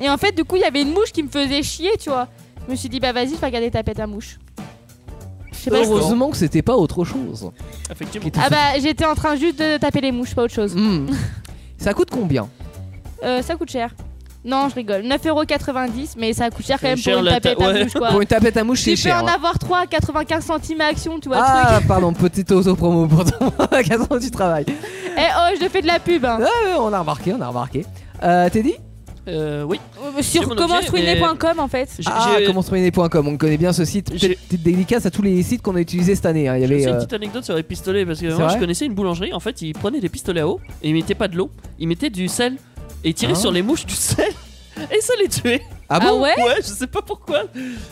Speaker 14: Et en fait, du coup, il y avait une mouche qui me faisait chier, tu vois. Je me suis dit, bah vas-y, je vais regarder tapette à mouche.
Speaker 5: Heureusement que c'était pas autre chose.
Speaker 7: Effectivement.
Speaker 14: Ah bah, j'étais en train juste de taper les mouches, pas autre chose.
Speaker 5: Hmm. Ça coûte combien
Speaker 14: Euh, ça coûte cher. Non, je rigole. 9,90€, mais ça coûte cher quand même
Speaker 5: cher,
Speaker 14: pour une
Speaker 5: la ta-
Speaker 14: tapette à
Speaker 5: ouais.
Speaker 14: mouche, quoi.
Speaker 5: Pour une tapette à mouche, c'est
Speaker 14: Tu
Speaker 5: cher,
Speaker 14: peux en
Speaker 5: ouais.
Speaker 14: avoir 3, 95 centimes à action, tu vois le
Speaker 5: Ah,
Speaker 14: truc.
Speaker 5: pardon, petite auto-promo pour ton magasin du travail.
Speaker 14: Eh oh, je fais de la pub. hein.
Speaker 5: Ah, on a remarqué, on a remarqué. Euh, Teddy
Speaker 7: Euh, oui.
Speaker 14: Sur
Speaker 7: C'est mon objet,
Speaker 14: commenceruiner.com en fait.
Speaker 5: Ah, commenceruiner.com, on connaît bien ce site. Petite petite dédicace à tous les sites qu'on a utilisés cette année. hein. Il y
Speaker 7: C'est
Speaker 5: avait.
Speaker 7: une
Speaker 5: euh,
Speaker 7: petite anecdote sur les pistolets parce que
Speaker 5: C'est
Speaker 7: moi je
Speaker 5: vrai
Speaker 7: connaissais une boulangerie. En fait, ils prenaient des pistolets à eau et ils mettaient pas de l'eau, ils mettaient du sel et ils tiraient
Speaker 5: Ah.
Speaker 7: sur les mouches du sel et ça les tuait.
Speaker 5: Ah bon Ah ouais
Speaker 7: Ouais, je sais pas pourquoi.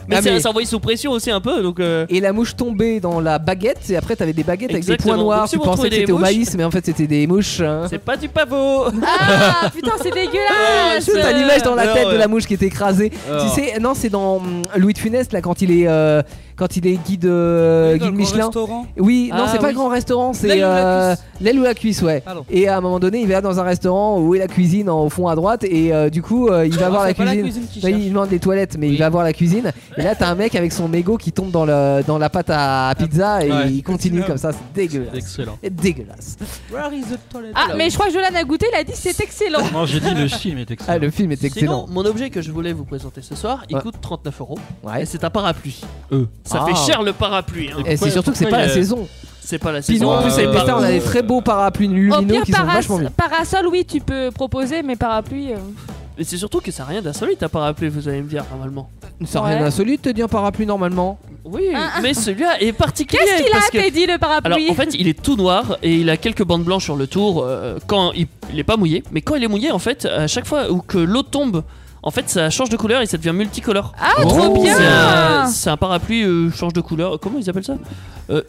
Speaker 7: Mais
Speaker 5: Ah,
Speaker 7: c'est-
Speaker 5: mais-
Speaker 7: ça envoyé sous pression aussi un peu donc. euh,
Speaker 5: Et la mouche tombée dans la baguette, et après t'avais des baguettes avec des
Speaker 7: Exactement.
Speaker 5: points noirs.
Speaker 7: Donc, si
Speaker 5: tu
Speaker 7: vous
Speaker 5: pensais
Speaker 7: retrouvez
Speaker 5: que
Speaker 7: des
Speaker 5: c'était au
Speaker 7: mouches-
Speaker 5: maïs, mais en fait c'était des mouches. hein.
Speaker 7: C'est pas du pavot
Speaker 14: Ah putain, c'est dégueulasse
Speaker 5: Juste T'as l'image dans la
Speaker 7: Non,
Speaker 5: tête de
Speaker 7: ouais.
Speaker 5: la mouche qui est écrasée.
Speaker 7: Alors.
Speaker 5: Tu sais, non, c'est dans hum, Louis de Funès là quand il est euh, quand il est guide euh,
Speaker 9: dans
Speaker 5: guide
Speaker 9: le grand
Speaker 5: Michelin.
Speaker 9: restaurant.
Speaker 5: Oui, non,
Speaker 9: Ah,
Speaker 5: c'est pas
Speaker 9: oui.
Speaker 5: le grand restaurant, c'est
Speaker 9: L'aile ou la
Speaker 5: euh, l'aile ou la cuisse, ouais. Et à un moment donné, il va dans un restaurant où est la cuisine en- au fond à droite et euh, du coup, euh, il va
Speaker 9: Ah,
Speaker 5: voir
Speaker 9: c'est
Speaker 5: la
Speaker 9: pas la
Speaker 5: cuisine.
Speaker 9: cuisine qu'il
Speaker 5: Non, il demande les toilettes, mais il va voir la cuisine. Et là, t'as un mec avec son mégot qui tombe dans le dans la pâte à pizza et
Speaker 8: Ouais.
Speaker 5: il continue comme ça, c'est dégueulasse.
Speaker 8: Excellent.
Speaker 5: Dégueulasse.
Speaker 9: Where is the toilet?
Speaker 14: Ah, mais je crois que Jolan a goûté, il a dit c'est excellent.
Speaker 8: Non, j'ai dit le film est excellent.
Speaker 5: Ah, le film est
Speaker 7: Sinon,
Speaker 5: excellent.
Speaker 7: mon objet que je voulais vous présenter ce soir, il coûte 39 euros.
Speaker 5: Ouais.
Speaker 7: Et c'est un parapluie.
Speaker 8: Euh.
Speaker 7: Ça
Speaker 5: Ah.
Speaker 7: fait cher le parapluie. hein.
Speaker 5: Et c'est surtout que c'est
Speaker 7: pourquoi
Speaker 5: pas
Speaker 7: il
Speaker 5: la
Speaker 7: a-
Speaker 5: saison.
Speaker 7: C'est pas la
Speaker 5: Puis
Speaker 7: saison. Euh,
Speaker 5: nous, en plus, avec Pesta, on a des très beaux parapluies
Speaker 14: Au
Speaker 5: lumineux
Speaker 14: pire,
Speaker 5: qui sont
Speaker 14: paras-
Speaker 5: vachement bien.
Speaker 14: parasol, oui, tu peux proposer, mais parapluie. euh.
Speaker 7: Mais c'est surtout que ça n'a rien d'insolite un parapluie, vous allez me dire normalement.
Speaker 5: Ça n'a rien d'insolite, te dire parapluie normalement
Speaker 7: Oui, mais celui-là est particulier.
Speaker 14: Ah, Qu'est-ce qu'il a,
Speaker 7: parce que-
Speaker 14: Teddy, le parapluie
Speaker 7: Alors, en fait, il est tout noir et il a quelques bandes blanches sur le tour euh, quand il n'est pas mouillé. Mais quand il est mouillé, en fait, à chaque fois où que l'eau tombe, en fait, ça change de couleur et ça devient multicolore.
Speaker 14: Ah, trop bien
Speaker 7: C'est un, c'est un parapluie euh, change de couleur. Comment ils appellent ça Euh,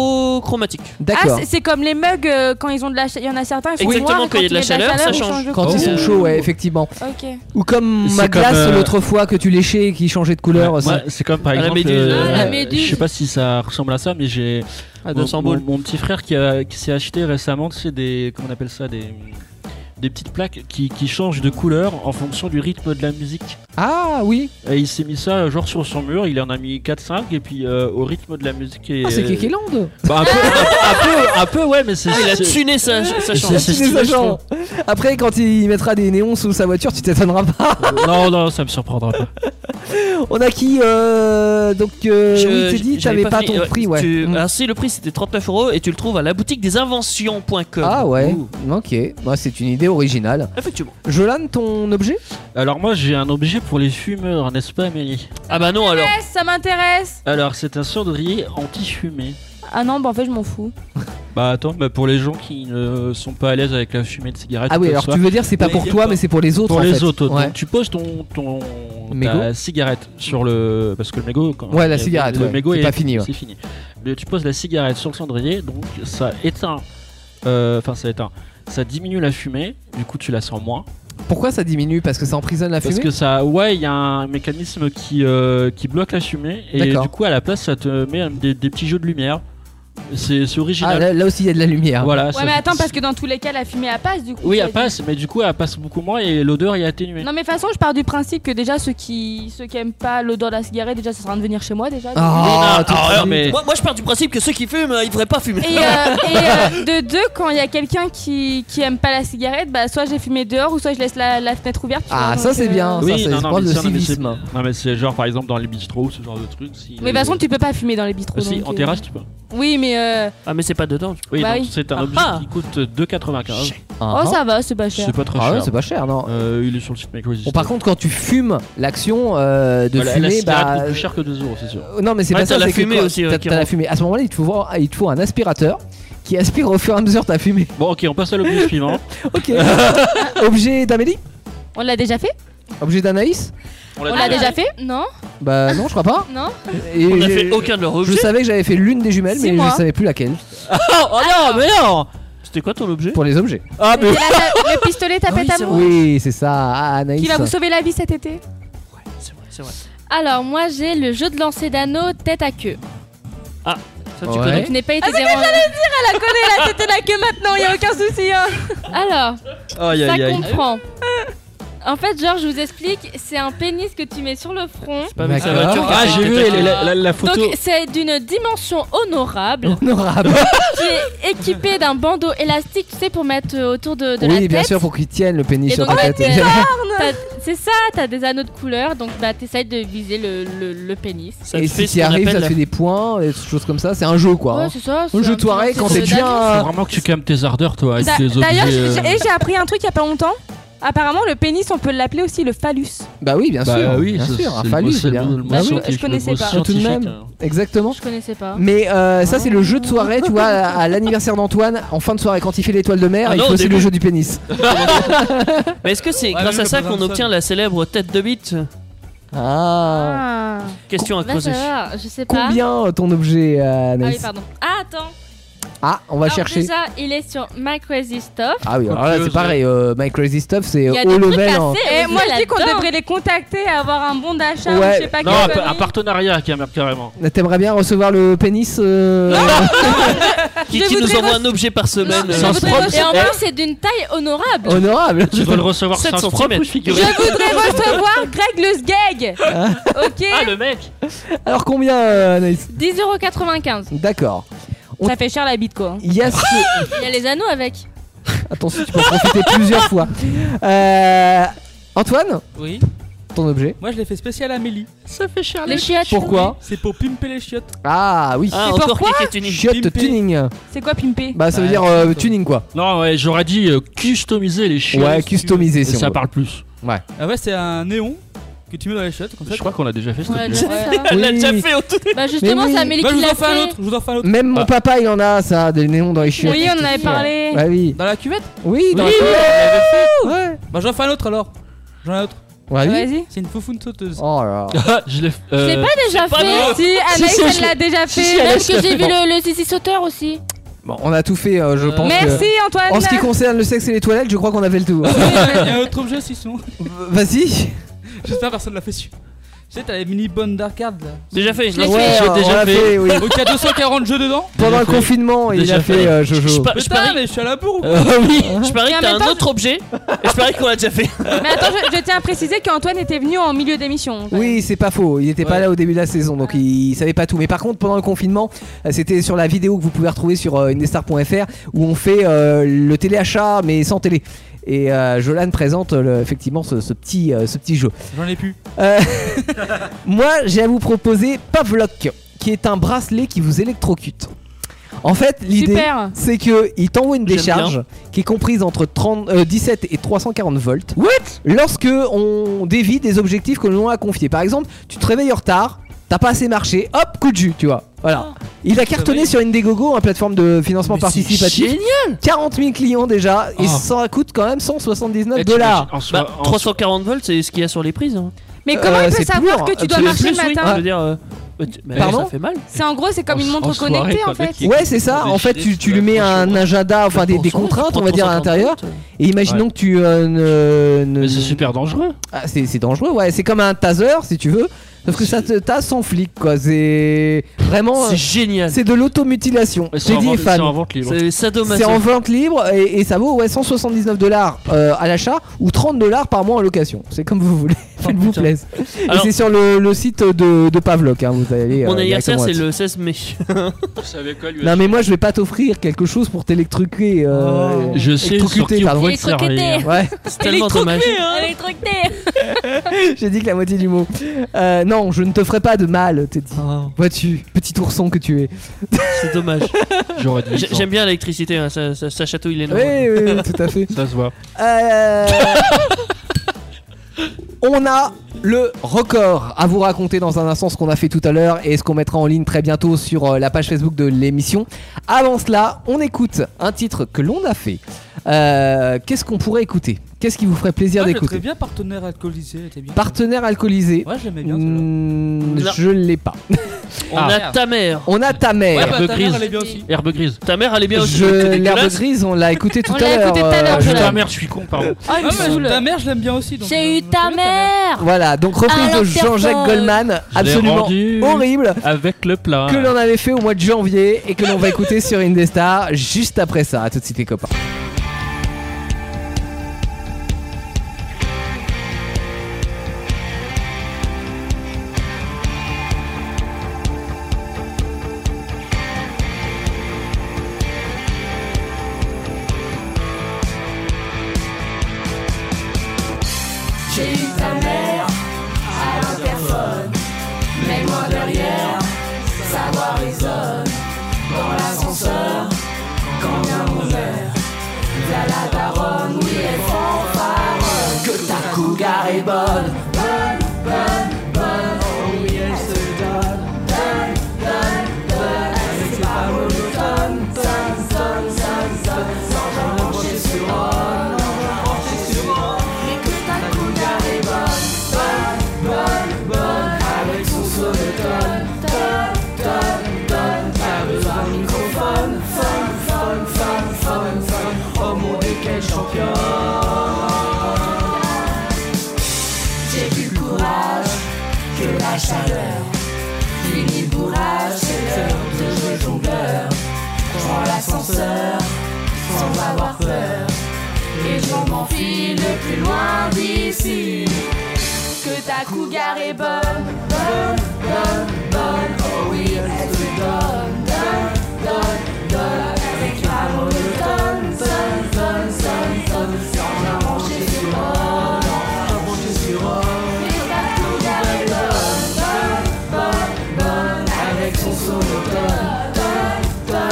Speaker 7: Hydrochromatique.
Speaker 14: Ah, c'est- c'est comme les mugs euh, quand ils ont de la cha- il y en a certains ils sont
Speaker 7: Exactement,
Speaker 14: noirs et
Speaker 7: quand il y a de la
Speaker 14: il
Speaker 7: chaleur, ça
Speaker 14: ils
Speaker 7: change.
Speaker 14: changent de
Speaker 5: Quand ils
Speaker 14: couleur.
Speaker 5: sont chauds, ouais, effectivement.
Speaker 14: Ok.
Speaker 5: Ou comme
Speaker 8: C'est
Speaker 5: ma
Speaker 8: comme,
Speaker 5: glace
Speaker 8: euh,
Speaker 5: l'autre fois que tu léchais et qui changeait de couleur.
Speaker 8: Ouais,
Speaker 5: aussi.
Speaker 8: ouais, c'est comme par
Speaker 5: À la
Speaker 8: exemple,
Speaker 5: méduse.
Speaker 8: euh,
Speaker 5: Ah, la
Speaker 8: je
Speaker 5: méduse.
Speaker 8: sais pas si ça ressemble à ça, mais j'ai
Speaker 7: Ah,
Speaker 8: mon,
Speaker 7: 200
Speaker 8: mon-
Speaker 7: boules.
Speaker 8: mon petit frère qui, a- qui s'est acheté récemment, tu sais, des comment on appelle ça, des des petites plaques qui, qui changent de couleur en fonction du rythme de la musique.
Speaker 5: Ah oui.
Speaker 8: Et il s'est mis ça euh, genre sur son mur, il en a mis 4-5 et puis euh, au rythme de la musique. Et,
Speaker 5: Ah, c'est
Speaker 8: euh,
Speaker 5: Kékéland
Speaker 8: bah, un, peu, un, peu, un peu, ouais, mais c'est.
Speaker 7: Ah, il a
Speaker 8: c'est-
Speaker 7: tuné sa- sa chanson.
Speaker 8: c'est- c'est
Speaker 5: Tuné sa
Speaker 8: stylé, je trouve.
Speaker 5: chambre. Après, quand il mettra des néons sous sa voiture, tu t'étonneras pas.
Speaker 8: Non, non, ça me surprendra pas.
Speaker 5: On a qui euh, Donc, euh,
Speaker 7: Je-
Speaker 5: oui, Teddy,
Speaker 7: j'avais
Speaker 5: t'avais pas,
Speaker 7: fini.
Speaker 5: ton
Speaker 7: Ouais,
Speaker 5: prix, ouais. Mm.
Speaker 7: tu- Alors, si le prix c'était 39 euros et tu le trouves à la boutique des inventions.com.
Speaker 5: Ah ouais, ok. Bah, c'est une idée originale.
Speaker 7: Effectivement.
Speaker 5: Jolane, ton objet
Speaker 8: Alors moi j'ai un objet pour les fumeurs, n'est-ce pas Amélie
Speaker 7: Ah bah non alors.
Speaker 14: Eh, ça m'intéresse
Speaker 8: Alors c'est un cendrier anti-fumée.
Speaker 14: ah non bah en fait je m'en fous
Speaker 8: Bah attends, bah pour les gens qui ne sont pas à l'aise avec la fumée de cigarette.
Speaker 5: Ah oui,
Speaker 8: que
Speaker 5: alors
Speaker 8: ce
Speaker 5: tu
Speaker 8: soit-
Speaker 5: veux dire c'est pas pour toi, mais c'est pour les autres.
Speaker 8: Pour
Speaker 5: en
Speaker 8: les
Speaker 5: fait.
Speaker 8: autres.
Speaker 5: Ouais.
Speaker 8: Donc tu poses ton ton
Speaker 5: Mégot.
Speaker 8: ta cigarette sur le parce que le mégot. Quand
Speaker 5: Ouais, la
Speaker 8: il y a-
Speaker 5: cigarette,
Speaker 8: Le
Speaker 5: ouais.
Speaker 8: mégot
Speaker 5: C'est
Speaker 8: est
Speaker 5: pas fini, ouais.
Speaker 8: C'est fini. Mais tu poses la cigarette sur le cendrier, donc ça éteint. euh, Enfin ça éteint. Ça diminue la fumée. Du coup tu la sens moins.
Speaker 5: Pourquoi ça diminue Parce que ça emprisonne la
Speaker 8: Parce
Speaker 5: fumée
Speaker 8: que ça, ouais, il y a un mécanisme qui, euh, qui bloque la fumée et
Speaker 5: D'accord.
Speaker 8: du coup à la place ça te met un- des, des petits jeux de lumière. C'est c'est original.
Speaker 5: Ah, là, là aussi il y a de la lumière.
Speaker 8: Voilà. Ah, ça-
Speaker 14: ouais mais attends parce que dans tous les cas la fumée elle passe du coup
Speaker 8: Oui,
Speaker 14: j'ai
Speaker 8: elle
Speaker 14: dit.
Speaker 8: passe, mais du coup elle passe beaucoup moins et l'odeur est atténuée.
Speaker 14: non mais de toute façon je pars du principe que déjà ceux qui ceux qui aiment pas l'odeur de la cigarette déjà ça sera de venir chez moi déjà
Speaker 7: Ah,
Speaker 8: t'es
Speaker 7: ah,
Speaker 8: trop
Speaker 7: alors,
Speaker 8: mais-
Speaker 7: moi, moi, je pars du principe que ceux qui fument, euh, ils devraient pas fumer.
Speaker 14: Et, euh, et, euh, de deux, quand il y a quelqu'un qui, qui aime pas la cigarette, bah soit j'ai fumé dehors ou soit je laisse la, la fenêtre ouverte. tu
Speaker 8: Ah,
Speaker 14: vois, donc, euh,
Speaker 5: Ah, ça, c'est- c'est pas
Speaker 8: mais
Speaker 5: de
Speaker 8: ça, non, mais c'est-
Speaker 5: civisme.
Speaker 8: Non, mais c'est genre par exemple dans les bistrots, ce genre de truc. Si
Speaker 14: Mais de toute façon, tu peux pas fumer dans les bistrots.
Speaker 8: Ah, si,
Speaker 14: donc,
Speaker 8: en
Speaker 14: euh,
Speaker 8: terrasse, tu peux.
Speaker 14: Oui, mais. euh,
Speaker 7: Ah, mais c'est pas dedans.
Speaker 8: Oui,
Speaker 14: Bah
Speaker 8: donc
Speaker 14: oui.
Speaker 8: c'est un
Speaker 14: Ah,
Speaker 8: objet
Speaker 14: ah.
Speaker 8: qui coûte 2,95.
Speaker 5: Ah,
Speaker 14: Oh, ça va, c'est pas cher.
Speaker 8: C'est pas très
Speaker 5: Ah
Speaker 8: cher.
Speaker 5: ouais, c'est pas cher, non.
Speaker 8: Euh, il est sur le site Micro
Speaker 5: Bon, par contre, quand tu fumes, l'action euh, de
Speaker 8: la, la
Speaker 5: fumer,
Speaker 8: cigarette
Speaker 5: bah.
Speaker 8: coûte plus cher que 2 euros, c'est sûr.
Speaker 5: Euh, Non, mais c'est
Speaker 7: Ouais,
Speaker 5: pas
Speaker 7: t'as
Speaker 5: ça.
Speaker 7: la
Speaker 5: c'est que
Speaker 7: fumée
Speaker 5: quand-
Speaker 7: aussi, ouais,
Speaker 5: T'as
Speaker 7: qui
Speaker 5: t'as la
Speaker 7: rentre.
Speaker 5: fumée. À ce moment-là, il te faut voir- il te faut un aspirateur qui aspire au fur et à mesure ta fumée.
Speaker 8: Bon, ok, on passe à l'objet suivant.
Speaker 5: Ok. Objet d'Amélie
Speaker 14: On l'a déjà fait
Speaker 5: Objet d'Anaïs
Speaker 14: On l'a déjà fait Non
Speaker 5: Bah non, je crois pas.
Speaker 14: Non
Speaker 5: Et
Speaker 7: On a
Speaker 5: j'ai-
Speaker 7: fait aucun de leurs
Speaker 5: Je
Speaker 7: objets.
Speaker 5: savais que j'avais fait l'une des jumelles,
Speaker 7: C'est
Speaker 5: mais
Speaker 7: moi.
Speaker 5: je savais plus laquelle.
Speaker 7: oh non, mais non C'était quoi ton objet
Speaker 5: Pour les objets.
Speaker 7: Ah,
Speaker 14: C'était la- la- le pistolet tapette à amour
Speaker 5: Ah Oui, c'est ça, ah, Anaïs.
Speaker 14: qui va vous sauver la vie cet été.
Speaker 7: C'est vrai.
Speaker 16: Alors, moi, j'ai le jeu de lancer d'anneau tête à queue.
Speaker 7: Ah, ça tu
Speaker 5: Ouais.
Speaker 7: connais
Speaker 16: Je n'ai pas été
Speaker 14: Ah, c'est ce que
Speaker 16: dérangée.
Speaker 14: j'allais dire, elle la connaît la tête à la queue maintenant, y a aucun souci. Hein.
Speaker 16: Alors,
Speaker 8: Aïe, aïe,
Speaker 16: ça
Speaker 8: aïe.
Speaker 16: comprend. En fait, genre, je vous explique, c'est un pénis que tu mets sur le front.
Speaker 8: pas avec sa D'accord. voiture qu'elle Ah, fait j'ai une vu, tête à elle- queue. la- la- la photo.
Speaker 16: Donc, c'est d'une dimension honorable.
Speaker 5: Honorable.
Speaker 16: qui est équipé d'un bandeau élastique, tu sais, pour mettre euh, autour de, de la
Speaker 5: Oui,
Speaker 16: tête.
Speaker 5: bien sûr, pour qu'il tienne le pénis
Speaker 16: Et
Speaker 5: sur
Speaker 16: donc,
Speaker 5: ta tête.
Speaker 16: t'as- t'as- C'est ça, t'as des anneaux de couleur, donc bah t'essayes de viser le, le, le pénis.
Speaker 5: Et si tu arrives, ça te fait des points, et des choses comme ça. C'est un jeu, quoi.
Speaker 16: Ouais,
Speaker 5: hein.
Speaker 16: c'est
Speaker 14: Oh,
Speaker 16: ça, c'est
Speaker 5: Un jeu
Speaker 16: un
Speaker 5: Touareg,
Speaker 16: petit
Speaker 5: quand
Speaker 16: jeu
Speaker 5: t'es bien.
Speaker 8: Faut vraiment que tu calmes tes ardeurs,
Speaker 5: Ah,
Speaker 8: toi, avec
Speaker 14: D'a-
Speaker 8: tes objets.
Speaker 14: D'ailleurs, j'ai-
Speaker 8: euh,
Speaker 14: j'ai et j'ai appris un truc il y a pas longtemps. Apparemment, le pénis, on peut l'appeler aussi le phallus.
Speaker 5: Bah oui, bien
Speaker 8: Bah
Speaker 5: sûr.
Speaker 8: oui,
Speaker 5: bien
Speaker 8: ça,
Speaker 5: sûr, un
Speaker 8: c'est le
Speaker 5: phallus,
Speaker 8: mot- c'est le
Speaker 5: bien.
Speaker 8: mot- le mot
Speaker 5: Bah oui.
Speaker 8: scientifique, Je connaissais le mot pas.
Speaker 5: Tout de même,
Speaker 8: scientifique,
Speaker 5: exactement.
Speaker 16: Je connaissais pas.
Speaker 5: Mais euh, ça, c'est le jeu de soirée, tu vois, à à l'anniversaire d'Antoine, en fin de soirée, quand il fait l'étoile de mer,
Speaker 7: Ah
Speaker 5: il
Speaker 7: non,
Speaker 5: fait
Speaker 7: au
Speaker 5: aussi
Speaker 7: début.
Speaker 5: le jeu du pénis.
Speaker 7: Mais est-ce que c'est grâce
Speaker 5: mais
Speaker 7: à
Speaker 5: le
Speaker 7: ça qu'on
Speaker 5: Parkinson.
Speaker 7: obtient la célèbre tête de bite
Speaker 5: Ah.
Speaker 16: Ah.
Speaker 7: Question à
Speaker 14: Bah,
Speaker 16: Va
Speaker 7: creuser.
Speaker 16: savoir, je sais pas.
Speaker 5: Combien euh, ton objet, euh,
Speaker 16: Ah oui,
Speaker 5: Anaïs
Speaker 16: pardon. Ah, attends.
Speaker 5: Ah, on va
Speaker 16: Alors,
Speaker 5: chercher.
Speaker 16: Déjà, il est sur My Crazy Stuff.
Speaker 5: Ah oui, alors là, c'est pareil, euh, My Crazy Stuff, c'est
Speaker 16: Il y a
Speaker 5: haut
Speaker 16: des trucs
Speaker 5: level.
Speaker 16: assez
Speaker 5: hein.
Speaker 14: Et moi, je dis qu'on
Speaker 16: là-dedans.
Speaker 14: devrait les contacter et avoir un bon d'achat ou
Speaker 5: Ouais.
Speaker 14: je sais pas quelle
Speaker 8: Non, un,
Speaker 14: connerie.
Speaker 8: pa- un partenariat, Camer, carrément.
Speaker 5: Euh, T'aimerais bien recevoir le pénis euh,
Speaker 7: Qui,
Speaker 16: Je
Speaker 7: qui nous
Speaker 16: voudrais
Speaker 7: envoie
Speaker 16: re-
Speaker 7: un objet par semaine
Speaker 16: Non,
Speaker 7: euh, Eh,
Speaker 16: je voudrais re- Et en plus, c'est d'une taille honorable.
Speaker 5: honorable
Speaker 8: Tu dois le recevoir
Speaker 7: 7
Speaker 8: sans
Speaker 7: centimètres.
Speaker 8: propre
Speaker 14: Je
Speaker 8: figuré.
Speaker 14: voudrais recevoir Greg le Sgeg. Ok.
Speaker 7: Ah, le mec
Speaker 5: Alors combien, euh, Anaïs
Speaker 16: 10,95€.
Speaker 5: D'accord. On-
Speaker 14: Ça fait cher la bite quoi. hein.
Speaker 5: Il y a ce-
Speaker 16: Il y a les anneaux avec.
Speaker 5: Attention, tu peux en profiter plusieurs fois. Euh, Antoine
Speaker 9: Oui.
Speaker 5: Ton objet
Speaker 9: Moi je l'ai fait spécial à Amélie. Ça fait cher
Speaker 16: Les chiottes.
Speaker 5: Pourquoi
Speaker 9: C'est pour pimper les chiottes.
Speaker 5: Ah oui.
Speaker 9: Ah, Et encore pourquoi quelques tunings.
Speaker 5: Chiottes
Speaker 9: Pimpé.
Speaker 5: tuning.
Speaker 14: C'est quoi pimper
Speaker 5: Bah ça veut
Speaker 8: Ouais,
Speaker 5: dire euh, tuning quoi.
Speaker 8: Non, ouais, j'aurais dit euh, customiser les chiottes.
Speaker 5: Ouais, customiser, si
Speaker 8: Et
Speaker 5: on
Speaker 8: Ça
Speaker 5: veut.
Speaker 8: parle plus.
Speaker 5: Ouais.
Speaker 9: Ah ouais, c'est un néon que que tu mets dans les chiottes. Comme ça,
Speaker 8: Je crois qu'on a déjà fait cette
Speaker 9: Ouais,
Speaker 8: pub.
Speaker 9: déjà fait ça. Elle l'a déjà fait au tout début.
Speaker 14: Bah justement,
Speaker 9: Mais oui.
Speaker 14: c'est Amélie
Speaker 9: Bah, je
Speaker 14: qui
Speaker 9: vous en
Speaker 14: l'a
Speaker 9: fais un
Speaker 14: fait.
Speaker 9: autre, je vous en fais un autre.
Speaker 5: Même mon papa, il en a ça, des néons dans les chiottes.
Speaker 14: Oui, on en avait parlé.
Speaker 5: Bah oui.
Speaker 9: Dans la cuvette
Speaker 5: Oui, dans la
Speaker 9: Oui, oui,
Speaker 5: cuvette.
Speaker 9: on l'avait fait.
Speaker 5: Ouais.
Speaker 9: Bah j'en fais un autre alors. J'en ai un autre.
Speaker 5: Vas-y.
Speaker 9: C'est une foufoune sauteuse.
Speaker 5: Oh là.
Speaker 8: Je l'ai.
Speaker 9: euh,
Speaker 14: Je l'ai pas déjà fait. Si, Anaïs, elle l'a déjà fait. Même que j'ai vu le, le sissi sauteur aussi.
Speaker 5: Bon, on a tout fait, euh, je pense.
Speaker 14: Merci,
Speaker 5: que-
Speaker 14: Antoine.
Speaker 5: En ce qui concerne le sexe et les toilettes, je crois qu'on avait le tout.
Speaker 9: Il y a un autre objet aussi sinon.
Speaker 5: Vas-y.
Speaker 9: J'espère que personne l'a fait su. Tu sais, t'as les mini bonnes d'arcade là.
Speaker 7: Déjà fait, je l'ai
Speaker 5: Ouais,
Speaker 7: fait,
Speaker 5: on
Speaker 7: j'ai déjà
Speaker 5: l'a fait,
Speaker 7: fait.
Speaker 5: oui.
Speaker 9: Donc il y a 240 jeux dedans.
Speaker 5: Pendant le confinement, il
Speaker 7: Déjà
Speaker 5: a fait euh, Jojo.
Speaker 7: Je, pa- je
Speaker 9: Putain,
Speaker 7: parie.
Speaker 9: mais je suis à la bourre ou
Speaker 7: Euh,
Speaker 9: quoi
Speaker 7: oui, je parie
Speaker 14: Mais en
Speaker 7: que t'as
Speaker 14: même
Speaker 7: un
Speaker 14: temps,
Speaker 7: autre objet. Et je parie qu'on l'a déjà fait.
Speaker 14: Mais attends, je, je tiens à préciser qu'Antoine était venu en milieu d'émission.
Speaker 5: Oui, c'est pas faux. Il était pas là au début de la saison, donc il savait pas tout. Mais par contre, pendant le confinement, euh, c'était sur la vidéo que vous pouvez retrouver sur euh, indestar.fr où on fait euh, le téléachat mais sans télé. Et euh, Jolan présente euh, le- effectivement ce, ce petit, euh, ce petit jeu.
Speaker 9: J'en ai plus.
Speaker 5: Euh, moi, j'ai à vous proposer Pavlok, qui est un bracelet qui vous électrocute. En fait, l'idée,
Speaker 14: Super.
Speaker 5: c'est que il t'envoie une
Speaker 14: J'aime
Speaker 5: décharge
Speaker 14: bien.
Speaker 5: qui est comprise entre 30, euh, 17 et 340 volts. What Lorsque on dévie des objectifs que l'on a confiés. Par exemple, tu te réveilles en retard, t'as pas assez marché, hop, coup de jus, tu vois. Voilà. Il a cartonné sur Indiegogo, une plateforme de financement participatif.
Speaker 7: génial
Speaker 5: 40 000 clients déjà, et ça coûte quand même 179 dollars.
Speaker 7: Bah, 340 volts, c'est ce qu'il y a sur les prises. hein.
Speaker 14: Mais comment
Speaker 5: Euh,
Speaker 14: il peut
Speaker 5: c'est
Speaker 14: savoir
Speaker 5: pour,
Speaker 14: que tu
Speaker 5: euh,
Speaker 14: dois
Speaker 5: c'est
Speaker 14: marcher
Speaker 5: plus,
Speaker 14: le
Speaker 5: oui.
Speaker 14: matin
Speaker 7: Je veux dire, euh, bah, tu- bah,
Speaker 5: Pardon
Speaker 7: ça fait mal.
Speaker 14: C'est en gros, c'est comme une montre
Speaker 7: en soirée,
Speaker 14: connectée
Speaker 7: quoi,
Speaker 14: en fait.
Speaker 5: Ouais, c'est ça. En fait, tu, tu lui mets un agenda, enfin des, des contraintes, on va dire, à l'intérieur. Et imaginons que tu euh, ne. Mais c'est
Speaker 8: super dangereux.
Speaker 5: c'est c'est dangereux, ouais. C'est comme un taser, si tu veux. Sauf que ça te tasse sans flic, quoi. C'est vraiment.
Speaker 7: C'est
Speaker 5: euh,
Speaker 7: génial.
Speaker 5: C'est de l'automutilation.
Speaker 7: c'est
Speaker 5: J'ai
Speaker 7: en
Speaker 5: dit,
Speaker 7: vente-
Speaker 5: fan.
Speaker 7: c'est en vente libre. C'est sadomaso.
Speaker 5: C'est en vente libre et, et ça vaut ouais, 179 dollars euh, à l'achat ou 30 dollars par mois en location. C'est comme vous voulez.
Speaker 7: Oh,
Speaker 5: Faites-vous plaisir. Et
Speaker 7: Alors-
Speaker 5: c'est sur le, le site de, de Pavlok. hein, vous allez. euh,
Speaker 7: Mon anniversaire,
Speaker 5: directement
Speaker 7: c'est
Speaker 5: là-dessus.
Speaker 7: le 16 mai.
Speaker 5: Non mais moi je vais pas t'offrir quelque chose pour t'électrocuter. euh,
Speaker 7: Je sais
Speaker 5: électrocuter,
Speaker 7: sur qui on
Speaker 5: pardon.
Speaker 7: pourrait se Électrocuter. servir.
Speaker 5: Ouais.
Speaker 7: C'est tellement dommage.
Speaker 14: hein.
Speaker 5: J'ai dit que la moitié du mot. Euh, non, je ne te ferai pas de mal, t'es dit. Vois-tu, petit ourson que tu es.
Speaker 7: Oh. C'est dommage.
Speaker 8: J'aurais
Speaker 5: dû le
Speaker 7: J'ai-
Speaker 5: faire.
Speaker 7: J'aime bien l'électricité, hein, ça, ça, ça chatouille les noms.
Speaker 5: Oui, oui, oui, tout à fait.
Speaker 8: Ça se voit.
Speaker 5: Euh, on a le record à vous raconter dans un instant ce qu'on a fait tout à l'heure et ce qu'on mettra en ligne très bientôt sur euh, la page Facebook de l'émission. Avant cela, on écoute un titre que l'on a fait. Euh, Qu'est-ce qu'on pourrait écouter Qu'est-ce qui vous ferait plaisir
Speaker 7: Ah,
Speaker 9: Moi, je le
Speaker 5: d'écouter
Speaker 9: trouvais Ah, bien partenaire alcoolisé, elle était bien.
Speaker 5: Partenaire alcoolisé.
Speaker 9: Ouais, j'aimais bien
Speaker 5: Hmm,
Speaker 9: Non.
Speaker 5: je l'ai pas.
Speaker 7: On a ta mère.
Speaker 5: On a ta mère.
Speaker 7: Herbe grise.
Speaker 8: Herbe grise.
Speaker 7: Ta mère, elle est bien aussi. elle était
Speaker 5: Ah, Je l'herbe
Speaker 7: dégueulasse.
Speaker 5: grise, on l'a écouté tout
Speaker 7: On
Speaker 5: à
Speaker 7: l'a
Speaker 5: l'heure.
Speaker 7: écouté tout à l'heure,
Speaker 5: euh,
Speaker 7: je l'ai.
Speaker 5: Julien.
Speaker 7: Ta mère,
Speaker 8: je suis con, pardon.
Speaker 9: Ah, mais ta mère, je l'aime bien aussi. donc,
Speaker 17: J'ai eu ta mère
Speaker 5: Voilà, donc reprise
Speaker 17: Alors,
Speaker 5: de Jean-Jacques
Speaker 17: personne.
Speaker 5: Goldman,
Speaker 8: Je l'ai
Speaker 5: absolument
Speaker 8: rendu
Speaker 5: horrible,
Speaker 8: Avec le plat.
Speaker 5: que l'on avait fait au mois de janvier et que l'on va écouter sur Indestar juste après ça. À tout de suite, les copains.
Speaker 18: J'ai eu ta mère à l'interphone, mais loin derrière, sa voix résonne dans l'ascenseur quand vient mon verre. Via la daronne, oui, elle fanfaronne que ta cougar est bonne. Bonne, bonne, bonne, oh oui, elle se donne. Donne, donne, donne, elle c'est pas monotone. Sonne, sonne, sonne, sonne, sans jamais brancher sur un, sans jamais brancher sur un. Mais que ta cougar est bonne, bonne, bonne, bonne, avec son sonotone. Tonne, tonne, tonne, pas besoin de microphone. Fun, fun, fun, fun, fun, oh mon dieu, quel champion. J'ai plus le courage que la chaleur. Fini le bourrage, c'est l'heure de jouer jongleur. Je prends l'ascenseur sans avoir peur. Et je m'enfile le plus loin d'ici. Que ta cougar est bonne, bonne, bonne, bonne. Oh oui, elle te donne, donne, donne, donne. Avec la monotone, sonne, sonne, sonne, sonne. Sans la brancher sur un, sans la brancher sur un. Que ta cougar est bonne, bonne, bonne, bonne. Avec son sonotone, donne, donne,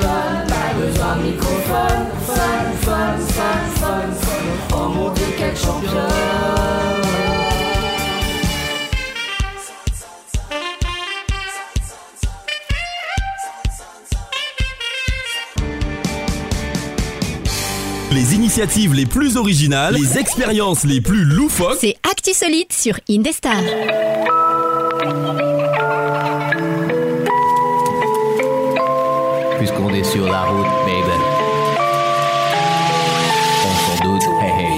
Speaker 18: donne. Pas besoin de microphone, fun, fun, fun, fun, fun. Oh mon dieu, quel champion.
Speaker 8: initiatives les plus originales, les expériences les plus loufoques.
Speaker 15: C'est Actisolite sur Indestar.
Speaker 19: puisqu'on est sur la route, baby. On s'en doute, hey hey.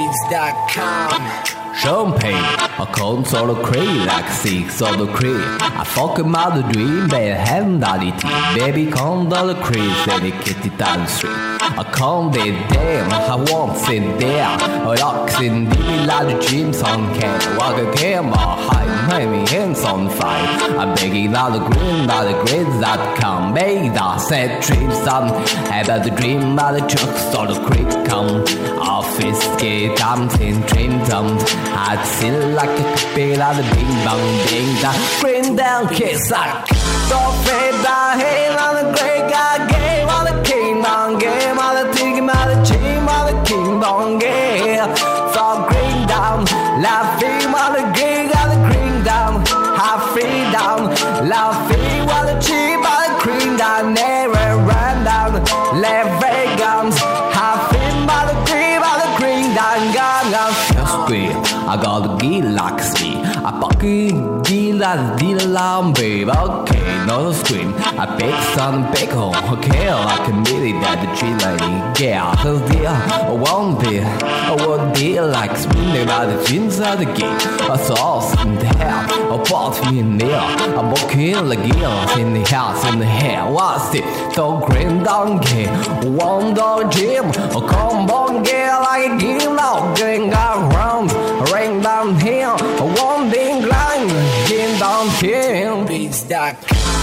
Speaker 19: Champagne, I come sort of crazy, like six sort of crazy. I fuck about the dream, baby, hand down it. Baby, come down the crazy, baby, get it down the street. I can't be damn, I won't sit there. I lock in the large dreams on can walk a camera, hide my me hands on fire. I'm begging out the green, by the grades that come, make the set trips on. About the dream, by the trucks, sort of creep come. Office skate, I'm in dream dumps. I'd feel like a big out the bing bang bing da. Green down, kiss, ah. I don't fade the hail on the great guy game on the king bong game on the king on the team on the king bong game. So green down, laughing on the green on the green down, high free down, laughing on the team on the green down, never run down, left guns, high free on the green on the green down, gun gun. Just green, I got the galaxy, I fucking dealer dealer babe, okay, not a scream. I bake some bacon, okay, I can really that the tree lady. Yeah, so dear, I won't be, I won't be like spinning by the jeans of the gate. I saw some hair, I bought me a nail. I'm walking like girls in the house in the hair. What's it? So green donkey, one dog gym, a combo girl like a game now, getting around, ring down here, one thing grind, ding dong ting, beats that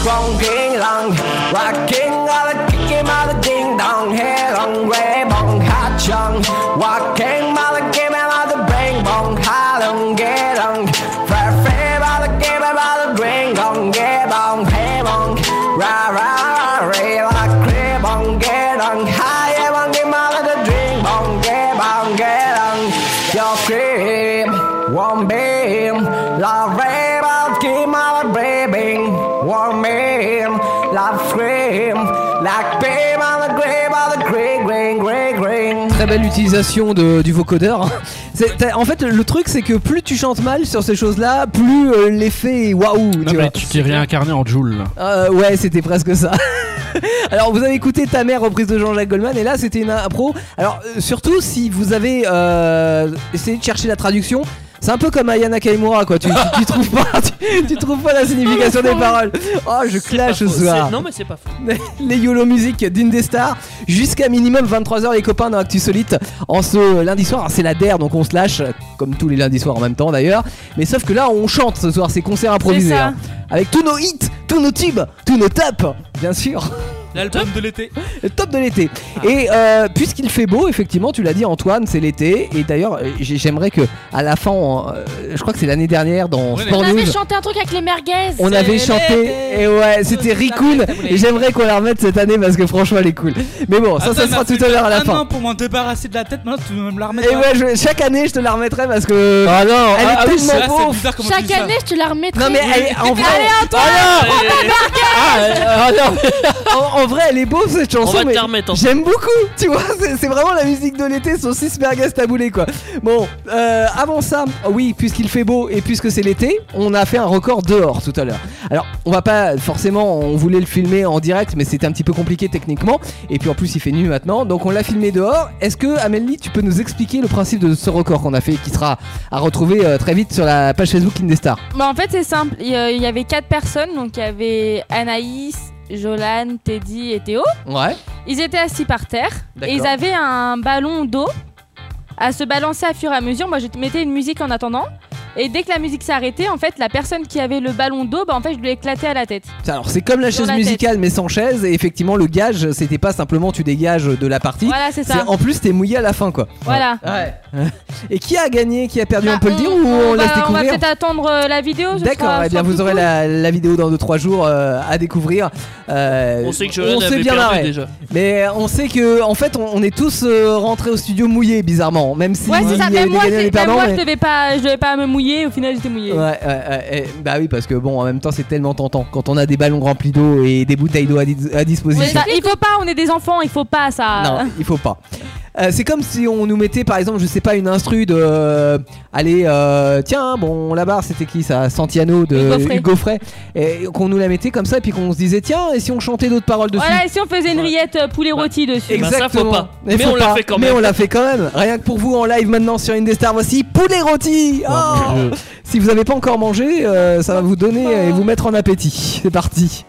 Speaker 19: wrong ding dong, rocking all the kicking all the ding dong, head on gray bong, hot chung, walking all the game and all the bang bong, hot on get on, fair fair all the game and all the bring on, get on, hey bong, ra ra ra re la crib on, get on, high yeah, bong, game all the drink bong, get on, get on, your crib, one beam, la rave out, game all the braving, one beam, la scream, like beam on the grave on the green, green, green, green.
Speaker 5: Très belle utilisation de- du vocodeur. hein. C'est- t'as- En fait, le truc, c'est que plus tu chantes mal sur ces choses-là, plus euh, l'effet est waouh.
Speaker 20: Non,
Speaker 5: tu vois.
Speaker 20: mais tu t'es réincarné en Joule. là.
Speaker 5: Euh, ouais, c'était presque ça. Alors vous avez écouté ta mère reprise de Jean-Jacques Goldman et là c'était une impro. Alors euh, surtout si vous avez euh, essayé de chercher la traduction, c'est un peu comme Ayana Kaimura quoi. Tu, tu- tu trouves pas, tu, tu trouves pas la signification
Speaker 7: Ah,
Speaker 5: des paroles. Oh je clash ce soir.
Speaker 7: Non, mais c'est pas faux.
Speaker 5: les YOLO Music d'Indestar jusqu'à minimum 23h les copains dans Actu Solite en ce lundi soir Alors, c'est la DER donc on se lâche comme tous les lundis soirs en même temps d'ailleurs mais sauf que là on chante ce soir c'est concert improvisé
Speaker 9: C'est ça.
Speaker 5: hein. avec tous nos hits tous nos tubes tous nos tops bien sûr
Speaker 9: L'album de l'été.
Speaker 5: le top de l'été.
Speaker 9: Ah.
Speaker 5: Et euh, puisqu'il fait beau, effectivement, tu l'as dit Antoine, c'est l'été. Et d'ailleurs, euh, j'ai- j'aimerais que à la fin, on, euh, je crois que c'est l'année dernière dans
Speaker 18: On
Speaker 5: Sport
Speaker 18: avait
Speaker 5: News,
Speaker 18: chanté un truc avec les merguez.
Speaker 5: on avait
Speaker 18: C'est
Speaker 5: chanté.
Speaker 9: hein.
Speaker 18: l'été.
Speaker 5: Et ouais, c'était Ricoon. Et j'aimerais qu'on la remette cette année parce que franchement, elle est cool. Mais bon, Oh, ça, ça
Speaker 9: Attends,
Speaker 5: sera
Speaker 9: il Ah, m'a
Speaker 5: tout à
Speaker 9: fait
Speaker 5: l'heure à la
Speaker 9: un an
Speaker 5: fin.
Speaker 9: pour m'en débarrasser de la tête, maintenant tu veux me la remettre.
Speaker 5: Et ouais, je- chaque année, je te la remettrai parce que. Ah non, elle est
Speaker 9: ah oui,
Speaker 5: tellement
Speaker 9: ça, c'est
Speaker 5: beau.
Speaker 9: bizarre comment
Speaker 18: Chaque année, je te la remettrai.
Speaker 5: Non mais elle, en vrai,
Speaker 18: Allez, Antoine,
Speaker 5: Ah non
Speaker 18: prends ta merguez.
Speaker 5: Ah, euh, ah non, mais- en, en vrai, elle est beau cette chanson.
Speaker 7: On va te
Speaker 5: mais
Speaker 7: la remettre, Antoine.
Speaker 5: J'aime beaucoup. Tu vois, c'est c'est vraiment la musique de l'été, son 6 merguez taboulé quoi. Bon, euh, avant ça, oui, puisqu'il fait beau et puisque c'est l'été, on a fait un record dehors tout à l'heure. Alors, on va pas forcément, on voulait le filmer en direct, mais c'était un petit peu compliqué techniquement. Et puis en plus, il fait nuit maintenant, donc on l'a filmé dehors. Est-ce que Amélie, tu peux nous expliquer le principe de ce record qu'on a fait, qui sera à retrouver euh, très vite sur la page Facebook Indestar
Speaker 14: Bah, en fait, c'est simple. Il y a- il y avait quatre personnes. Donc, il y avait Anaïs, Jolan, Teddy et Théo.
Speaker 5: Ouais.
Speaker 14: Ils étaient assis par terre.
Speaker 5: D'accord.
Speaker 14: Et ils avaient un ballon d'eau à se balancer à fur et à mesure. Moi, je mettais une musique en attendant. Et dès que la musique s'arrêtait, en fait, la personne qui avait le ballon d'eau, bah, en fait, je lui éclatais à la tête.
Speaker 5: Alors c'est comme la
Speaker 14: Sur
Speaker 5: chaise
Speaker 14: la tête.
Speaker 5: musicale mais sans chaise et effectivement le gage c'était pas simplement tu dégages de la partie.
Speaker 14: Voilà, c'est ça.
Speaker 5: En plus t'es mouillé à la fin quoi.
Speaker 14: Voilà.
Speaker 5: Et qui a gagné, qui a perdu on peut le dire ou on,
Speaker 14: va, Bah,
Speaker 5: laisse
Speaker 14: on va
Speaker 5: découvrir
Speaker 14: peut-être attendre euh, la vidéo. ce
Speaker 5: D'accord,
Speaker 14: sera-
Speaker 5: eh bien
Speaker 14: sera
Speaker 5: vous
Speaker 14: plus
Speaker 5: aurez
Speaker 14: cool.
Speaker 5: la, la vidéo dans 2-3 jours euh, à découvrir. Euh,
Speaker 7: On sait que Jolan
Speaker 5: s'est
Speaker 7: avait
Speaker 5: bien
Speaker 7: perdu
Speaker 5: marré.
Speaker 7: déjà.
Speaker 5: Mais on sait que en fait on, on est tous euh, rentrés au studio mouillés bizarrement, même si
Speaker 14: Ouais,
Speaker 5: il
Speaker 14: c'est
Speaker 5: y
Speaker 14: ça.
Speaker 5: a
Speaker 14: Même
Speaker 5: des
Speaker 14: moi,
Speaker 5: gagnants et
Speaker 14: c'est-
Speaker 5: des
Speaker 14: même
Speaker 5: perdants,
Speaker 14: moi,
Speaker 5: mais-
Speaker 14: je devais pas, je devais pas me mouiller. Au final, j'étais mouillée.
Speaker 5: Ouais, ouais, ouais, et- bah oui, parce que bon, en même temps, c'est tellement tentant quand on a des ballons remplis d'eau et des bouteilles d'eau à, dis- à
Speaker 14: Ouais,
Speaker 5: disposition.
Speaker 14: Ah. ça- il faut pas, on est des enfants, il faut pas ça.
Speaker 5: Non, il faut pas.
Speaker 18: Euh, c'est comme si on nous mettait par exemple, je sais pas, une instru de. euh, allez, euh, tiens, bon, la barre c'était qui ça Santiano de
Speaker 5: Hugo Frey.
Speaker 18: Hugo Frey. Et qu'on nous la mettait comme ça, et puis qu'on se disait, tiens, et si on chantait d'autres paroles dessus
Speaker 5: Voilà, et si on faisait une rillette euh, poulet rôti
Speaker 14: Eh
Speaker 5: dessus
Speaker 14: ben,
Speaker 18: Exactement.
Speaker 5: Mais
Speaker 18: faut
Speaker 5: on l'a
Speaker 18: pas.
Speaker 5: fait quand
Speaker 18: Mais
Speaker 5: même.
Speaker 18: on l'a fait quand même. Rien que pour vous en live maintenant sur Indestar, voici poulet rôti. Oh
Speaker 8: mon Dieu.
Speaker 18: si vous n'avez pas encore mangé, euh, ça va vous donner et vous mettre en appétit. C'est parti.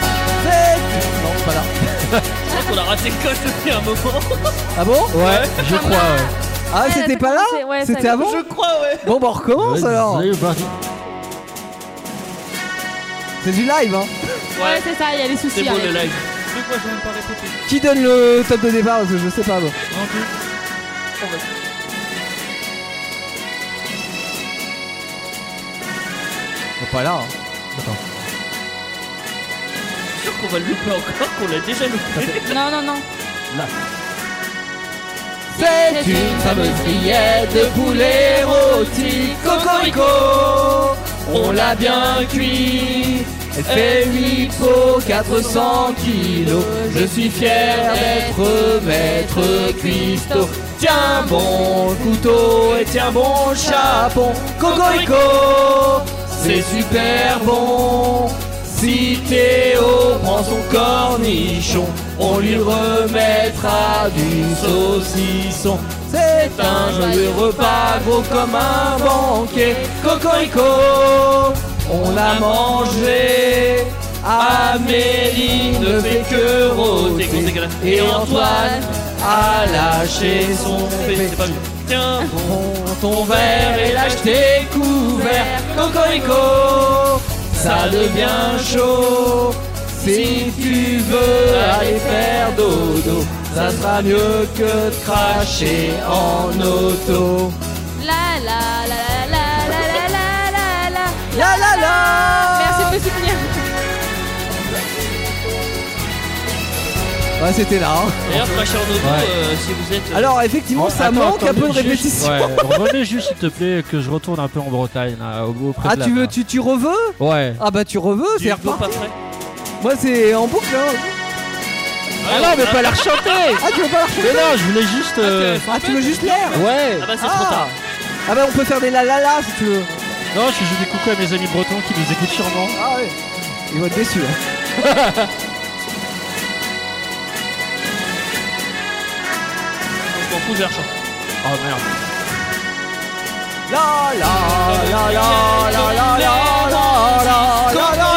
Speaker 18: Non, c'est pas là.
Speaker 7: C'est qu'on a raté coche depuis un moment.
Speaker 18: Ah bon
Speaker 7: Ouais, je crois, ouais.
Speaker 18: Ah,
Speaker 7: Ouais,
Speaker 18: c'était
Speaker 7: ça
Speaker 18: pas là
Speaker 7: commençait, ouais, ça
Speaker 18: C'était avant
Speaker 7: Je crois, ouais.
Speaker 18: Bon, bah, on recommence
Speaker 7: Ouais,
Speaker 18: alors. C'est du live, hein.
Speaker 5: Ouais, c'est ça, il y a les soucis.
Speaker 7: C'est bon
Speaker 5: arrête.
Speaker 7: le live.
Speaker 9: C'est quoi, j'ai même pas répété.
Speaker 18: Qui donne le top de départ Parce que je sais pas. moi.
Speaker 21: Oh,
Speaker 18: Bon, pas là. hein. Attends.
Speaker 7: Je suis sûr qu'on va le louper encore, qu'on l'a déjà loupé.
Speaker 5: Non, non, non.
Speaker 7: Là.
Speaker 5: C'est
Speaker 7: une fameuse
Speaker 5: rillette de poulet rôti
Speaker 18: cocorico.
Speaker 5: On l'a bien
Speaker 7: cuit.
Speaker 18: Elle fait 8 pots, 400 kilos. Je suis fier d'être maître cuistot. Tiens bon le couteau et tiens bon le chapon. Cocorico, c'est super bon. Si Théo prend son cornichon, on lui remettra du saucisson. C'est un joyeux repas gros comme un banquet. Cocorico, on a mangé. Amélie ne fait que rôter. Et Antoine a lâché son fait. Tiens,
Speaker 7: Ah.
Speaker 18: ton verre et lâche tes couverts. Cocorico, ça devient chaud. Si tu veux aller faire dodo, ça sera mieux que de cracher en auto.
Speaker 5: La la la la la la la la la
Speaker 18: La la la
Speaker 5: Merci de me soutenir.
Speaker 18: Ouais, c'était là. hein.
Speaker 7: D'ailleurs, Crash en auto,
Speaker 8: Ouais.
Speaker 7: euh, si vous êtes.
Speaker 18: Alors, effectivement, ça
Speaker 8: Attends,
Speaker 18: manque un
Speaker 8: attendez
Speaker 18: peu de
Speaker 8: juste-
Speaker 18: répétition.
Speaker 8: ouais, revenez juste s'il te plaît que je retourne un peu en Bretagne là, au, auprès
Speaker 18: Ah,
Speaker 8: de la
Speaker 18: tu veux,
Speaker 8: mer.
Speaker 18: tu, tu reveux
Speaker 8: Ouais.
Speaker 18: Ah, bah, tu reveux, c'est reparti.
Speaker 7: prêt.
Speaker 18: Moi, c'est en boucle, hein.
Speaker 8: Ah non, mais pas la rechanter
Speaker 18: Ah, tu veux pas la rechanter
Speaker 8: Mais non, je voulais juste. euh,
Speaker 18: Ah, tu veux juste l'air
Speaker 8: Ouais. Ah bah, c'est trop tard.
Speaker 18: Ah bah, on peut faire des la la la si tu veux.
Speaker 8: Non, je joue des coucou à mes amis bretons qui nous écoutent sûrement.
Speaker 18: Ah ouais. Ils vont être déçus. hein.
Speaker 7: On s'en fout, je la rechante.
Speaker 8: Oh merde.
Speaker 18: La la la la la la la la la la la la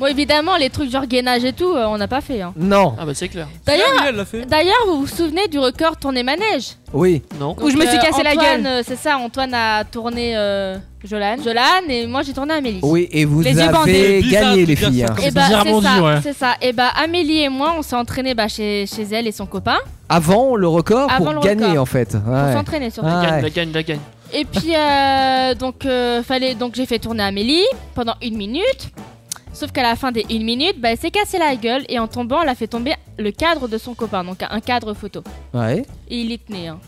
Speaker 14: Bon, évidemment, les trucs genre gainage et tout, euh, on n'a pas fait, hein.
Speaker 5: Non.
Speaker 7: Ah bah c'est clair.
Speaker 14: D'ailleurs,
Speaker 5: Hmm.
Speaker 14: d'ailleurs, vous vous souvenez du record tourné manège
Speaker 5: Oui.
Speaker 7: Non.
Speaker 14: Donc, euh, Antoine, euh, c'est ça, Antoine a tourné euh, Jolane. Jolane, et moi j'ai tourné Amélie.
Speaker 5: Oui, et vous
Speaker 14: Les yeux
Speaker 5: avez
Speaker 14: bandés.
Speaker 5: gagné, les
Speaker 7: hein.
Speaker 5: filles. hein.
Speaker 14: Et bah, c'est ça, c'est ça. Et bah, Amélie et moi, on s'est entraînés bah, chez, chez elle et son copain.
Speaker 5: Avant le record
Speaker 14: Avant
Speaker 5: pour
Speaker 14: le
Speaker 5: gagner,
Speaker 14: record.
Speaker 5: en fait.
Speaker 14: Pour
Speaker 5: Ouais.
Speaker 14: s'entraîner, surtout.
Speaker 5: Ah,
Speaker 7: gagne,
Speaker 5: ouais.
Speaker 7: la gagne, la gagne.
Speaker 14: Et puis, euh, donc, euh, fallait, donc j'ai fait tourner Amélie pendant une minute. Sauf qu'à la fin des une minute, bah, elle s'est cassée la gueule et en tombant, elle a fait tomber le cadre de son copain, donc un cadre photo.
Speaker 5: Ouais.
Speaker 14: Et il y tenait. hein.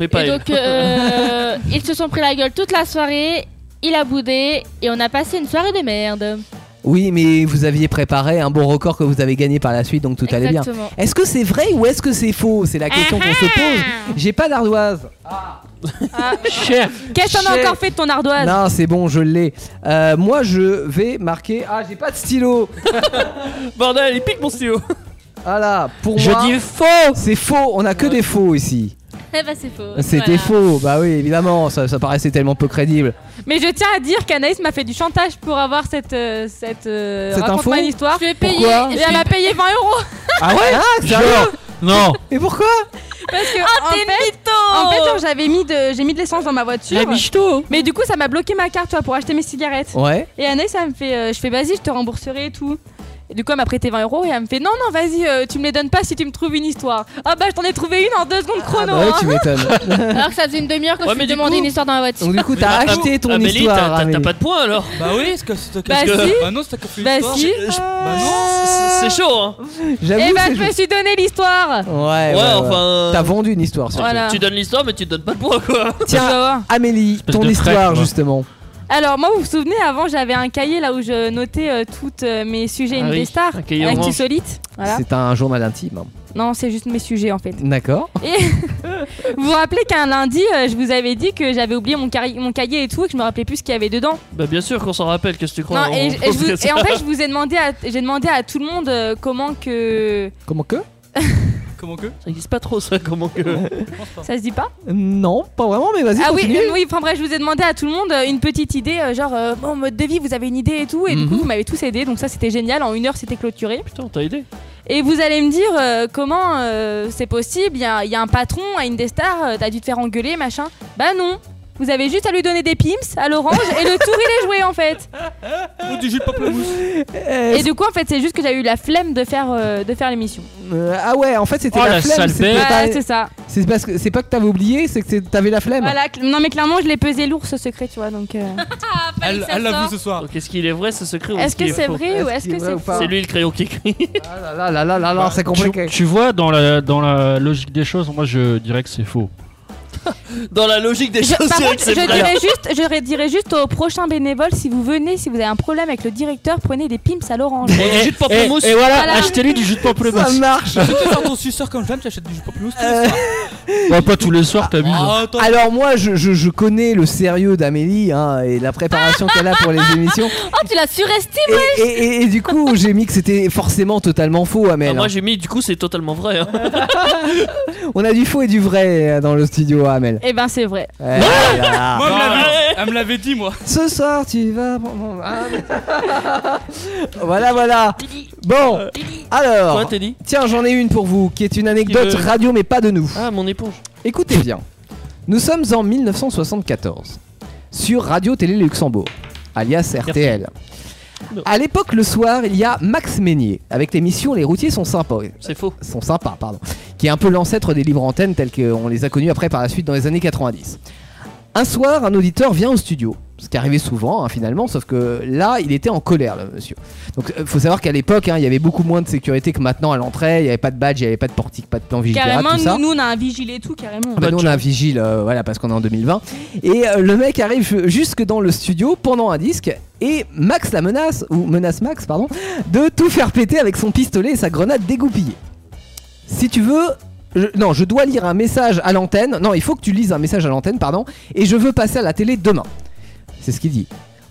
Speaker 7: Mais pas
Speaker 14: et
Speaker 7: elle.
Speaker 14: donc, euh, ils se sont pris la gueule toute la soirée. Il a boudé et on a passé une soirée de merde.
Speaker 5: Oui, mais vous aviez préparé un bon record que vous avez gagné par la suite, donc tout allait bien.
Speaker 14: Exactement. Ah
Speaker 5: Est-ce que c'est vrai ou est-ce que c'est faux C'est la question qu'on se pose. J'ai pas d'ardoise.
Speaker 14: Cher. Qu'est-ce qu'on a
Speaker 5: Cher.
Speaker 14: encore fait de ton ardoise
Speaker 5: Non, c'est bon, je l'ai. Euh, moi, je vais marquer. Ah, j'ai pas de stylo.
Speaker 7: Bordel, il pique mon stylo.
Speaker 5: Voilà, pour
Speaker 7: Je
Speaker 5: moi.
Speaker 7: dis
Speaker 5: faux. C'est faux. On a que des faux ici.
Speaker 14: Eh bah, c'est faux.
Speaker 5: C'est
Speaker 14: Voilà.
Speaker 5: des faux. Bah oui, évidemment. Ça, ça paraissait tellement peu crédible.
Speaker 14: Mais je tiens à dire qu'Anaïs m'a fait du chantage pour avoir cette. euh, cette, euh,
Speaker 5: Cette
Speaker 14: raconte-moi
Speaker 5: info
Speaker 14: une histoire. Je vais
Speaker 5: payer- Pourquoi
Speaker 14: Et elle a payé 20 euros.
Speaker 5: Ah ouais Ah, sérieux
Speaker 18: Non.
Speaker 5: Et pourquoi
Speaker 14: Parce que. en fait, En fait, genre, j'avais mis de, j'ai mis de l'essence dans ma voiture.
Speaker 5: La
Speaker 14: Mais du coup, ça m'a bloqué ma carte, tu vois, pour acheter mes cigarettes.
Speaker 5: Ouais.
Speaker 14: Et Anaïs, ça me fait. euh, je fais, vas-y, je te rembourserai et tout. Et du coup, elle m'a prêté 20 euros et elle me fait, non, non, vas-y, euh, tu me les donnes pas si tu me trouves une histoire. Ah bah, je t'en ai trouvé une en deux secondes chrono.
Speaker 5: bah ouais,
Speaker 14: hein.
Speaker 5: tu m'étonnes.
Speaker 14: Alors que ça faisait une demi-heure que
Speaker 7: Ouais,
Speaker 14: je
Speaker 7: mais
Speaker 14: me
Speaker 7: du
Speaker 14: demandais
Speaker 7: coup-
Speaker 14: une histoire dans la voiture.
Speaker 5: Donc, du coup, t'as acheté ton
Speaker 7: Ah, Amélie,
Speaker 5: histoire.
Speaker 7: t'as- t'as- t'as
Speaker 5: Amélie.
Speaker 7: pas de points alors
Speaker 9: Bah oui, parce que c'est
Speaker 14: Bah si.
Speaker 9: Bah non, c'est t'as qu'à
Speaker 14: Bah
Speaker 9: l'histoire.
Speaker 14: si.
Speaker 9: Bah
Speaker 7: C'est chaud, hein.
Speaker 5: J'avoue,
Speaker 14: et bah,
Speaker 5: c'est
Speaker 14: je
Speaker 5: jou-
Speaker 14: me suis donné l'histoire.
Speaker 5: Ouais, ouais,
Speaker 7: Ouais,
Speaker 5: ouais.
Speaker 7: enfin. euh,
Speaker 5: T'as vendu une histoire. surtout.
Speaker 14: Voilà.
Speaker 7: Tu donnes l'histoire, mais tu donnes pas de points, quoi.
Speaker 5: Tiens, Amélie, ton
Speaker 7: de
Speaker 5: histoire
Speaker 7: frappe, quoi.
Speaker 5: justement.
Speaker 14: Alors moi, vous vous souvenez, avant j'avais un cahier là où je notais euh, toutes euh, mes sujets
Speaker 5: Ah
Speaker 14: une
Speaker 5: oui,
Speaker 14: des stars,
Speaker 5: un cahier
Speaker 14: Actu
Speaker 5: orange.
Speaker 14: solite. Voilà.
Speaker 5: C'est un journal intime. hein.
Speaker 14: Non, c'est juste mes sujets en fait.
Speaker 5: D'accord.
Speaker 14: Et vous vous rappelez qu'un lundi, euh, je vous avais dit que j'avais oublié mon, cari- mon cahier et tout, et que je me rappelais plus ce qu'il y avait dedans.
Speaker 7: Bah, bien sûr qu'on s'en rappelle, qu'est-ce que
Speaker 5: Oh,
Speaker 7: tu crois
Speaker 14: Non, et,
Speaker 7: on-
Speaker 14: je- et je vous-
Speaker 7: on fait
Speaker 14: et en
Speaker 7: ça.
Speaker 14: fait, je vous ai demandé, à, j'ai demandé à tout le monde euh, comment que
Speaker 5: Comment que
Speaker 9: Comment que
Speaker 7: Ça existe pas trop, ça, comment que.
Speaker 14: ça se dit pas.
Speaker 5: Non, pas vraiment, mais Euh, vas-y.
Speaker 14: Ah oui,
Speaker 5: continue.
Speaker 14: euh, oui, enfin bref, je vous ai demandé à tout le monde euh, une petite idée, euh, genre euh, bon mode de vie, vous avez une idée et tout, et du coup
Speaker 5: Mhm.
Speaker 14: vous m'avez tous aidé, donc ça c'était génial. En une heure c'était clôturé.
Speaker 7: Putain, t'as aidé.
Speaker 14: Et vous allez me dire euh, comment euh, c'est possible, il y a, il y a un patron à Indestar, euh, t'as dû te faire engueuler, machin. Bah non, vous avez juste à lui donner des pimps à l'orange et le tour il est joué en fait.
Speaker 9: Ou du jus de pamplemousse.
Speaker 14: Et du coup en fait c'est juste que j'ai eu la flemme de faire, euh, de faire l'émission.
Speaker 5: Euh, ah ouais, en fait c'était
Speaker 14: Oh,
Speaker 5: la,
Speaker 14: la
Speaker 5: flemme.
Speaker 14: sale
Speaker 5: c'était
Speaker 14: bête.
Speaker 5: pas-
Speaker 14: Ouais, c'est ça.
Speaker 5: C'est parce que c'est pas que t'avais oublié, c'est que c'est- t'avais la flemme.
Speaker 14: Voilà, cl- non mais clairement je l'ai pesé lourd ce secret tu vois donc... euh.
Speaker 7: Elle
Speaker 14: ça elle l'a sort. vu
Speaker 7: ce soir. Donc, est-ce qu'il est vrai ce secret ou
Speaker 14: Est-ce que
Speaker 7: qu'il
Speaker 14: c'est
Speaker 7: faux
Speaker 14: vrai ou est-ce que c'est faux
Speaker 7: C'est lui le crayon qui écrit.
Speaker 5: Ah là là là là là, là, c'est compliqué.
Speaker 8: Bah, Tu, tu vois, dans la, dans la logique des choses, moi je dirais que c'est faux.
Speaker 7: Dans la logique des
Speaker 14: Je-
Speaker 7: choses,
Speaker 14: par
Speaker 7: c'est vrai que
Speaker 14: contre, je
Speaker 7: c'est vrai.
Speaker 14: dirais, juste, je ré- dirais juste aux prochains bénévoles, si vous venez, si vous avez un problème avec le directeur, prenez des pimps à l'orange.
Speaker 8: Et- et, et voilà, achetez-lui du jus de pamplemousse.
Speaker 9: J'étais dans ton suceur comme femme, j'achète du jus de pamplemousse. tous
Speaker 5: Euh.
Speaker 9: les soirs.
Speaker 8: Ouais, pas tous les soirs, t'abuses.
Speaker 5: Alors moi, je, je- je connais le sérieux d'Amélie hein, et la préparation qu'elle a pour les émissions.
Speaker 22: Oh, tu l'as surestimé
Speaker 5: Et, et- et du coup, j'ai mis que c'était forcément totalement faux, Amel.
Speaker 7: Ah, moi
Speaker 5: hein.
Speaker 7: j'ai mis, du coup c'est totalement vrai. hein.
Speaker 5: On a du faux et du vrai euh, dans le studio, Amel.
Speaker 14: Eh ben c'est vrai.
Speaker 5: Eh là là.
Speaker 7: Ah,
Speaker 9: Elle me l'avait dit, moi.
Speaker 5: Ce soir, tu vas. Ah, Voilà, voilà. Bon, alors.
Speaker 7: Quoi, Euh, Teddy
Speaker 5: Tiens, j'en ai une pour vous, qui est une anecdote
Speaker 7: Qui veut-
Speaker 5: radio, mais pas de nous.
Speaker 7: Ah, mon éponge.
Speaker 5: Écoutez bien. Nous sommes en 1974, sur Radio Télé Luxembourg, alias RTL. À l'époque, le soir, il y a Max Meignier, avec l'émission Les routiers sont sympas.
Speaker 7: C'est faux.
Speaker 5: Sont sympas, pardon. Qui est un peu l'ancêtre des livres antennes tels qu'on les a connus après par la suite dans les années 90. Un soir, un auditeur vient au studio. Ce qui arrivait souvent, hein, finalement, sauf que là, il était en colère, le monsieur. Donc, euh, faut savoir qu'à l'époque, hein, il y avait beaucoup moins de sécurité que maintenant à l'entrée. Il n'y avait pas de badge, il n'y avait pas de portique, pas de plan vigilante,
Speaker 14: Carrément,
Speaker 5: tout ça.
Speaker 14: nous, nous, on a un vigile et tout, carrément.
Speaker 5: Ah bah nous, on a un vigile, euh, voilà, parce qu'on est en 2020. Et euh, le mec arrive jusque dans le studio pendant un disque. Et Max la menace, ou menace Max, pardon, de tout faire péter avec son pistolet et sa grenade dégoupillée. Si tu veux. je- non, je dois lire un message à l'antenne. Non, il faut que tu lises un message à l'antenne, pardon. Et je veux passer à la télé demain. C'est ce qu'il dit.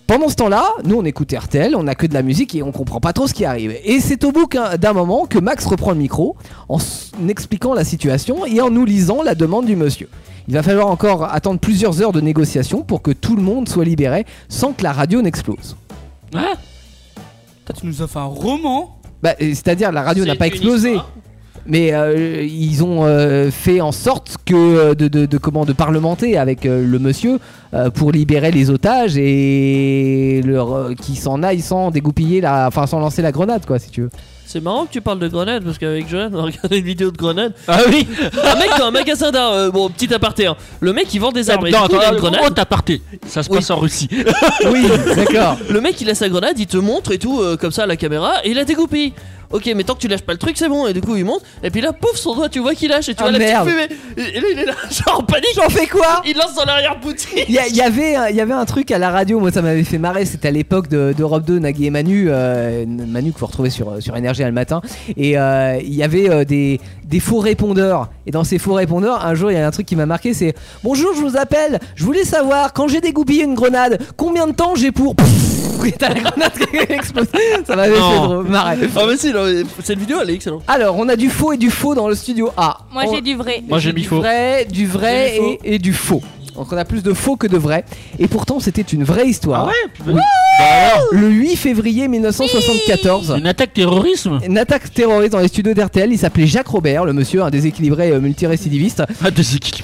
Speaker 5: Pendant ce temps-là, nous on écoute RTL, on a que de la musique et on comprend pas trop ce qui arrive. Et c'est au bout qu'un- d'un moment que Max reprend le micro en s- en expliquant la situation et en nous lisant la demande du monsieur. Il va falloir encore attendre plusieurs heures de négociation pour que tout le monde soit libéré sans que la radio n'explose.
Speaker 7: Hein
Speaker 9: Putain, tu nous as fait un roman
Speaker 5: Bah, euh, c'est-à-dire la radio
Speaker 9: C'est
Speaker 5: n'a pas
Speaker 9: une
Speaker 5: explosé. Mais euh, ils ont euh, fait en sorte que euh, de, de, de comment de parlementer avec euh, le monsieur euh, pour libérer les otages et leur euh, qu'ils s'en aillent sans dégoupiller la, enfin sans lancer la grenade quoi si tu veux.
Speaker 7: C'est marrant que tu parles de grenades parce qu'avec Johan, on regardait une vidéo de grenades. Ah oui Un mec dans un magasin d'art, euh, bon, petit aparté, hein. le mec il vend des armes. et
Speaker 8: Non,
Speaker 7: du coup, il a
Speaker 8: attends,
Speaker 7: une grenade.
Speaker 8: gros aparté. Ça se passe en Russie.
Speaker 5: oui, d'accord.
Speaker 7: Le mec il a sa grenade, il te montre et tout, euh, comme ça à la caméra, et il la dégoupille. Ok, mais tant que tu lâches pas le truc, c'est bon. Et du coup, il monte, et puis là, pouf, son doigt, tu vois qu'il lâche, et tu
Speaker 5: Ah,
Speaker 7: vois la
Speaker 5: merde.
Speaker 7: petite fumée. Et et là, il est là, genre en panique.
Speaker 5: J'en fais quoi
Speaker 7: Il lance dans l'arrière-boutique.
Speaker 5: Il y, a- il y avait, un- il y avait un truc à la radio, moi ça m'avait fait marrer, c'était à l'époque de- d'Europe 2, Nagui et Manu, euh, Manu que vous retrouvez sur, euh, sur NRG le matin, et euh, il y avait euh, des, des faux répondeurs, et dans ces faux répondeurs, un jour il y a un truc qui m'a marqué, c'est « Bonjour, je vous appelle, je voulais savoir, quand j'ai dégoupillé une grenade, combien de temps j'ai pour... » Et t'as la grenade qui explose. Ça m'avait fait
Speaker 7: Non.
Speaker 5: drôle, marrer.
Speaker 7: Ah, mais si, non, mais cette vidéo elle est excellente.
Speaker 5: Alors, on a du faux et du faux dans le studio A.
Speaker 14: Moi,
Speaker 5: On-
Speaker 8: Oh.
Speaker 14: j'ai du vrai.
Speaker 5: du vrai, du vrai
Speaker 14: J'ai mis
Speaker 5: et, et du faux. Donc on a plus de faux que de vrai. Et pourtant c'était une vraie
Speaker 14: Ah
Speaker 5: histoire. Oui. Le 8 février 1974.
Speaker 8: Une attaque terrorisme
Speaker 5: Une attaque terroriste dans les studios d'RTL. Il s'appelait Jacques Robert, le monsieur, un déséquilibré euh, multirécidiviste.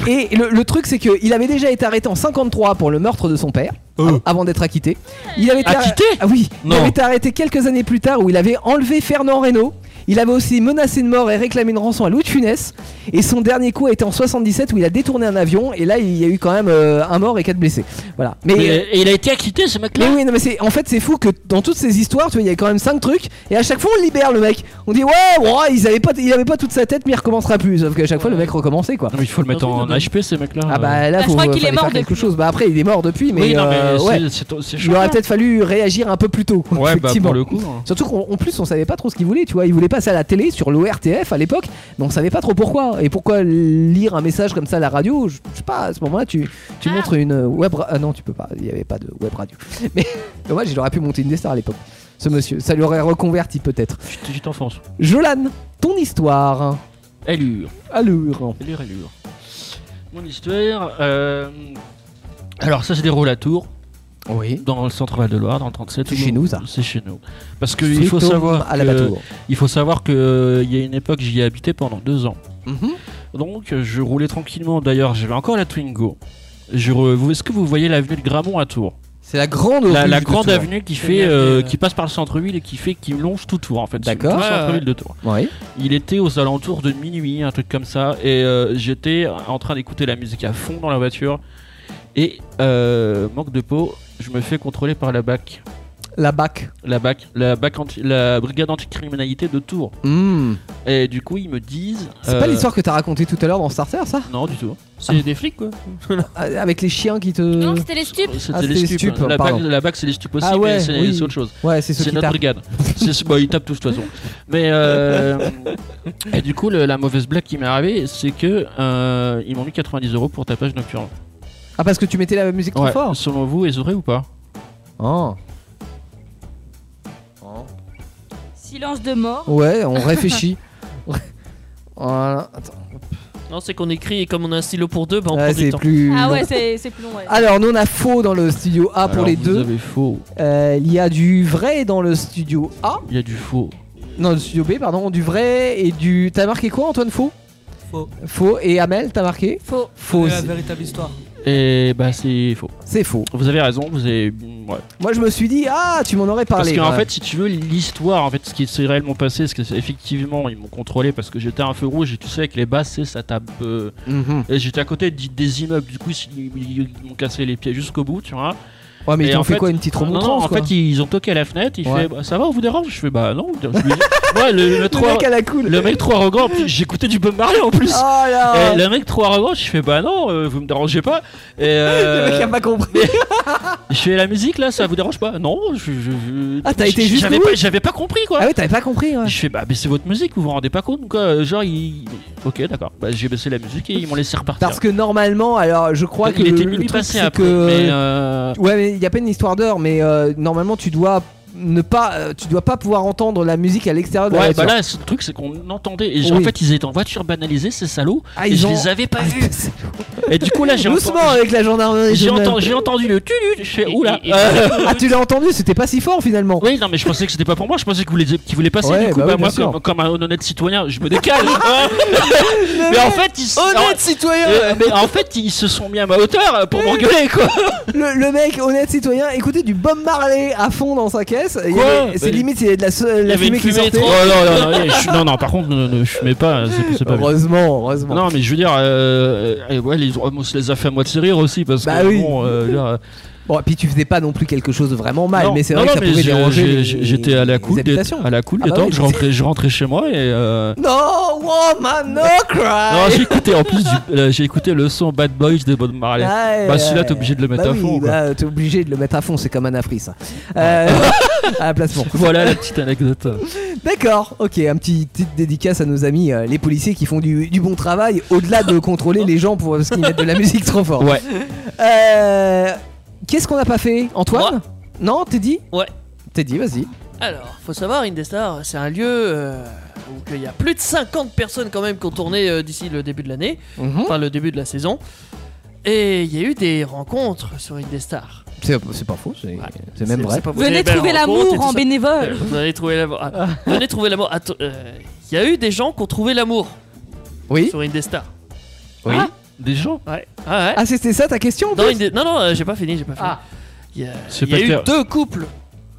Speaker 5: Et le, le truc c'est qu'il avait déjà été arrêté en 53 pour le meurtre de son père. av- Avant d'être acquitté, il avait été arr-
Speaker 8: Acquitté
Speaker 5: Ah oui,
Speaker 8: Non.
Speaker 5: il avait été arrêté quelques années plus tard où il avait enlevé Fernand Reynaud. Il avait aussi menacé de mort et réclamé une rançon à Louis de Funès. Et son dernier coup a été en 77 où il a détourné un avion. Et là, il y a eu quand même euh, un mort et quatre blessés. Voilà. Mais,
Speaker 8: Mais, euh, et il a été acquitté ce mec-là
Speaker 5: Mais oui, non, mais c'est, en fait, c'est fou que dans toutes ces histoires, tu vois, il y a quand même cinq trucs. Et à chaque fois, on le libère le mec. On dit ouais, ouais, ils avaient pas, il avait pas toute sa tête, mais il recommencera plus. Sauf qu'à chaque fois, le mec recommençait quoi.
Speaker 8: Non, mais il faut le mettre en HP ces mecs-là.
Speaker 5: Ah bah là,
Speaker 8: je
Speaker 5: faut,
Speaker 8: crois qu'il
Speaker 5: fallait
Speaker 8: est mort
Speaker 5: faire quelque chose. Bah après, il est mort depuis, mais,
Speaker 8: Euh, Oui, non, mais
Speaker 5: euh,
Speaker 8: c'est-
Speaker 5: ouais.
Speaker 8: c'est- c'est
Speaker 5: il aurait
Speaker 8: choquant.
Speaker 5: peut-être fallu réagir un peu plus tôt.
Speaker 8: Ouais, bah,
Speaker 5: effectivement.
Speaker 8: pour le coup, hein.
Speaker 5: Surtout qu'en en plus, on savait pas trop ce qu'il voulait. Tu vois, il voulait passer à la télé sur l'ORTF à l'époque, mais on savait pas trop pourquoi. Et pourquoi lire un message comme ça à la radio Je je sais pas. À ce moment-là, tu,
Speaker 8: Ah.
Speaker 5: tu montres une web. ra- Ah non, tu peux pas. Il y avait pas de web radio. Mais dommage, il aurait pu monter une des stars à l'époque. Ce monsieur, ça lui aurait reconverti peut-être.
Speaker 8: Petite enfance.
Speaker 5: Jolan, ton histoire.
Speaker 8: Allure.
Speaker 5: Allure.
Speaker 8: Allure, allure. Mon histoire. euh, Alors, ça se déroule à Tours.
Speaker 5: Oui.
Speaker 8: Dans le centre-val de Loire, dans le 37. C'est chez
Speaker 5: nous, ça.
Speaker 8: C'est chez nous. Parce que
Speaker 5: Strictum
Speaker 8: il faut savoir.
Speaker 5: à la
Speaker 8: que-
Speaker 5: Batour.
Speaker 8: Il faut savoir que euh, il y a une époque, j'y ai habité pendant deux ans.
Speaker 5: Mhm.
Speaker 8: Donc, euh, je roulais tranquillement. D'ailleurs, j'avais encore la Twingo. Je re- vous- Est-ce que vous voyez l'avenue de Gramont à Tours
Speaker 5: C'est la grande
Speaker 8: la,
Speaker 5: avenue
Speaker 8: la
Speaker 5: de
Speaker 8: grande
Speaker 5: Tours.
Speaker 8: avenue qui
Speaker 5: C'est
Speaker 8: fait,
Speaker 5: bien,
Speaker 8: euh,
Speaker 5: euh,
Speaker 8: qui passe par le centre-ville et qui fait qui longe tout Tours en fait. C'est
Speaker 5: D'accord.
Speaker 8: tout le
Speaker 5: Ouais,
Speaker 8: centre-ville
Speaker 5: ouais.
Speaker 8: de Tours.
Speaker 5: Oui.
Speaker 8: Il était aux alentours de minuit, un truc comme ça, et euh, j'étais en train d'écouter la musique à fond dans la voiture. Et euh, manque de peau, je me fais contrôler par la BAC.
Speaker 5: La BAC.
Speaker 8: La BAC, la BAC anti- la brigade anticriminalité de Tours.
Speaker 5: Hmm.
Speaker 8: Et du coup, ils me disent.
Speaker 5: C'est
Speaker 8: euh,
Speaker 5: pas l'histoire que t'as racontée tout à l'heure dans Starter, ça Ah.
Speaker 8: Non, du tout.
Speaker 7: C'est des flics quoi.
Speaker 5: Avec les chiens qui te. Non,
Speaker 14: c'était les stupes.
Speaker 8: C'était
Speaker 5: Ah,
Speaker 8: les
Speaker 5: c'était
Speaker 8: stupes. hein.
Speaker 5: les stupes,
Speaker 8: La
Speaker 5: pardon.
Speaker 8: BAC, la BAC, c'est les stupes aussi,
Speaker 5: Ah ouais,
Speaker 8: mais c'est
Speaker 5: oui.
Speaker 8: c'est autre chose.
Speaker 5: Ouais, c'est ceux qui
Speaker 8: notre
Speaker 5: tapent.
Speaker 8: brigade. C'est- bon, ils tapent tous de toute façon. Mais euh, et du coup, le- la mauvaise blague qui m'est arrivée, c'est que euh, ils m'ont mis 90 euros pour tapage nocturne.
Speaker 5: Ah, parce que tu mettais la musique trop
Speaker 8: Ouais.
Speaker 5: fort
Speaker 8: Selon vous, est-ce vrai ou pas
Speaker 5: Oh.
Speaker 14: Silence de mort.
Speaker 5: Ouais, on réfléchit. voilà, attends.
Speaker 7: Non, c'est qu'on écrit et comme on a un stylo pour deux, bah on
Speaker 5: Ah,
Speaker 7: prend du
Speaker 5: c'est
Speaker 7: temps.
Speaker 5: plus
Speaker 14: Ah ouais,
Speaker 5: long.
Speaker 14: c'est c'est plus long, ouais.
Speaker 5: Alors, nous on a faux dans le studio A pour
Speaker 8: Alors,
Speaker 5: les
Speaker 8: vous
Speaker 5: deux.
Speaker 8: avez faux.
Speaker 5: Euh, il y a du vrai dans le studio A.
Speaker 8: Il y a du faux.
Speaker 5: Non, le studio B, pardon. Du vrai et du. T'as marqué quoi, Antoine Faux
Speaker 9: Faux.
Speaker 5: Faux. Et Amel, t'as marqué
Speaker 14: Faux.
Speaker 5: Faux.
Speaker 9: la véritable histoire.
Speaker 8: Et bah c'est faux.
Speaker 5: C'est faux.
Speaker 8: Vous avez raison, vous avez. Ouais.
Speaker 5: Moi, je me suis dit, ah, tu m'en aurais
Speaker 8: Parce
Speaker 5: parlé.
Speaker 8: qu'en
Speaker 5: Ouais.
Speaker 8: fait, si tu veux, l'histoire, en fait, ce qui s'est réellement passé, c'est que c'est- effectivement, ils m'ont contrôlé parce que j'étais à un feu rouge et tu sais, avec les basses, c'est- ça tape. euh,
Speaker 5: Mhm.
Speaker 8: Et j'étais à côté d- des immeubles, du coup, ils, ils- ils m'ont cassé les pieds jusqu'au bout, tu vois.
Speaker 5: Ouais, mais
Speaker 8: Et
Speaker 5: ils t'ont
Speaker 8: en
Speaker 5: fait quoi, une petite
Speaker 8: Non, non,
Speaker 5: remontrance,
Speaker 8: en
Speaker 5: quoi
Speaker 8: fait, ils ont toqué à la fenêtre, il
Speaker 5: Ouais.
Speaker 8: fait bah, Ça va, on vous dérange Je fais Bah non. Je lui dis- Ouais, le, le trop-
Speaker 5: mec à la cool.
Speaker 8: le mec trop arrogant, en plus, j'écoutais du Bob Marley en plus.
Speaker 5: Oh là.
Speaker 8: Et le mec trop arrogant, je fais Bah non, euh, vous me dérangez pas. Et, euh,
Speaker 5: Le mec a pas compris.
Speaker 8: je fais la musique là, ça vous dérange pas Non, je. je- je-
Speaker 5: Ah, t'as été
Speaker 8: j-
Speaker 5: jusqu'au
Speaker 8: J'avais
Speaker 5: bout
Speaker 8: pas, j'avais pas compris quoi.
Speaker 5: Ah ouais, t'avais pas compris, ouais.
Speaker 8: Je fais bah, mais c'est votre musique, vous vous rendez pas compte ou quoi Euh, Genre, il. Ok, d'accord. Bah, j'ai baissé la musique et ils m'ont laissé repartir.
Speaker 5: Parce que normalement, alors je crois
Speaker 8: Donc,
Speaker 5: que
Speaker 8: il était
Speaker 5: le
Speaker 8: minuit
Speaker 5: truc,
Speaker 8: passé
Speaker 5: c'est
Speaker 8: après,
Speaker 5: que-
Speaker 8: mais, euh,
Speaker 5: Ouais, mais il y a pas une histoire d'heure, mais euh, normalement tu dois ne pas, euh, tu dois pas pouvoir entendre la musique à l'extérieur de la
Speaker 8: Ouais, bah
Speaker 5: voiture.
Speaker 8: là, c'est- le truc, c'est qu'on entendait. Et j- en
Speaker 5: Oui.
Speaker 8: fait, ils étaient en voiture banalisée, ces salauds.
Speaker 5: Ah,
Speaker 8: et
Speaker 5: ils
Speaker 8: je
Speaker 5: ont-
Speaker 8: les avais pas vus. Et du coup, là, j'ai
Speaker 5: doucement euh,
Speaker 8: entendu-
Speaker 5: avec la gendarmerie.
Speaker 8: J'ai
Speaker 5: jeune homme.
Speaker 8: entendu, j'ai entendu le tulu, je fais oula.
Speaker 7: Euh,
Speaker 5: Ah, tu l'as entendu, c'était pas si fort finalement.
Speaker 8: Oui, non, mais je pensais que c'était pas pour moi, je pensais que vous les- qu'ils voulaient passer.
Speaker 5: Ouais,
Speaker 8: du coup,
Speaker 5: bah oui,
Speaker 8: bah, moi,
Speaker 5: bien sûr.
Speaker 8: comme, comme un honnête citoyen, je me décale. hein. mais
Speaker 5: mec,
Speaker 8: en fait, ils
Speaker 5: honnête
Speaker 8: en-
Speaker 5: citoyen.
Speaker 8: Euh, Mais en fait, ils se sont mis à ma hauteur pour m'engueuler, quoi.
Speaker 5: Le, le mec, honnête citoyen, écoutait du Bob Marley à fond dans sa caisse. Il y
Speaker 8: Quoi
Speaker 5: avait- C'est
Speaker 8: Bah,
Speaker 5: limite, il y avait de la, se- la
Speaker 8: avait
Speaker 5: fumée
Speaker 8: une
Speaker 5: qui
Speaker 8: fumée
Speaker 5: sortait.
Speaker 8: étrange. Oh, non, non, non, je suis- non, non, par contre, ne, ne fumez pas, c'est c'est pas bien.
Speaker 5: Heureusement, heureusement.
Speaker 8: Non, mais je veux dire, euh, euh, ouais, les, on se les a fait à moitié rire aussi, parce
Speaker 5: Bah
Speaker 8: que
Speaker 5: oui.
Speaker 8: bon, euh, genre, euh,
Speaker 5: Bon, et puis tu faisais pas non plus quelque chose de vraiment mal,
Speaker 8: non,
Speaker 5: mais c'est
Speaker 8: non,
Speaker 5: vrai que
Speaker 8: non,
Speaker 5: ça
Speaker 8: mais
Speaker 5: pouvait
Speaker 8: j'ai-
Speaker 5: déranger.
Speaker 8: j'ai-
Speaker 5: les-
Speaker 8: J'étais à la cool, des,
Speaker 5: habitations.
Speaker 8: à la cool,
Speaker 5: Ah bah
Speaker 8: des temps,
Speaker 5: oui,
Speaker 8: je, rentrais, je rentrais chez moi et. euh,
Speaker 5: No woman, no
Speaker 8: Non, j'ai
Speaker 5: cry.
Speaker 8: écouté en plus, du- euh, j'ai écouté le son Bad Boys de Bob Marley.
Speaker 5: Ah Ouais,
Speaker 8: bah celui-là
Speaker 5: ouais.
Speaker 8: t'es obligé de le mettre
Speaker 5: Bah
Speaker 8: à
Speaker 5: oui,
Speaker 8: fond. quoi.
Speaker 5: bah, t'es obligé de le mettre à fond, c'est comme un afri ça. Euh, à la placement.
Speaker 8: Voilà la petite anecdote.
Speaker 5: D'accord, ok, un petit petite dédicace à nos amis euh, les policiers qui font du, du bon travail au-delà de contrôler les gens pour parce qu'ils mettent de la musique trop fort.
Speaker 8: Ouais.
Speaker 5: Euh, Qu'est-ce qu'on n'a pas fait, Antoine Non, t'es dit
Speaker 7: Ouais.
Speaker 5: T'es dit, vas-y.
Speaker 7: Alors, faut savoir, Indestar, c'est un lieu euh, où il y a plus de 50 personnes quand même qui ont tourné euh, d'ici le début de l'année,
Speaker 5: Mhm.
Speaker 7: enfin le début de la saison. Et il y a eu des rencontres sur Indestar.
Speaker 5: C'est c'est pas faux, c'est c'est même vrai.
Speaker 7: pas
Speaker 14: Venez
Speaker 7: les belles
Speaker 14: trouver
Speaker 7: rencontres
Speaker 14: l'amour
Speaker 7: et tout
Speaker 14: en
Speaker 7: ça.
Speaker 14: bénévole.
Speaker 7: Euh, Venez trouver l'amour. Ah, venez trouver l'amour. Attends, euh, Il y a eu des gens qui ont trouvé l'amour.
Speaker 5: Oui.
Speaker 7: Sur Indestar.
Speaker 5: Oui.
Speaker 8: Des gens
Speaker 7: Ouais. Ah ouais.
Speaker 5: Ah, c'était ça ta question en
Speaker 7: Dans
Speaker 5: plus
Speaker 7: Inde- Non, non, euh, j'ai pas fini, j'ai pas fini. Il y a,
Speaker 8: Ah. C'est
Speaker 7: il y a
Speaker 8: pas
Speaker 7: eu
Speaker 8: clair.
Speaker 7: deux couples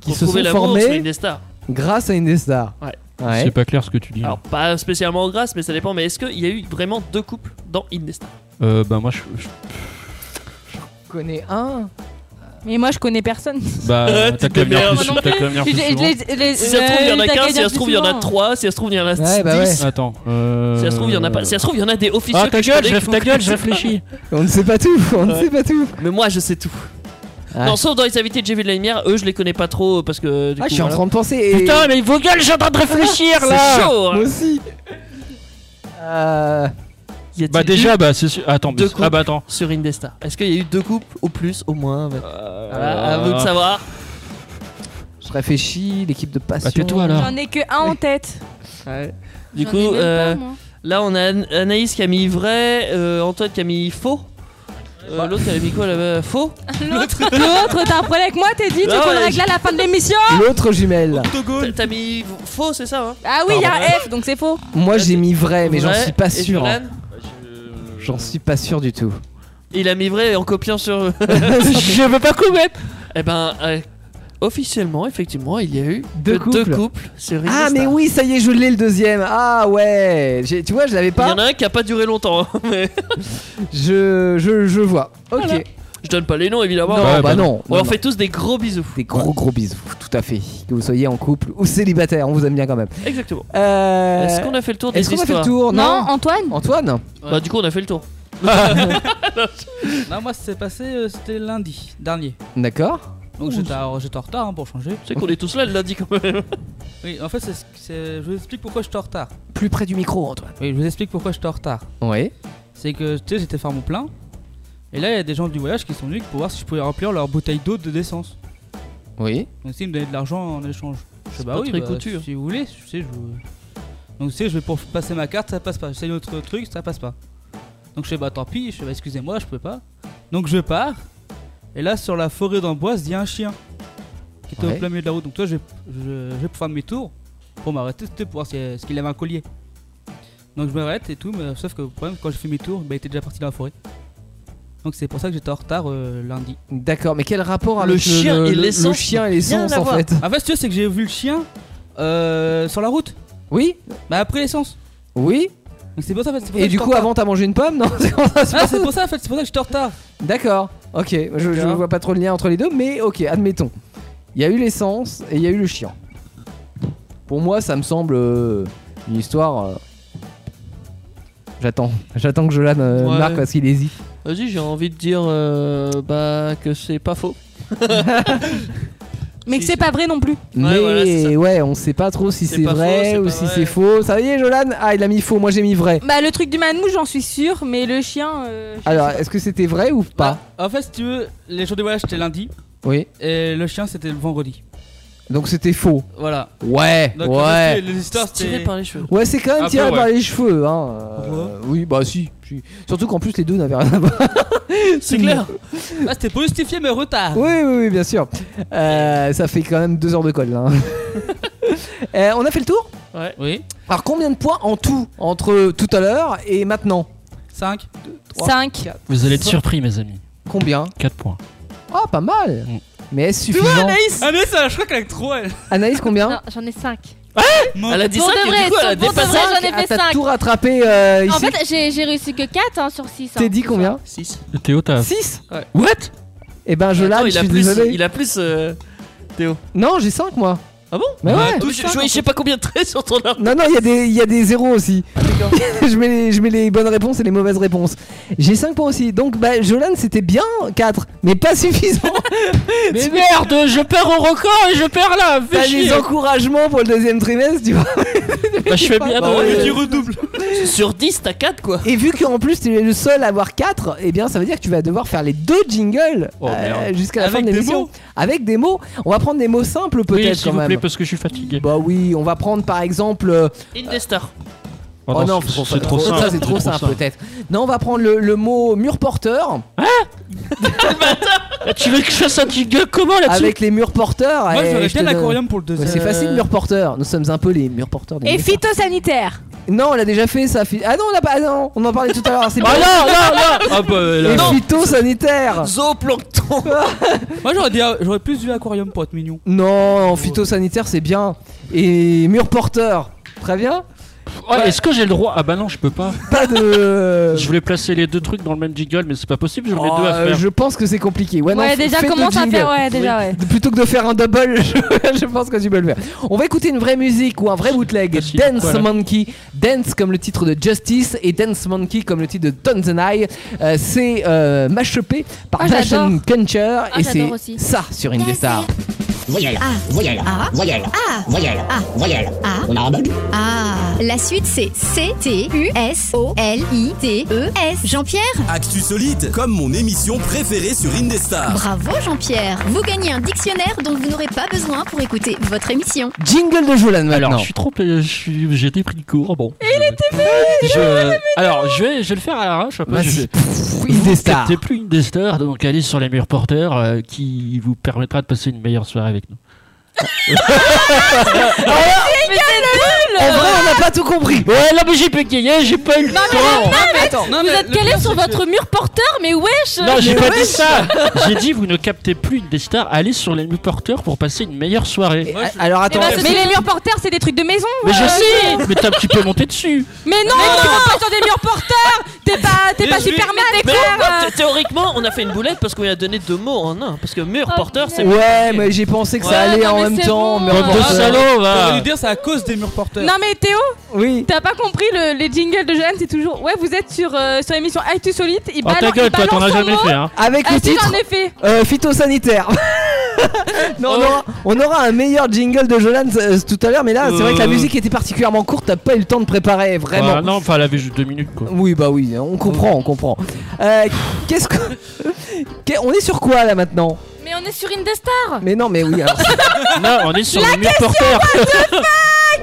Speaker 5: Qui
Speaker 7: ont
Speaker 5: se
Speaker 7: trouvé
Speaker 5: sont
Speaker 7: l'amour
Speaker 5: formés
Speaker 7: sur Indestar.
Speaker 5: Grâce à Indestar.
Speaker 7: Ouais.
Speaker 8: C'est pas clair ce que tu dis. là.
Speaker 7: Alors, pas spécialement en grâce, mais ça dépend. Mais est-ce qu'il y a eu vraiment deux couples dans Indestar
Speaker 8: Euh, bah moi je, je-
Speaker 5: Je connais un.
Speaker 14: Mais moi, je connais personne.
Speaker 5: Euh,
Speaker 8: bah t'as qu'à venir
Speaker 7: démerdes.
Speaker 8: plus t'as qu'à venir
Speaker 14: Je-
Speaker 8: plus
Speaker 14: je-
Speaker 8: souvent.
Speaker 14: les- les-
Speaker 7: Si ça se trouve, il y en
Speaker 14: euh, t'as
Speaker 7: a
Speaker 14: qu'à
Speaker 7: qu'un, si
Speaker 14: dire
Speaker 7: ça se
Speaker 14: plus
Speaker 7: trouve, il y en a
Speaker 14: souvent.
Speaker 7: trois, si ça se trouve, il y en a dix.
Speaker 5: Ouais, bah ouais.
Speaker 8: Attends. euh,
Speaker 7: Si ça se trouve, il y en a pas. Si ça se trouve, il y en a des officiers.
Speaker 8: Ah ta
Speaker 7: que je
Speaker 8: gueule,
Speaker 7: connais
Speaker 8: je,
Speaker 7: qui
Speaker 8: ta
Speaker 7: font-
Speaker 8: gueule, je réfléchis.
Speaker 5: On ne sait pas tout, on ne sait pas tout.
Speaker 7: Mais moi, je sais tout.
Speaker 5: Ah.
Speaker 7: Non, sauf dans les invités de J'ai vu de la lumière, eux, je les connais pas trop parce que. Du
Speaker 5: Ah,
Speaker 7: coup,
Speaker 5: je suis en
Speaker 7: voilà.
Speaker 5: train de penser. Et...
Speaker 8: Putain, mais vos gueules, j'ai en train de réfléchir
Speaker 7: C'est
Speaker 8: là.
Speaker 7: chaud hein.
Speaker 5: Moi aussi. Euh...
Speaker 7: Y a-t-il
Speaker 8: Bah
Speaker 7: eu
Speaker 8: déjà, bah c'est sûr. Attends, mais
Speaker 7: deux
Speaker 8: c'est-
Speaker 7: couples
Speaker 8: ah bah attends.
Speaker 7: sur Indestar. Est-ce qu'il y a eu deux couples au plus, au moins voilà.
Speaker 5: Euh,
Speaker 7: Voilà, à vous de savoir.
Speaker 5: Je réfléchis, l'équipe de passion.
Speaker 8: Bah, tais-toi,
Speaker 14: J'en ai que un en tête.
Speaker 7: Du
Speaker 14: J'en
Speaker 7: coup,
Speaker 14: ai même pas,
Speaker 7: euh,
Speaker 14: moi.
Speaker 7: là, on a An- Anaïs qui a mis vrai, euh, Antoine qui a mis faux.
Speaker 5: Bah.
Speaker 7: Euh, L'autre, elle a mis quoi là-bas Faux
Speaker 14: L'autre, l'autre, t'as un problème avec moi, t'es dit, tu
Speaker 7: Ah
Speaker 14: qu'on le
Speaker 7: ouais,
Speaker 14: règle
Speaker 7: je-
Speaker 14: à la fin de l'émission
Speaker 5: L'autre jumelle.
Speaker 7: T'as- T'as mis faux, c'est ça hein
Speaker 14: Ah oui, il y a un F, donc c'est faux.
Speaker 5: Moi j'ai mis vrai, mais j'en
Speaker 7: Vrai,
Speaker 5: suis pas
Speaker 7: et
Speaker 5: sûr.
Speaker 7: Jolan,
Speaker 5: J'en suis pas sûr du tout.
Speaker 7: Il a mis vrai en copiant sur. euh,
Speaker 5: Je veux pas commettre.
Speaker 7: Eh ben, euh, officiellement, effectivement, il y a eu
Speaker 5: Deux
Speaker 7: que deux
Speaker 5: couples.
Speaker 7: couples sur
Speaker 5: Ah
Speaker 7: Indestar.
Speaker 5: mais oui, ça y est, je l'ai le deuxième. Ah ouais. J'ai- Tu vois, je l'avais
Speaker 7: Il y
Speaker 5: pas.
Speaker 7: en a un qui a pas duré longtemps, hein, mais
Speaker 5: Je, je, je vois. Ok.
Speaker 7: Voilà. je donne pas les noms évidemment.
Speaker 5: Non, bah, non.
Speaker 7: On
Speaker 5: non,
Speaker 7: leur
Speaker 5: non.
Speaker 7: fait tous des gros bisous.
Speaker 5: Des gros gros bisous, tout à fait. Que vous soyez en couple ou célibataire, on vous aime bien quand même.
Speaker 7: Exactement.
Speaker 5: Euh,
Speaker 7: Est-ce qu'on a fait le tour des
Speaker 5: Est-ce qu'on a fait le
Speaker 7: histoires
Speaker 5: tour
Speaker 14: Non, Antoine
Speaker 5: Antoine
Speaker 7: Bah du coup on a fait le tour.
Speaker 9: Non, moi, ça s'est passé, euh, c'était lundi dernier.
Speaker 5: D'accord.
Speaker 9: Donc j'étais en j'étais en retard hein, pour changer.
Speaker 7: Tu sais qu'on est tous là le lundi quand même.
Speaker 9: Oui, en fait, c'est ce que- c'est- je vous explique pourquoi j'étais en retard.
Speaker 5: Plus près du micro, Antoine.
Speaker 9: Oui, je vous explique pourquoi j'étais en retard.
Speaker 5: Oui.
Speaker 9: C'est que, tu sais, j'étais faire mon plein. Et là, il y a des gens du voyage qui sont venus pour voir si je pouvais remplir leur bouteille d'eau de d'essence.
Speaker 5: Oui.
Speaker 9: Donc, si, ils me donnaient de l'argent en échange. Je sais
Speaker 7: C'est pas très
Speaker 9: bah,
Speaker 7: coûteux.
Speaker 9: Si vous voulez, je sais, je vous- Donc, tu sais, je vais pour passer ma carte, ça passe pas. J'essaye autre truc, ça passe pas. Donc je fais bah tant pis, je fais bah, excusez-moi, je peux pas. Donc je pars. Et là sur la forêt d'Amboise, il y a un chien qui était
Speaker 5: Ouais.
Speaker 9: au plein milieu de la route. Donc toi, je vais, je, je vais faire mes tours pour m'arrêter, c'était pour voir si, euh, ce qu'il avait un collier. Donc je m'arrête et tout, mais sauf que le problème, quand je fais mes tours, bah, il était déjà parti dans la forêt. Donc c'est pour ça que j'étais en retard euh, lundi.
Speaker 5: D'accord, mais quel rapport avec le, le- le- le chien et l'essence en fait
Speaker 7: Ah.
Speaker 9: En fait, si tu veux, c'est que j'ai vu le chien euh, sur la route.
Speaker 5: Oui.
Speaker 9: Bah après l'essence.
Speaker 5: Oui.
Speaker 9: Donc c'est pour ça en fait. c'est pour ça
Speaker 5: Et
Speaker 9: que
Speaker 5: du
Speaker 9: j'étais en
Speaker 5: coup,
Speaker 9: retard.
Speaker 5: avant, t'as mangé une pomme Non, c'est comment ça se
Speaker 9: Ah,
Speaker 5: passe
Speaker 9: c'est pour ça en fait, c'est pour ça que j'étais en retard.
Speaker 5: D'accord, ok, je, je vois pas trop le lien entre les deux, mais ok, admettons. Il y a eu l'essence et il y a eu le chien. Pour moi, ça me semble euh, une histoire. euh, J'attends, j'attends que Jolan euh,
Speaker 7: Ouais.
Speaker 5: marque parce qu'il hésite.
Speaker 7: Vas-y, j'ai envie de dire euh, bah, que c'est pas faux.
Speaker 10: Mais que c'est pas vrai non plus.
Speaker 5: Mais ouais, on sait pas trop si
Speaker 10: C'est
Speaker 5: c'est
Speaker 10: pas faux,
Speaker 5: vrai
Speaker 10: c'est
Speaker 5: ou
Speaker 10: pas
Speaker 5: si c'est faux. Ça y est, Jolan Ah, il a mis faux, moi j'ai mis vrai.
Speaker 14: Bah le truc du manmou j'en suis sûre, mais le chien... euh, je-
Speaker 5: Ah, Alors, est-ce que c'était vrai ou pas
Speaker 9: En fait, si tu veux, les jours de voyage c'était lundi
Speaker 5: Oui,
Speaker 9: et le chien c'était le vendredi.
Speaker 5: donc c'était faux.
Speaker 9: Voilà.
Speaker 5: Ouais,
Speaker 9: Donc,
Speaker 5: ouais.
Speaker 9: Les, les histoires c'était.
Speaker 7: Tiré par les cheveux.
Speaker 5: Ouais, c'est quand même
Speaker 9: Un peu,
Speaker 5: tiré par
Speaker 9: ouais.
Speaker 5: les cheveux. Hein. euh, oui, bah si. si. Surtout qu'en plus, les deux n'avaient rien à voir.
Speaker 9: C'est clair. Ah, c'était pour justifier mes retards.
Speaker 5: Oui, oui, oui, bien sûr. Euh, ça fait quand même deux heures de colle. là. Euh, on a fait le tour
Speaker 7: Ouais.
Speaker 9: Oui.
Speaker 5: Alors, combien de points en tout entre tout à l'heure et maintenant
Speaker 9: 5
Speaker 14: Cinq.
Speaker 8: Vous allez être surpris, mes amis.
Speaker 5: Combien
Speaker 8: 4 points.
Speaker 5: Ah, pas mal. Mais est-ce
Speaker 9: Tu vois
Speaker 5: suffisant
Speaker 9: Anaïs Anaïs, je crois qu'elle est trop elle.
Speaker 5: Anaïs, combien
Speaker 14: Non, j'en ai 5.
Speaker 7: Elle a dit
Speaker 14: Pour
Speaker 7: ça,
Speaker 14: de
Speaker 7: et
Speaker 14: vrai,
Speaker 7: du coup, elle
Speaker 14: pour
Speaker 7: a
Speaker 14: de
Speaker 7: dépassé.
Speaker 14: vrai, j'en ai
Speaker 5: Ah,
Speaker 14: fait
Speaker 5: t'as
Speaker 14: 5.
Speaker 5: tout rattrapé euh, ici
Speaker 14: En fait, j'ai- j'ai réussi que 4 sur hein. 6.
Speaker 5: T'es dit combien
Speaker 7: 6.
Speaker 8: Théo, t'as.
Speaker 5: 6
Speaker 7: Ouais.
Speaker 5: What Eh ben, je
Speaker 7: Attends,
Speaker 5: l'ai, je
Speaker 7: il a
Speaker 5: suis
Speaker 7: plus.
Speaker 5: désolé.
Speaker 7: Il a plus. euh, Théo.
Speaker 5: Non, j'ai 5 moi.
Speaker 7: Ah bon
Speaker 5: Mais bah ouais. hein.
Speaker 7: Je- Je je- je sais pas combien de traits sur ton ordre.
Speaker 5: Non, non, il y a des- il y, a des zéros aussi. je, mets les, je mets les bonnes réponses et les mauvaises réponses. J'ai 5 points aussi. Donc, bah, Jolan, c'était bien 4, mais pas suffisant.
Speaker 7: Mais merde, je perds au record et je perds là.
Speaker 5: T'as
Speaker 7: Fais chier.
Speaker 5: les encouragements pour le deuxième trimestre, tu vois.
Speaker 7: Bah, je fais bien.
Speaker 5: Bah, ouais, mais tu
Speaker 7: redoubles. Sur 10, t'as 4 quoi.
Speaker 5: Et vu qu'en plus, tu es le seul à avoir 4, eh bien, ça veut dire que tu vas devoir faire les deux jingles euh,
Speaker 8: merde.
Speaker 5: jusqu'à la
Speaker 8: Avec
Speaker 5: fin de
Speaker 8: des
Speaker 5: l'émission.
Speaker 8: mots
Speaker 5: Avec des mots. On va prendre des mots simples
Speaker 8: Oui,
Speaker 5: peut-être
Speaker 8: s'il
Speaker 5: quand
Speaker 8: vous
Speaker 5: même.
Speaker 8: plaît, parce que je suis fatigué.
Speaker 5: Bah oui, on va prendre par exemple. euh,
Speaker 7: Indestar.
Speaker 5: Oh, non,
Speaker 8: c'est
Speaker 5: faut-
Speaker 8: c'est trop
Speaker 5: faut-
Speaker 8: simple.
Speaker 5: Ça, c'est trop simple, peut-être. Non, on va prendre le, le mot mur porteur.
Speaker 7: Tu veux que je fasse un jingle comment là-dessus
Speaker 5: Avec les murs porteurs.
Speaker 7: Moi,
Speaker 5: eh, je
Speaker 7: j'aurais
Speaker 5: te
Speaker 7: bien
Speaker 5: donne-
Speaker 7: l'aquarium pour le deuxième.
Speaker 5: Ouais, C'est facile,
Speaker 7: Euh.
Speaker 5: murs porteurs. Nous sommes un peu les murs porteurs. des
Speaker 10: Et
Speaker 5: murs.
Speaker 10: phytosanitaire.
Speaker 5: Non, on l'a déjà fait ça. fi- Ah non, on l'a pas. ah non, on en parlait tout à l'heure. C'est
Speaker 7: Oh non, non, non
Speaker 8: Ah bah
Speaker 5: Les phytosanitaires.
Speaker 7: Zooplancton
Speaker 9: Moi j'aurais dit- j'aurais plus vu aquarium pour être mignon.
Speaker 5: Non, phytosanitaire, c'est bien. Et mur porteur. Très bien.
Speaker 8: Ouais, Est-ce que j'ai le droit Ah bah non, je peux pas.
Speaker 5: Pas de.
Speaker 8: Je voulais placer les deux trucs dans le même jingle, mais c'est pas possible, j'en ai
Speaker 5: Oh,
Speaker 8: deux à
Speaker 5: euh,
Speaker 8: faire.
Speaker 5: je pense que c'est compliqué. Ouais, Bah non,
Speaker 14: Ouais,
Speaker 5: f-
Speaker 14: déjà,
Speaker 5: fais deux
Speaker 14: commence à
Speaker 5: jingles.
Speaker 14: faire, ouais, déjà, ouais.
Speaker 5: Plutôt que de faire un double, je, je pense que tu peux le faire. On va écouter une vraie musique ou un vrai bootleg. Dance
Speaker 8: Voilà.
Speaker 5: Monkey. Dance comme le titre de Justice et Dance Monkey comme le titre de Tanzanai. Euh, c'est euh, mashupé par
Speaker 15: Ah, j'adore.
Speaker 5: Passion Kuncher
Speaker 15: Ah,
Speaker 5: et
Speaker 15: j'adore
Speaker 5: c'est
Speaker 15: aussi.
Speaker 5: ça sur Indestar.
Speaker 15: Voyelle. Ah.
Speaker 23: Voyelle.
Speaker 15: Ah.
Speaker 23: Voyelle.
Speaker 15: Ah.
Speaker 23: Voyelle.
Speaker 15: Ah.
Speaker 23: Voyelle.
Speaker 15: Ah.
Speaker 23: On a entendu.
Speaker 15: Ah. La suite, c'est C-T-U-S-O-L-I-T-E-S. E Jean-Pierre
Speaker 4: Actu Solite, comme mon émission préférée sur
Speaker 23: Ah.
Speaker 4: Indestar.
Speaker 15: Bravo Jean-Pierre Vous gagnez un dictionnaire dont vous n'aurez pas besoin pour écouter votre émission.
Speaker 5: Jingle de Jolan maintenant.
Speaker 8: Alors, je suis trop. je suis- J'ai été pris de court, bon.
Speaker 15: Il était
Speaker 8: Je-
Speaker 7: Bah,
Speaker 8: Alors, je vais, je vais le faire à l'arrache un peu.
Speaker 5: Vas-y.
Speaker 8: Je-
Speaker 5: Une des stars.
Speaker 8: C'est plus une des stars, donc allez sur les murs porteurs euh, qui vous permettra de passer une meilleure soirée avec nous.
Speaker 14: Ah,
Speaker 5: Ah, En vrai, on n'a pas tout compris.
Speaker 8: Ouais, là, mais j'ai bégayé, j'ai pas eu le temps.
Speaker 14: mais
Speaker 5: attends,
Speaker 14: vous êtes calé sur votre mur porteur, mais wesh Eh ben,
Speaker 8: Non, j'ai pas dit ça. J'ai dit, vous ne captez plus une des stars, allez sur les murs porteurs pour passer une meilleure soirée.
Speaker 5: Alors,
Speaker 14: Eh ben, c'est- mais les murs porteurs, c'est des trucs de maison.
Speaker 8: Mais je
Speaker 14: euh,
Speaker 8: sais,
Speaker 14: non.
Speaker 8: mais t'as un petit peu monté dessus.
Speaker 14: Mais non, tu vas pas sur des murs porteurs. T'es pas, t'es pas
Speaker 7: Mais je-
Speaker 14: Superman
Speaker 7: Mais
Speaker 14: d'éclair.
Speaker 7: thé- Théoriquement, on a fait une boulette parce qu'on lui a donné deux mots en un. Parce que mur porteur, c'est.
Speaker 5: Ouais, mais j'ai pensé que ça allait en même temps. mais
Speaker 7: Bande de
Speaker 5: enfin,
Speaker 7: salauds, va.
Speaker 9: T'aurais dû dire c'est à cause des murs porteurs.
Speaker 14: Non mais Théo,
Speaker 5: oui.
Speaker 14: t'as pas compris le- les jingles de Johan, c'est toujours ouais vous êtes sur euh, sur l'émission Actu Solite, il
Speaker 8: Oh, ta
Speaker 14: balance-
Speaker 8: gueule,
Speaker 14: il
Speaker 8: toi, t'en
Speaker 14: balance
Speaker 8: as
Speaker 14: son
Speaker 8: jamais
Speaker 14: mot.
Speaker 8: fait, hein.
Speaker 5: Avec
Speaker 14: Ah,
Speaker 5: le
Speaker 14: si,
Speaker 5: titre
Speaker 14: j'en ai fait.
Speaker 5: euh, phytosanitaire. non,
Speaker 18: Oh.
Speaker 5: on, aura, on aura un meilleur jingle de Jolan euh, tout à l'heure, mais là, c'est vrai que la
Speaker 8: Euh.
Speaker 5: musique était particulièrement courte, t'as pas eu le temps de préparer, vraiment.
Speaker 8: Bah, non, enfin, elle avait juste deux minutes, quoi.
Speaker 5: Oui, bah oui, on comprend, on comprend. Euh, Qu'est-ce que. Qu'est- On est sur quoi là maintenant
Speaker 14: Mais on est sur Indestar.
Speaker 5: Mais non, mais oui, alors.
Speaker 8: non, on est sur
Speaker 14: La
Speaker 8: les murs
Speaker 14: question,
Speaker 8: porteurs.
Speaker 14: what the fuck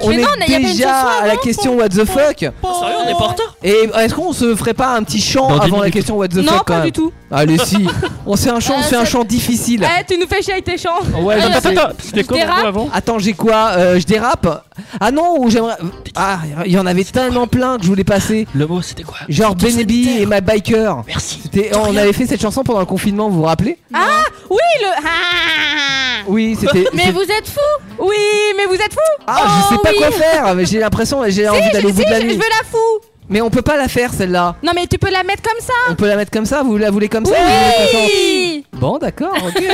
Speaker 5: on
Speaker 18: mais
Speaker 5: est
Speaker 18: non, il y avait une
Speaker 5: déjà
Speaker 18: chanson
Speaker 5: à la
Speaker 18: avant,
Speaker 5: question
Speaker 18: hein, pour-
Speaker 5: What the fuck.
Speaker 7: Sérieux, on est pas en retard
Speaker 5: Et est-ce qu'on se ferait pas un petit chant
Speaker 7: Dans dix
Speaker 5: avant la
Speaker 7: minutes.
Speaker 5: question What the
Speaker 18: Non,
Speaker 5: fuck quand
Speaker 18: pas
Speaker 5: même
Speaker 18: du tout.
Speaker 5: Allez, si. On fait un chant,
Speaker 18: Euh,
Speaker 5: on fait un
Speaker 18: c'est-
Speaker 5: chant difficile. Ah
Speaker 18: Eh, tu nous fais chier avec tes chants.
Speaker 14: Eh,
Speaker 5: Ouais,
Speaker 18: Allez,
Speaker 5: je sais.
Speaker 18: vas-y. Je dérape.
Speaker 5: Attends, j'ai quoi Euh, Je dérape Ah non, ou j'aimerais. Ah, il y en avait tellement plein que je voulais passer.
Speaker 24: Le mot, c'était quoi
Speaker 5: Genre Benebi et My Biker. Merci. On avait fait cette chanson pendant le confinement, vous vous rappelez
Speaker 18: Ah oui le ah
Speaker 5: Oui, c'était.
Speaker 18: Mais
Speaker 5: c'est-
Speaker 18: vous Oh êtes fou Oui, mais vous êtes fou
Speaker 5: Ah, je sais pas quoi faire. mais J'ai l'impression, j'ai envie d'aller au bout de la
Speaker 18: je,
Speaker 5: nuit.
Speaker 18: je veux la fou
Speaker 5: Mais on peut pas la faire celle-là.
Speaker 18: Non mais tu peux la mettre comme ça
Speaker 5: On peut la mettre comme ça. Vous la voulez comme ça vous voulez comme ça
Speaker 18: Oui
Speaker 5: Bon, d'accord. ok.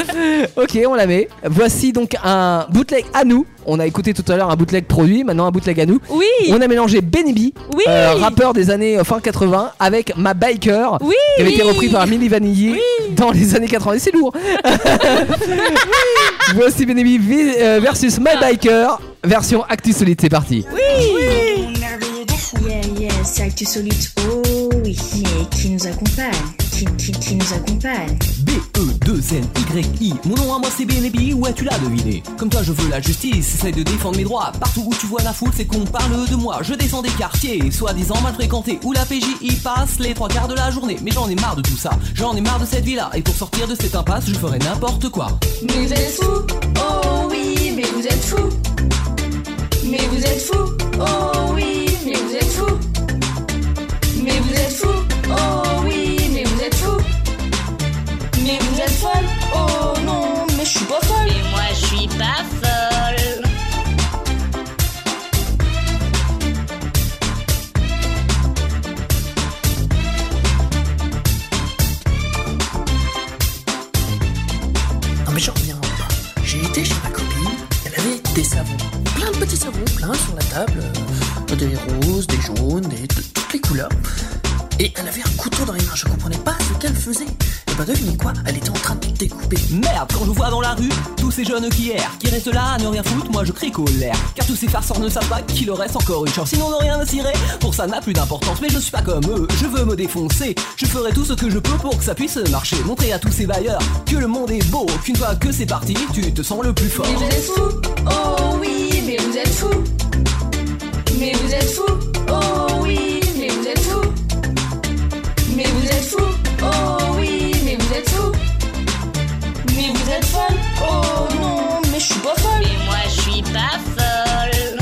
Speaker 5: ok, on la met. Voici donc un bootleg à nous. On a écouté tout à l'heure un bootleg produit, maintenant un bootleg à nous.
Speaker 18: Oui.
Speaker 5: On a mélangé Benny B,
Speaker 18: Oui.
Speaker 5: rappeur des années euh, fin 80, avec Ma Biker,
Speaker 18: Oui.
Speaker 5: qui avait été repris par Milli Vanilli dans les années 80. C'est lourd. Voici Benny B vi- euh, versus
Speaker 18: Ah.
Speaker 5: My Biker, version Actu Solide. C'est parti.
Speaker 14: Oui Yeah, yeah, c'est Actu Solite, oh oui Mais qui nous accompagne Qui, qui, qui nous accompagne
Speaker 1: E B-E-2-N-Y-I, mon nom à moi c'est BNB, ouais tu l'as deviné. Comme toi je veux la justice, essaye de défendre mes droits. Partout où tu vois la foule, c'est qu'on parle de moi. Je descends des quartiers, soi-disant mal fréquentés, où la PJ y passe les trois quarts de la journée. Mais j'en ai marre de tout ça, j'en ai marre de cette vie-là. Et pour sortir de cette impasse, je ferai n'importe quoi.
Speaker 12: Mais vous êtes fous, oh oui, mais vous êtes fous. Mais vous êtes fous, oh oui, mais vous êtes fous. Mais vous êtes fous, oh oui, mais vous êtes fous. Mais vous êtes folle, oh non, mais je suis pas folle. Mais moi je suis pas folle.
Speaker 1: Non mais j'en reviens pas. J'ai été chez ma copine, elle avait des savons. Plein de petits savons, plein sur la table. euh, Des roses, des jaunes, des, de toutes les couleurs. Et elle avait un couteau dans les mains, je comprenais pas ce qu'elle faisait. Et bah devinez quoi, elle était en train de découper. Merde, quand je vois dans la rue tous ces jeunes qui errent, qui restent là à ne rien foutre, moi je crie colère. Car tous ces farceurs ne savent pas qu'il leur reste encore une chance. Sinon n'ont rien à cirer, pour ça n'a plus d'importance. Mais je suis pas comme eux, je veux me défoncer. Je ferai tout ce que je peux pour que ça puisse marcher. Montrer à tous ces bailleurs que le monde est beau, qu'une fois que c'est parti, tu te sens le plus fort.
Speaker 12: Mais vous êtes fous, oh oui, mais vous êtes fous. Mais vous êtes fous, oh oui, mais vous êtes fous. Mais vous êtes fous, oh oui, mais vous êtes fous. Mais vous êtes folle, oh non, mais je suis pas folle. Et moi je suis pas folle.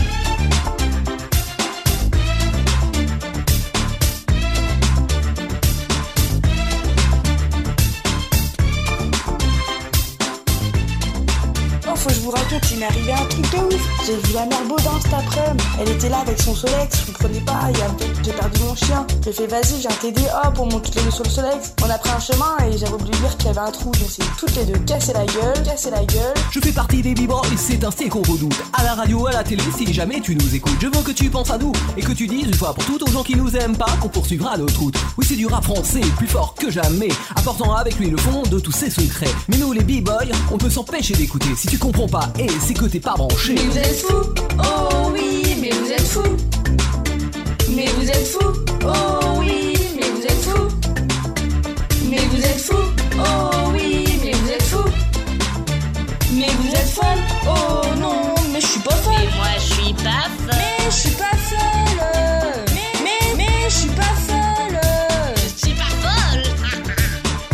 Speaker 14: Non, Oh, faut que je vous raconte, il m'est arrivé un truc de ouf. J'ai vu la mère Baudin cet après-midi. Elle était là avec son Solex, je comprenais pas, il y a un peu- j'ai perdu mon chien. J'ai fait vas-y, j'ai un TD, hop, on monte toutes les deux sur le Solex. On a pris un chemin et j'avais oublié de dire qu'il y avait un trou, donc c'est toutes les deux casser la gueule, casser la gueule.
Speaker 1: Je fais partie des vibrants et c'est ainsi qu'on redoute. À la radio, à la télé, si jamais tu nous écoutes, je veux que tu penses à nous et que tu dises une fois pour toutes aux gens qui nous aiment pas qu'on poursuivra notre route. Oui, c'est du rap français, plus fort que jamais, apportant avec lui le fond de tous ses secrets. Mais nous, les b-boys, on peut s'empêcher d'écouter. Si tu comprends pas, et c'est que t'es pas branché.
Speaker 12: Mais vous êtes fous, oh oui, mais vous êtes fous. Mais vous êtes fous, oh oui, mais vous êtes fous. Mais vous êtes fous, oh oui, mais vous êtes fous. Mais vous êtes folle, oh non, mais je suis pas folle. Mais moi je suis pas folle. Mais je suis pas folle. Mais, mais, mais je suis pas folle. Je suis pas folle.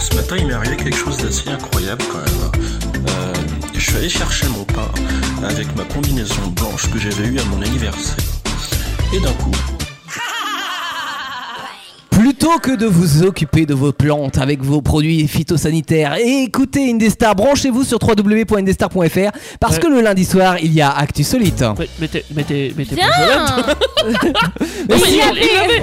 Speaker 8: Ce matin, il m'est arrivé quelque chose d'assez incroyable quand même. Euh, je suis allé chercher mon pain avec ma combinaison blanche que j'avais eue à mon anniversaire. Et d'un coup,
Speaker 5: Plutôt que de vous occuper de vos plantes avec vos produits phytosanitaires et écoutez Indestar, branchez-vous sur www.indestar.fr parce
Speaker 7: Ouais.
Speaker 5: que le lundi soir, il y a Actu Solite.
Speaker 7: Mais- Mettez, mettez, mettez
Speaker 5: Bien.
Speaker 7: pas Jolan.
Speaker 5: Mais
Speaker 7: Non, mais
Speaker 5: si, on-
Speaker 7: Ah il- il l'avait,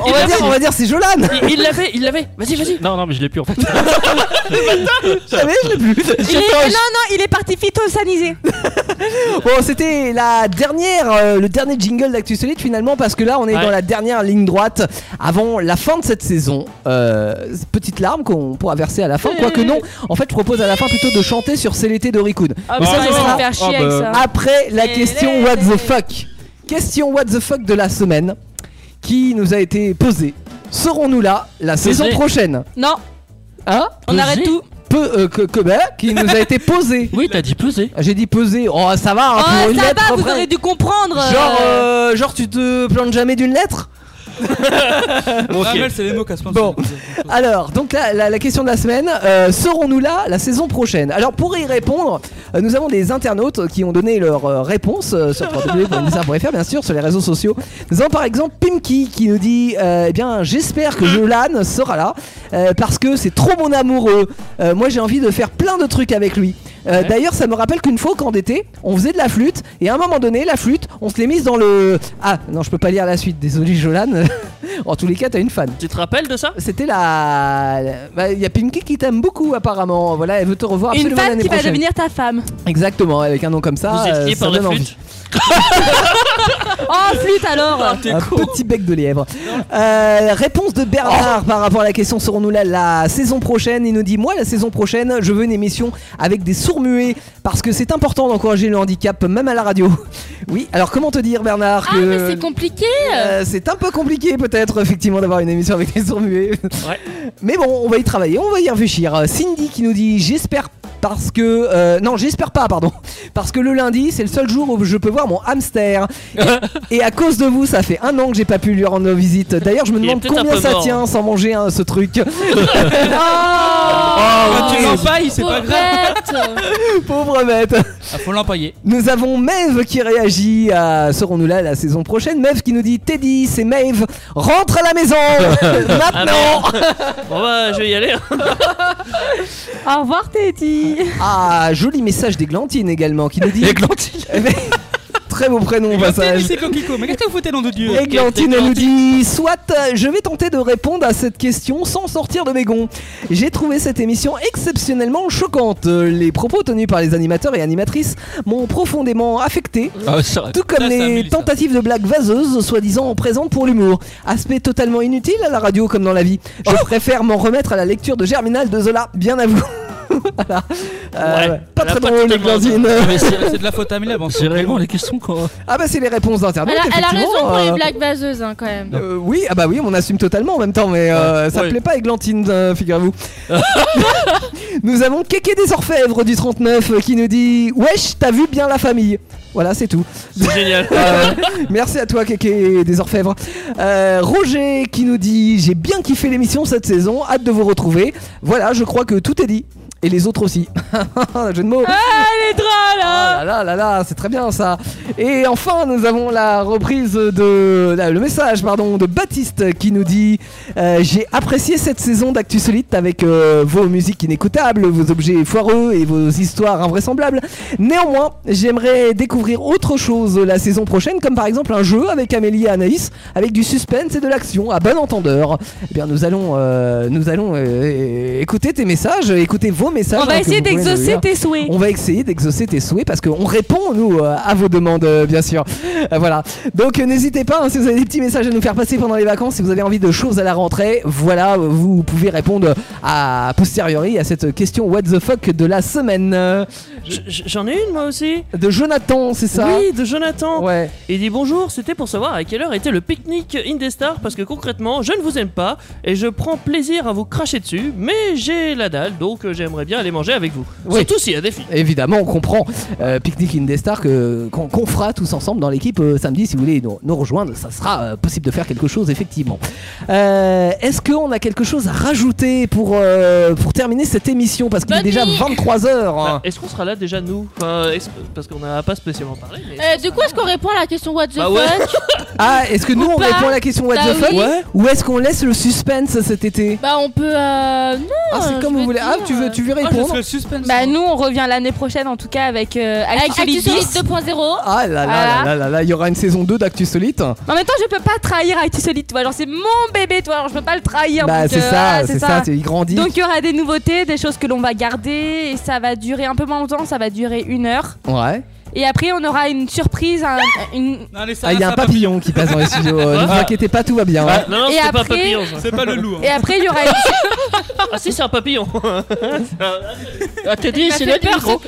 Speaker 5: on
Speaker 7: il
Speaker 5: va
Speaker 7: l'avait.
Speaker 5: dire- on va dire c'est Jolan.
Speaker 7: Il- Il l'avait, il l'avait. Vas-y, vas-y.
Speaker 24: Non, non, mais je l'ai plus en fait.
Speaker 5: Vous savez, je l'ai plus.
Speaker 25: Il est- Non, non, il est parti phytosaniser.
Speaker 5: Bon, c'était la dernière, euh, le dernier jingle d'Actu Solide finalement, parce que là, on est
Speaker 7: Ouais.
Speaker 5: dans la dernière ligne droite avant la fin de cette saison. Euh, petite larme qu'on pourra verser à la fin, quoique non. En fait, je propose à la fin plutôt de chanter sur C'est l'été d'Oricune.
Speaker 7: Ah
Speaker 5: Mais
Speaker 7: bah,
Speaker 5: ce
Speaker 7: non.
Speaker 5: sera
Speaker 7: Ah bah.
Speaker 5: après la question What the fuck. Question What the fuck de la semaine qui nous a été posée. Serons-nous là la saison prochaine
Speaker 14: Non.
Speaker 5: Hein
Speaker 14: On arrête tout.
Speaker 5: Peu, euh, que, que- bah, qui nous a été posé.
Speaker 8: Oui, t'as dit pesé.
Speaker 5: J'ai dit pesé. Oh, ça va. hein, pour
Speaker 14: Oh,
Speaker 5: une
Speaker 14: ça
Speaker 5: lettre,
Speaker 14: va, vous
Speaker 5: après.
Speaker 14: aurez dû comprendre. euh,
Speaker 5: Genre, euh, genre, tu te plantes jamais d'une lettre
Speaker 9: Ramel, c'est les mots qu'à ce
Speaker 5: Bon,
Speaker 9: moment.
Speaker 5: alors, donc la, la- la question de la semaine, euh, serons-nous là la saison prochaine Alors, pour y répondre, euh, nous avons des internautes qui ont donné leur euh, réponse euh, sur www.nissan.fr, bien sûr, sur les réseaux sociaux. Nous avons par exemple Pimki qui nous dit euh, Eh bien, j'espère que Jolan sera là euh, parce que c'est trop mon amoureux. Euh, moi, j'ai envie de faire plein de trucs avec lui. Euh,
Speaker 7: Ouais.
Speaker 5: D'ailleurs, ça me rappelle qu'une fois au camp d'été, on faisait de la flûte et à un moment donné, la flûte, on se l'est mise dans le. Ah non, je peux pas lire la suite, désolé Jolan. en tous les cas, t'as une fan.
Speaker 7: Tu te rappelles de ça
Speaker 5: C'était la. la- bah, Il y a Pinky qui t'aime beaucoup apparemment. Voilà, elle veut te revoir
Speaker 14: une
Speaker 5: Oh, absolument
Speaker 14: femme
Speaker 5: l'année
Speaker 14: qui va
Speaker 5: prochaine.
Speaker 14: devenir ta femme.
Speaker 5: Exactement, avec un nom comme ça.
Speaker 7: Vous étiez
Speaker 5: euh, ça
Speaker 7: par la
Speaker 5: donne envie.
Speaker 7: flûte
Speaker 14: Oh, flûte alors
Speaker 5: un petit bec de lièvre. Euh, réponse de Bernard par rapport à la question serons-nous là la saison prochaine Il nous dit moi la saison prochaine je veux une émission avec des sourds muets parce que c'est important d'encourager le handicap même à la radio. Oui, alors comment te dire Bernard que
Speaker 16: mais c'est compliqué.
Speaker 5: euh, c'est un peu compliqué peut-être effectivement d'avoir une émission avec des sourds muets. Mais bon, on va y travailler, on va y réfléchir. Euh, Cindy qui nous dit j'espère parce que euh, non j'espère pas pardon parce que le lundi c'est le seul jour où je peux voir mon hamster et, et à cause de vous ça fait un an que j'ai pas pu lui rendre visite. D'ailleurs je me
Speaker 7: Il est
Speaker 5: demande
Speaker 7: peut-être un
Speaker 5: combien
Speaker 7: peu
Speaker 5: ça
Speaker 7: mort.
Speaker 5: tient sans manger hein, ce truc. Oh,
Speaker 7: Oh,
Speaker 9: tu l'empailles, c'est pas grave.
Speaker 5: Pauvre bête.
Speaker 9: Ah, faut l'empailler.
Speaker 5: Nous avons Maeve qui réagit à Serons-nous là la saison prochaine Maeve qui nous dit Teddy, c'est Maeve, rentre à la maison Maintenant
Speaker 7: Ah, merde. Bon bah je vais y aller. hein.
Speaker 14: Au revoir Teddy
Speaker 5: Ah, joli message d'Églantine également qui nous dit Églantine Très beau prénom au
Speaker 9: Églantine,
Speaker 5: passage
Speaker 9: c'est Ah, Coquico, mais qu'est-ce que vous foutez, nom de Dieu
Speaker 5: Églantine elle nous dit Soit euh, je vais tenter de répondre à cette question sans sortir de mes gonds. J'ai trouvé cette émission exceptionnellement choquante. Euh, Les propos tenus par les animateurs et animatrices m'ont profondément affecté.
Speaker 8: Ah ouais, c'est vrai.
Speaker 5: Tout comme
Speaker 8: Ça, c'est un
Speaker 5: les
Speaker 8: Millie, ça.
Speaker 5: tentatives de blagues vaseuses, soi-disant présentes pour l'humour. Aspect totalement inutile à la radio comme dans la vie. Je
Speaker 8: Oh
Speaker 5: préfère m'en remettre à la lecture de Germinal de Zola, bien à vous. Voilà. Euh, pas
Speaker 9: elle a
Speaker 5: très
Speaker 9: pas
Speaker 5: drôle,
Speaker 9: totalement
Speaker 5: Églantine.
Speaker 9: raison. Mais c'est- c'est de la faute à Mila, bon,
Speaker 8: C'est réellement les questions quoi.
Speaker 5: Ah bah c'est les réponses d'internet.
Speaker 16: Elle a, elle a
Speaker 5: effectivement,
Speaker 16: raison pour les
Speaker 5: euh,
Speaker 16: blagues vaseuses hein, quand même.
Speaker 5: euh, oui, ah bah oui, on assume totalement en même temps, mais euh, ça
Speaker 16: Ouais.
Speaker 5: plaît pas Eglantine, euh, figurez-vous. nous avons Kéké des Orfèvres du 39 euh, qui nous dit Wesh, t'as vu bien la famille Voilà, c'est tout.
Speaker 7: C'est génial.
Speaker 5: Euh, merci à toi, Kéké des Orfèvres. Euh, Roger qui nous dit J'ai bien kiffé l'émission cette saison, hâte de vous retrouver. Voilà, je crois que tout est dit. Et les autres aussi. Jeu de mots.
Speaker 14: Ah, elle est drôle hein.
Speaker 5: Ah là là là, c'est très bien ça. Et enfin, nous avons la reprise de la- le message pardon de Baptiste qui nous dit euh, j'ai apprécié cette saison d'Actu Solite avec euh, vos musiques inécoutables, vos objets foireux et vos histoires invraisemblables. Néanmoins, j'aimerais découvrir autre chose la saison prochaine, comme par exemple un jeu avec Amélie et Anaïs, avec du suspense et de l'action à bon entendeur. Eh bien, nous allons, euh, nous allons euh, écouter tes messages, écouter vos messages.
Speaker 14: On va
Speaker 5: hein, que
Speaker 14: essayer
Speaker 5: vous pouvez nous
Speaker 14: d'exaucer
Speaker 5: dire.
Speaker 14: tes souhaits.
Speaker 5: On va essayer d'exaucer tes souhaits parce qu'on répond, nous, euh, à vos demandes, euh, bien sûr. Euh, voilà. Donc, euh, n'hésitez pas, hein, si vous avez des petits messages à nous faire passer pendant les vacances, si vous avez envie de choses à la rentrée, voilà, euh, vous pouvez répondre à posteriori à cette question What the fuck de la semaine. Euh,
Speaker 7: J- J'en ai une moi aussi.
Speaker 5: De Jonathan, c'est ça
Speaker 7: Oui, de Jonathan.
Speaker 5: Ouais.
Speaker 7: Il dit bonjour, c'était pour savoir à quelle heure était le pique-nique Indestar parce que concrètement, je ne vous aime pas et je prends plaisir à vous cracher dessus, mais j'ai la dalle donc euh, j'aimerais bien aller manger avec vous.
Speaker 5: Oui.
Speaker 7: Surtout s'il y a des filles.
Speaker 5: Évidemment, on comprend. Euh, Picnic in the Star que- qu'on qu'on fera tous ensemble dans l'équipe euh, samedi. Si vous voulez nous, nous rejoindre, ça sera euh, possible de faire quelque chose, effectivement. Euh, Est-ce qu'on a quelque chose à rajouter pour, euh, pour terminer cette émission Parce
Speaker 16: Bah,
Speaker 5: qu'il est déjà hein. 23h.
Speaker 7: Bah, est-ce qu'on sera là déjà nous Enfin, est-ce- Parce qu'on n'a pas spécialement parlé. Mais...
Speaker 16: Euh, du coup, est-ce qu'on répond à la question What the
Speaker 7: Bah ouais.
Speaker 16: fuck
Speaker 5: Ah, est-ce que nous
Speaker 16: Ou
Speaker 5: on
Speaker 16: pas
Speaker 5: répond à la question What
Speaker 16: Bah
Speaker 5: the fuck
Speaker 16: oui. Ouais.
Speaker 5: Ou est-ce qu'on laisse le suspense cet été
Speaker 16: Bah on peut. euh, Non.
Speaker 5: Ah, c'est comme
Speaker 16: je
Speaker 5: vous
Speaker 16: veux
Speaker 5: voulez. Ah,
Speaker 16: dire,
Speaker 5: tu veux- tu veux
Speaker 16: euh,
Speaker 5: répondre Ah, je serais
Speaker 14: Bah nous on revient l'année prochaine en tout cas avec euh, Actu
Speaker 16: Actu
Speaker 14: Solide
Speaker 16: Solide
Speaker 14: 2.0.
Speaker 5: Ah là là là là là là, il y aura une saison 2 d'Actu Solite.
Speaker 14: Mais En même temps je peux pas trahir Actu Solide, tu vois, genre c'est mon bébé, tu vois, alors je peux pas le trahir.
Speaker 5: Bah,
Speaker 14: donc,
Speaker 5: c'est
Speaker 14: euh,
Speaker 5: ça,
Speaker 14: voilà,
Speaker 5: c'est ça, tu- il grandit.
Speaker 14: Donc il y aura des nouveautés, des choses que l'on va garder et ça va durer un peu moins longtemps, ça va durer une heure.
Speaker 5: Ouais.
Speaker 16: Et après, on aura une surprise. un- une...
Speaker 5: Ah, il y a un papillon qui passe dans les studios. euh, Ne vous
Speaker 7: Ah.
Speaker 5: inquiétez pas, tout va bien. hein.
Speaker 7: Non, non,
Speaker 16: Et
Speaker 7: c'est pas un
Speaker 16: après-
Speaker 7: papillon.
Speaker 16: C'est pas le
Speaker 7: loup. hein.
Speaker 16: Et après, il y aura une.
Speaker 7: Ah, si, c'est un papillon. ah, t'es
Speaker 16: Il
Speaker 7: dit,
Speaker 16: m'a
Speaker 7: c'est
Speaker 16: fait
Speaker 7: le
Speaker 16: peur,
Speaker 7: gros.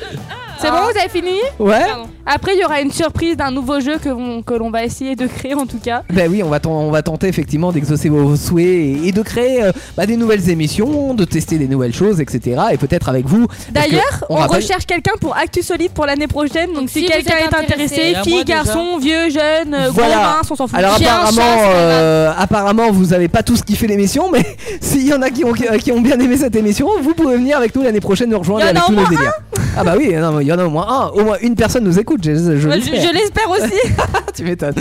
Speaker 16: C'est bon, vous avez fini
Speaker 5: Ouais.
Speaker 16: Pardon. Après, il y aura une surprise d'un nouveau jeu que, l'on- que l'on va essayer de créer en tout cas.
Speaker 5: Ben oui, on va, ten- on va tenter effectivement d'exaucer vos souhaits et, et de créer euh, bah, des nouvelles émissions, de tester des nouvelles choses, etc. Et peut-être avec vous. parce que
Speaker 16: D'ailleurs, on,
Speaker 5: rappelle-
Speaker 16: recherche quelqu'un pour Actu Solide pour l'année prochaine. Donc, si,
Speaker 14: vous
Speaker 16: quelqu'un
Speaker 14: êtes
Speaker 16: est intéressé,
Speaker 14: intéressé- Et à
Speaker 16: filles,
Speaker 14: moi déjà.
Speaker 16: garçons, vieux, jeunes, euh, gros
Speaker 5: Voilà.
Speaker 16: minces, on s'en fout.
Speaker 5: Alors
Speaker 16: J'ai un
Speaker 5: apparemment,
Speaker 16: chat, c'est pas grave.
Speaker 5: euh, apparemment, vous avez pas tous kiffé l'émission, mais s'il y en a qui ont, qui ont bien aimé cette émission, vous pouvez venir avec nous l'année prochaine nous rejoindre
Speaker 16: Il y en a
Speaker 5: avec
Speaker 16: au
Speaker 5: tous nos
Speaker 16: moins
Speaker 5: délires. Ah bah oui, non, mais il y en a au moins un, au moins une personne nous écoute. Je, je- je
Speaker 16: Bah, je-
Speaker 5: l'espère.
Speaker 16: je l'espère aussi.
Speaker 5: tu m'étonnes.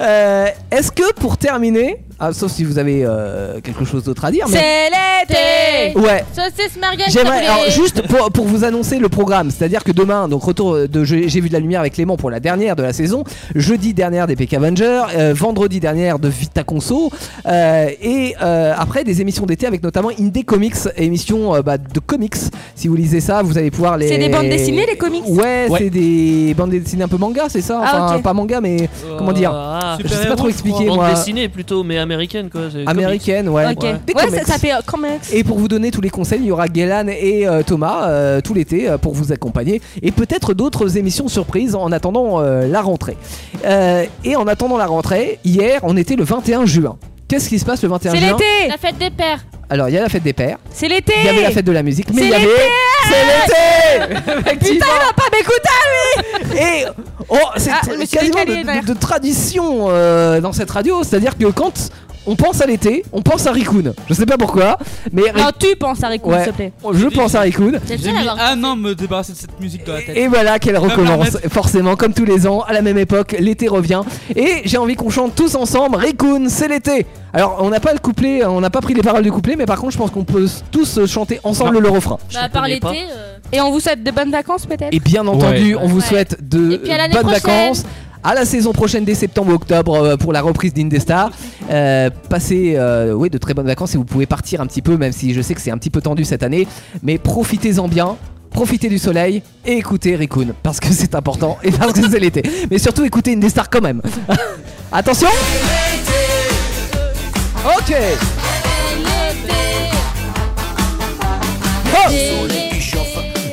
Speaker 5: Euh, Est-ce que pour terminer, ah, sauf si vous avez euh, quelque chose d'autre à dire, mais-
Speaker 16: C'est l'été
Speaker 5: Ouais.
Speaker 16: Saucisse marguerite
Speaker 5: J'aimerais,
Speaker 16: sablée.
Speaker 5: alors juste pour, pour vous annoncer le programme, c'est-à-dire que demain, donc retour de J'ai j'ai vu de la lumière avec Clément pour la dernière de la saison, jeudi dernière des PK Avenger, euh, vendredi dernière de Vita Conso, euh, et euh, après des émissions d'été avec notamment Indie Comics, émission euh, bah, de comics. Si vous lisez ça, vous allez pouvoir les.
Speaker 16: C'est des bandes dessinées, les comics
Speaker 5: Ouais,
Speaker 16: Ouais.
Speaker 5: c'est des bandes dessinées un peu manga, c'est ça
Speaker 16: Ah,
Speaker 5: Enfin,
Speaker 16: ok.
Speaker 5: pas manga, mais comment dire
Speaker 7: Ah,
Speaker 5: Je sais pas trop expliquer
Speaker 7: Bande
Speaker 5: moi.
Speaker 7: dessinée plutôt, mais américaine quoi. c'est
Speaker 5: Américaine, ouais.
Speaker 7: Euh, comics.
Speaker 5: Des
Speaker 16: Ouais,
Speaker 5: comics.
Speaker 16: ça, ça fait euh, comics.
Speaker 5: Et pour vous donner tous les conseils, il y aura Guélan et euh, Thomas euh, tout l'été euh, pour vous accompagner et peut-être d'autres émissions surprises en attendant euh, la rentrée. Euh, et en attendant la rentrée, hier, on était le 21 juin. Qu'est-ce qui se passe le 21
Speaker 16: C'est
Speaker 5: juin
Speaker 16: l'été La fête des pères
Speaker 5: Alors, il y a la fête des pères.
Speaker 16: C'est l'été
Speaker 5: Il y avait la fête de la musique, mais
Speaker 16: C'est
Speaker 5: il y avait.
Speaker 16: l'été
Speaker 5: C'est l'été
Speaker 16: Putain, il va pas m'écouter, lui
Speaker 5: Et oh, c'est
Speaker 16: Ah,
Speaker 5: tr-
Speaker 16: je me suis
Speaker 5: quasiment
Speaker 16: décalée,
Speaker 5: de- de,
Speaker 16: merde.
Speaker 5: de tradition euh, dans cette radio, c'est-à-dire que quand on pense à l'été, on pense à Rikun. Je sais pas pourquoi, mais
Speaker 16: Non, tu penses à Ricoune,
Speaker 5: Ouais.
Speaker 16: s'il te plaît.
Speaker 5: Je pense à Ricoune.
Speaker 9: J'ai mis un an me débarrasser de cette musique dans la tête.
Speaker 5: Et voilà qu'elle
Speaker 9: Je peux me la
Speaker 5: recommence,
Speaker 9: remettre.
Speaker 5: forcément, comme tous les ans, à la même époque, l'été revient. Et j'ai envie qu'on chante tous ensemble, Rikun, c'est l'été. Alors, on n'a pas le couplet, on n'a pas pris les paroles du couplet, mais par contre, je pense qu'on peut s- tous euh, chanter ensemble le refrain.
Speaker 16: Bah, à part l'été. Et on vous souhaite de bonnes vacances, peut-être
Speaker 5: Et bien entendu, on vous
Speaker 16: Ouais.
Speaker 5: souhaite de
Speaker 16: Et puis à l'année
Speaker 5: bonnes
Speaker 16: prochaine.
Speaker 5: vacances. À la saison prochaine dès septembre-octobre euh, pour la reprise d'Indestar. Euh, passez euh, oui, de très bonnes vacances et vous pouvez partir un petit peu, même si je sais que c'est un petit peu tendu cette année. Mais profitez-en bien, profitez du soleil et écoutez Rikun parce que c'est important et parce que c'est l'été. Mais surtout écoutez Indestar quand même. Attention Ok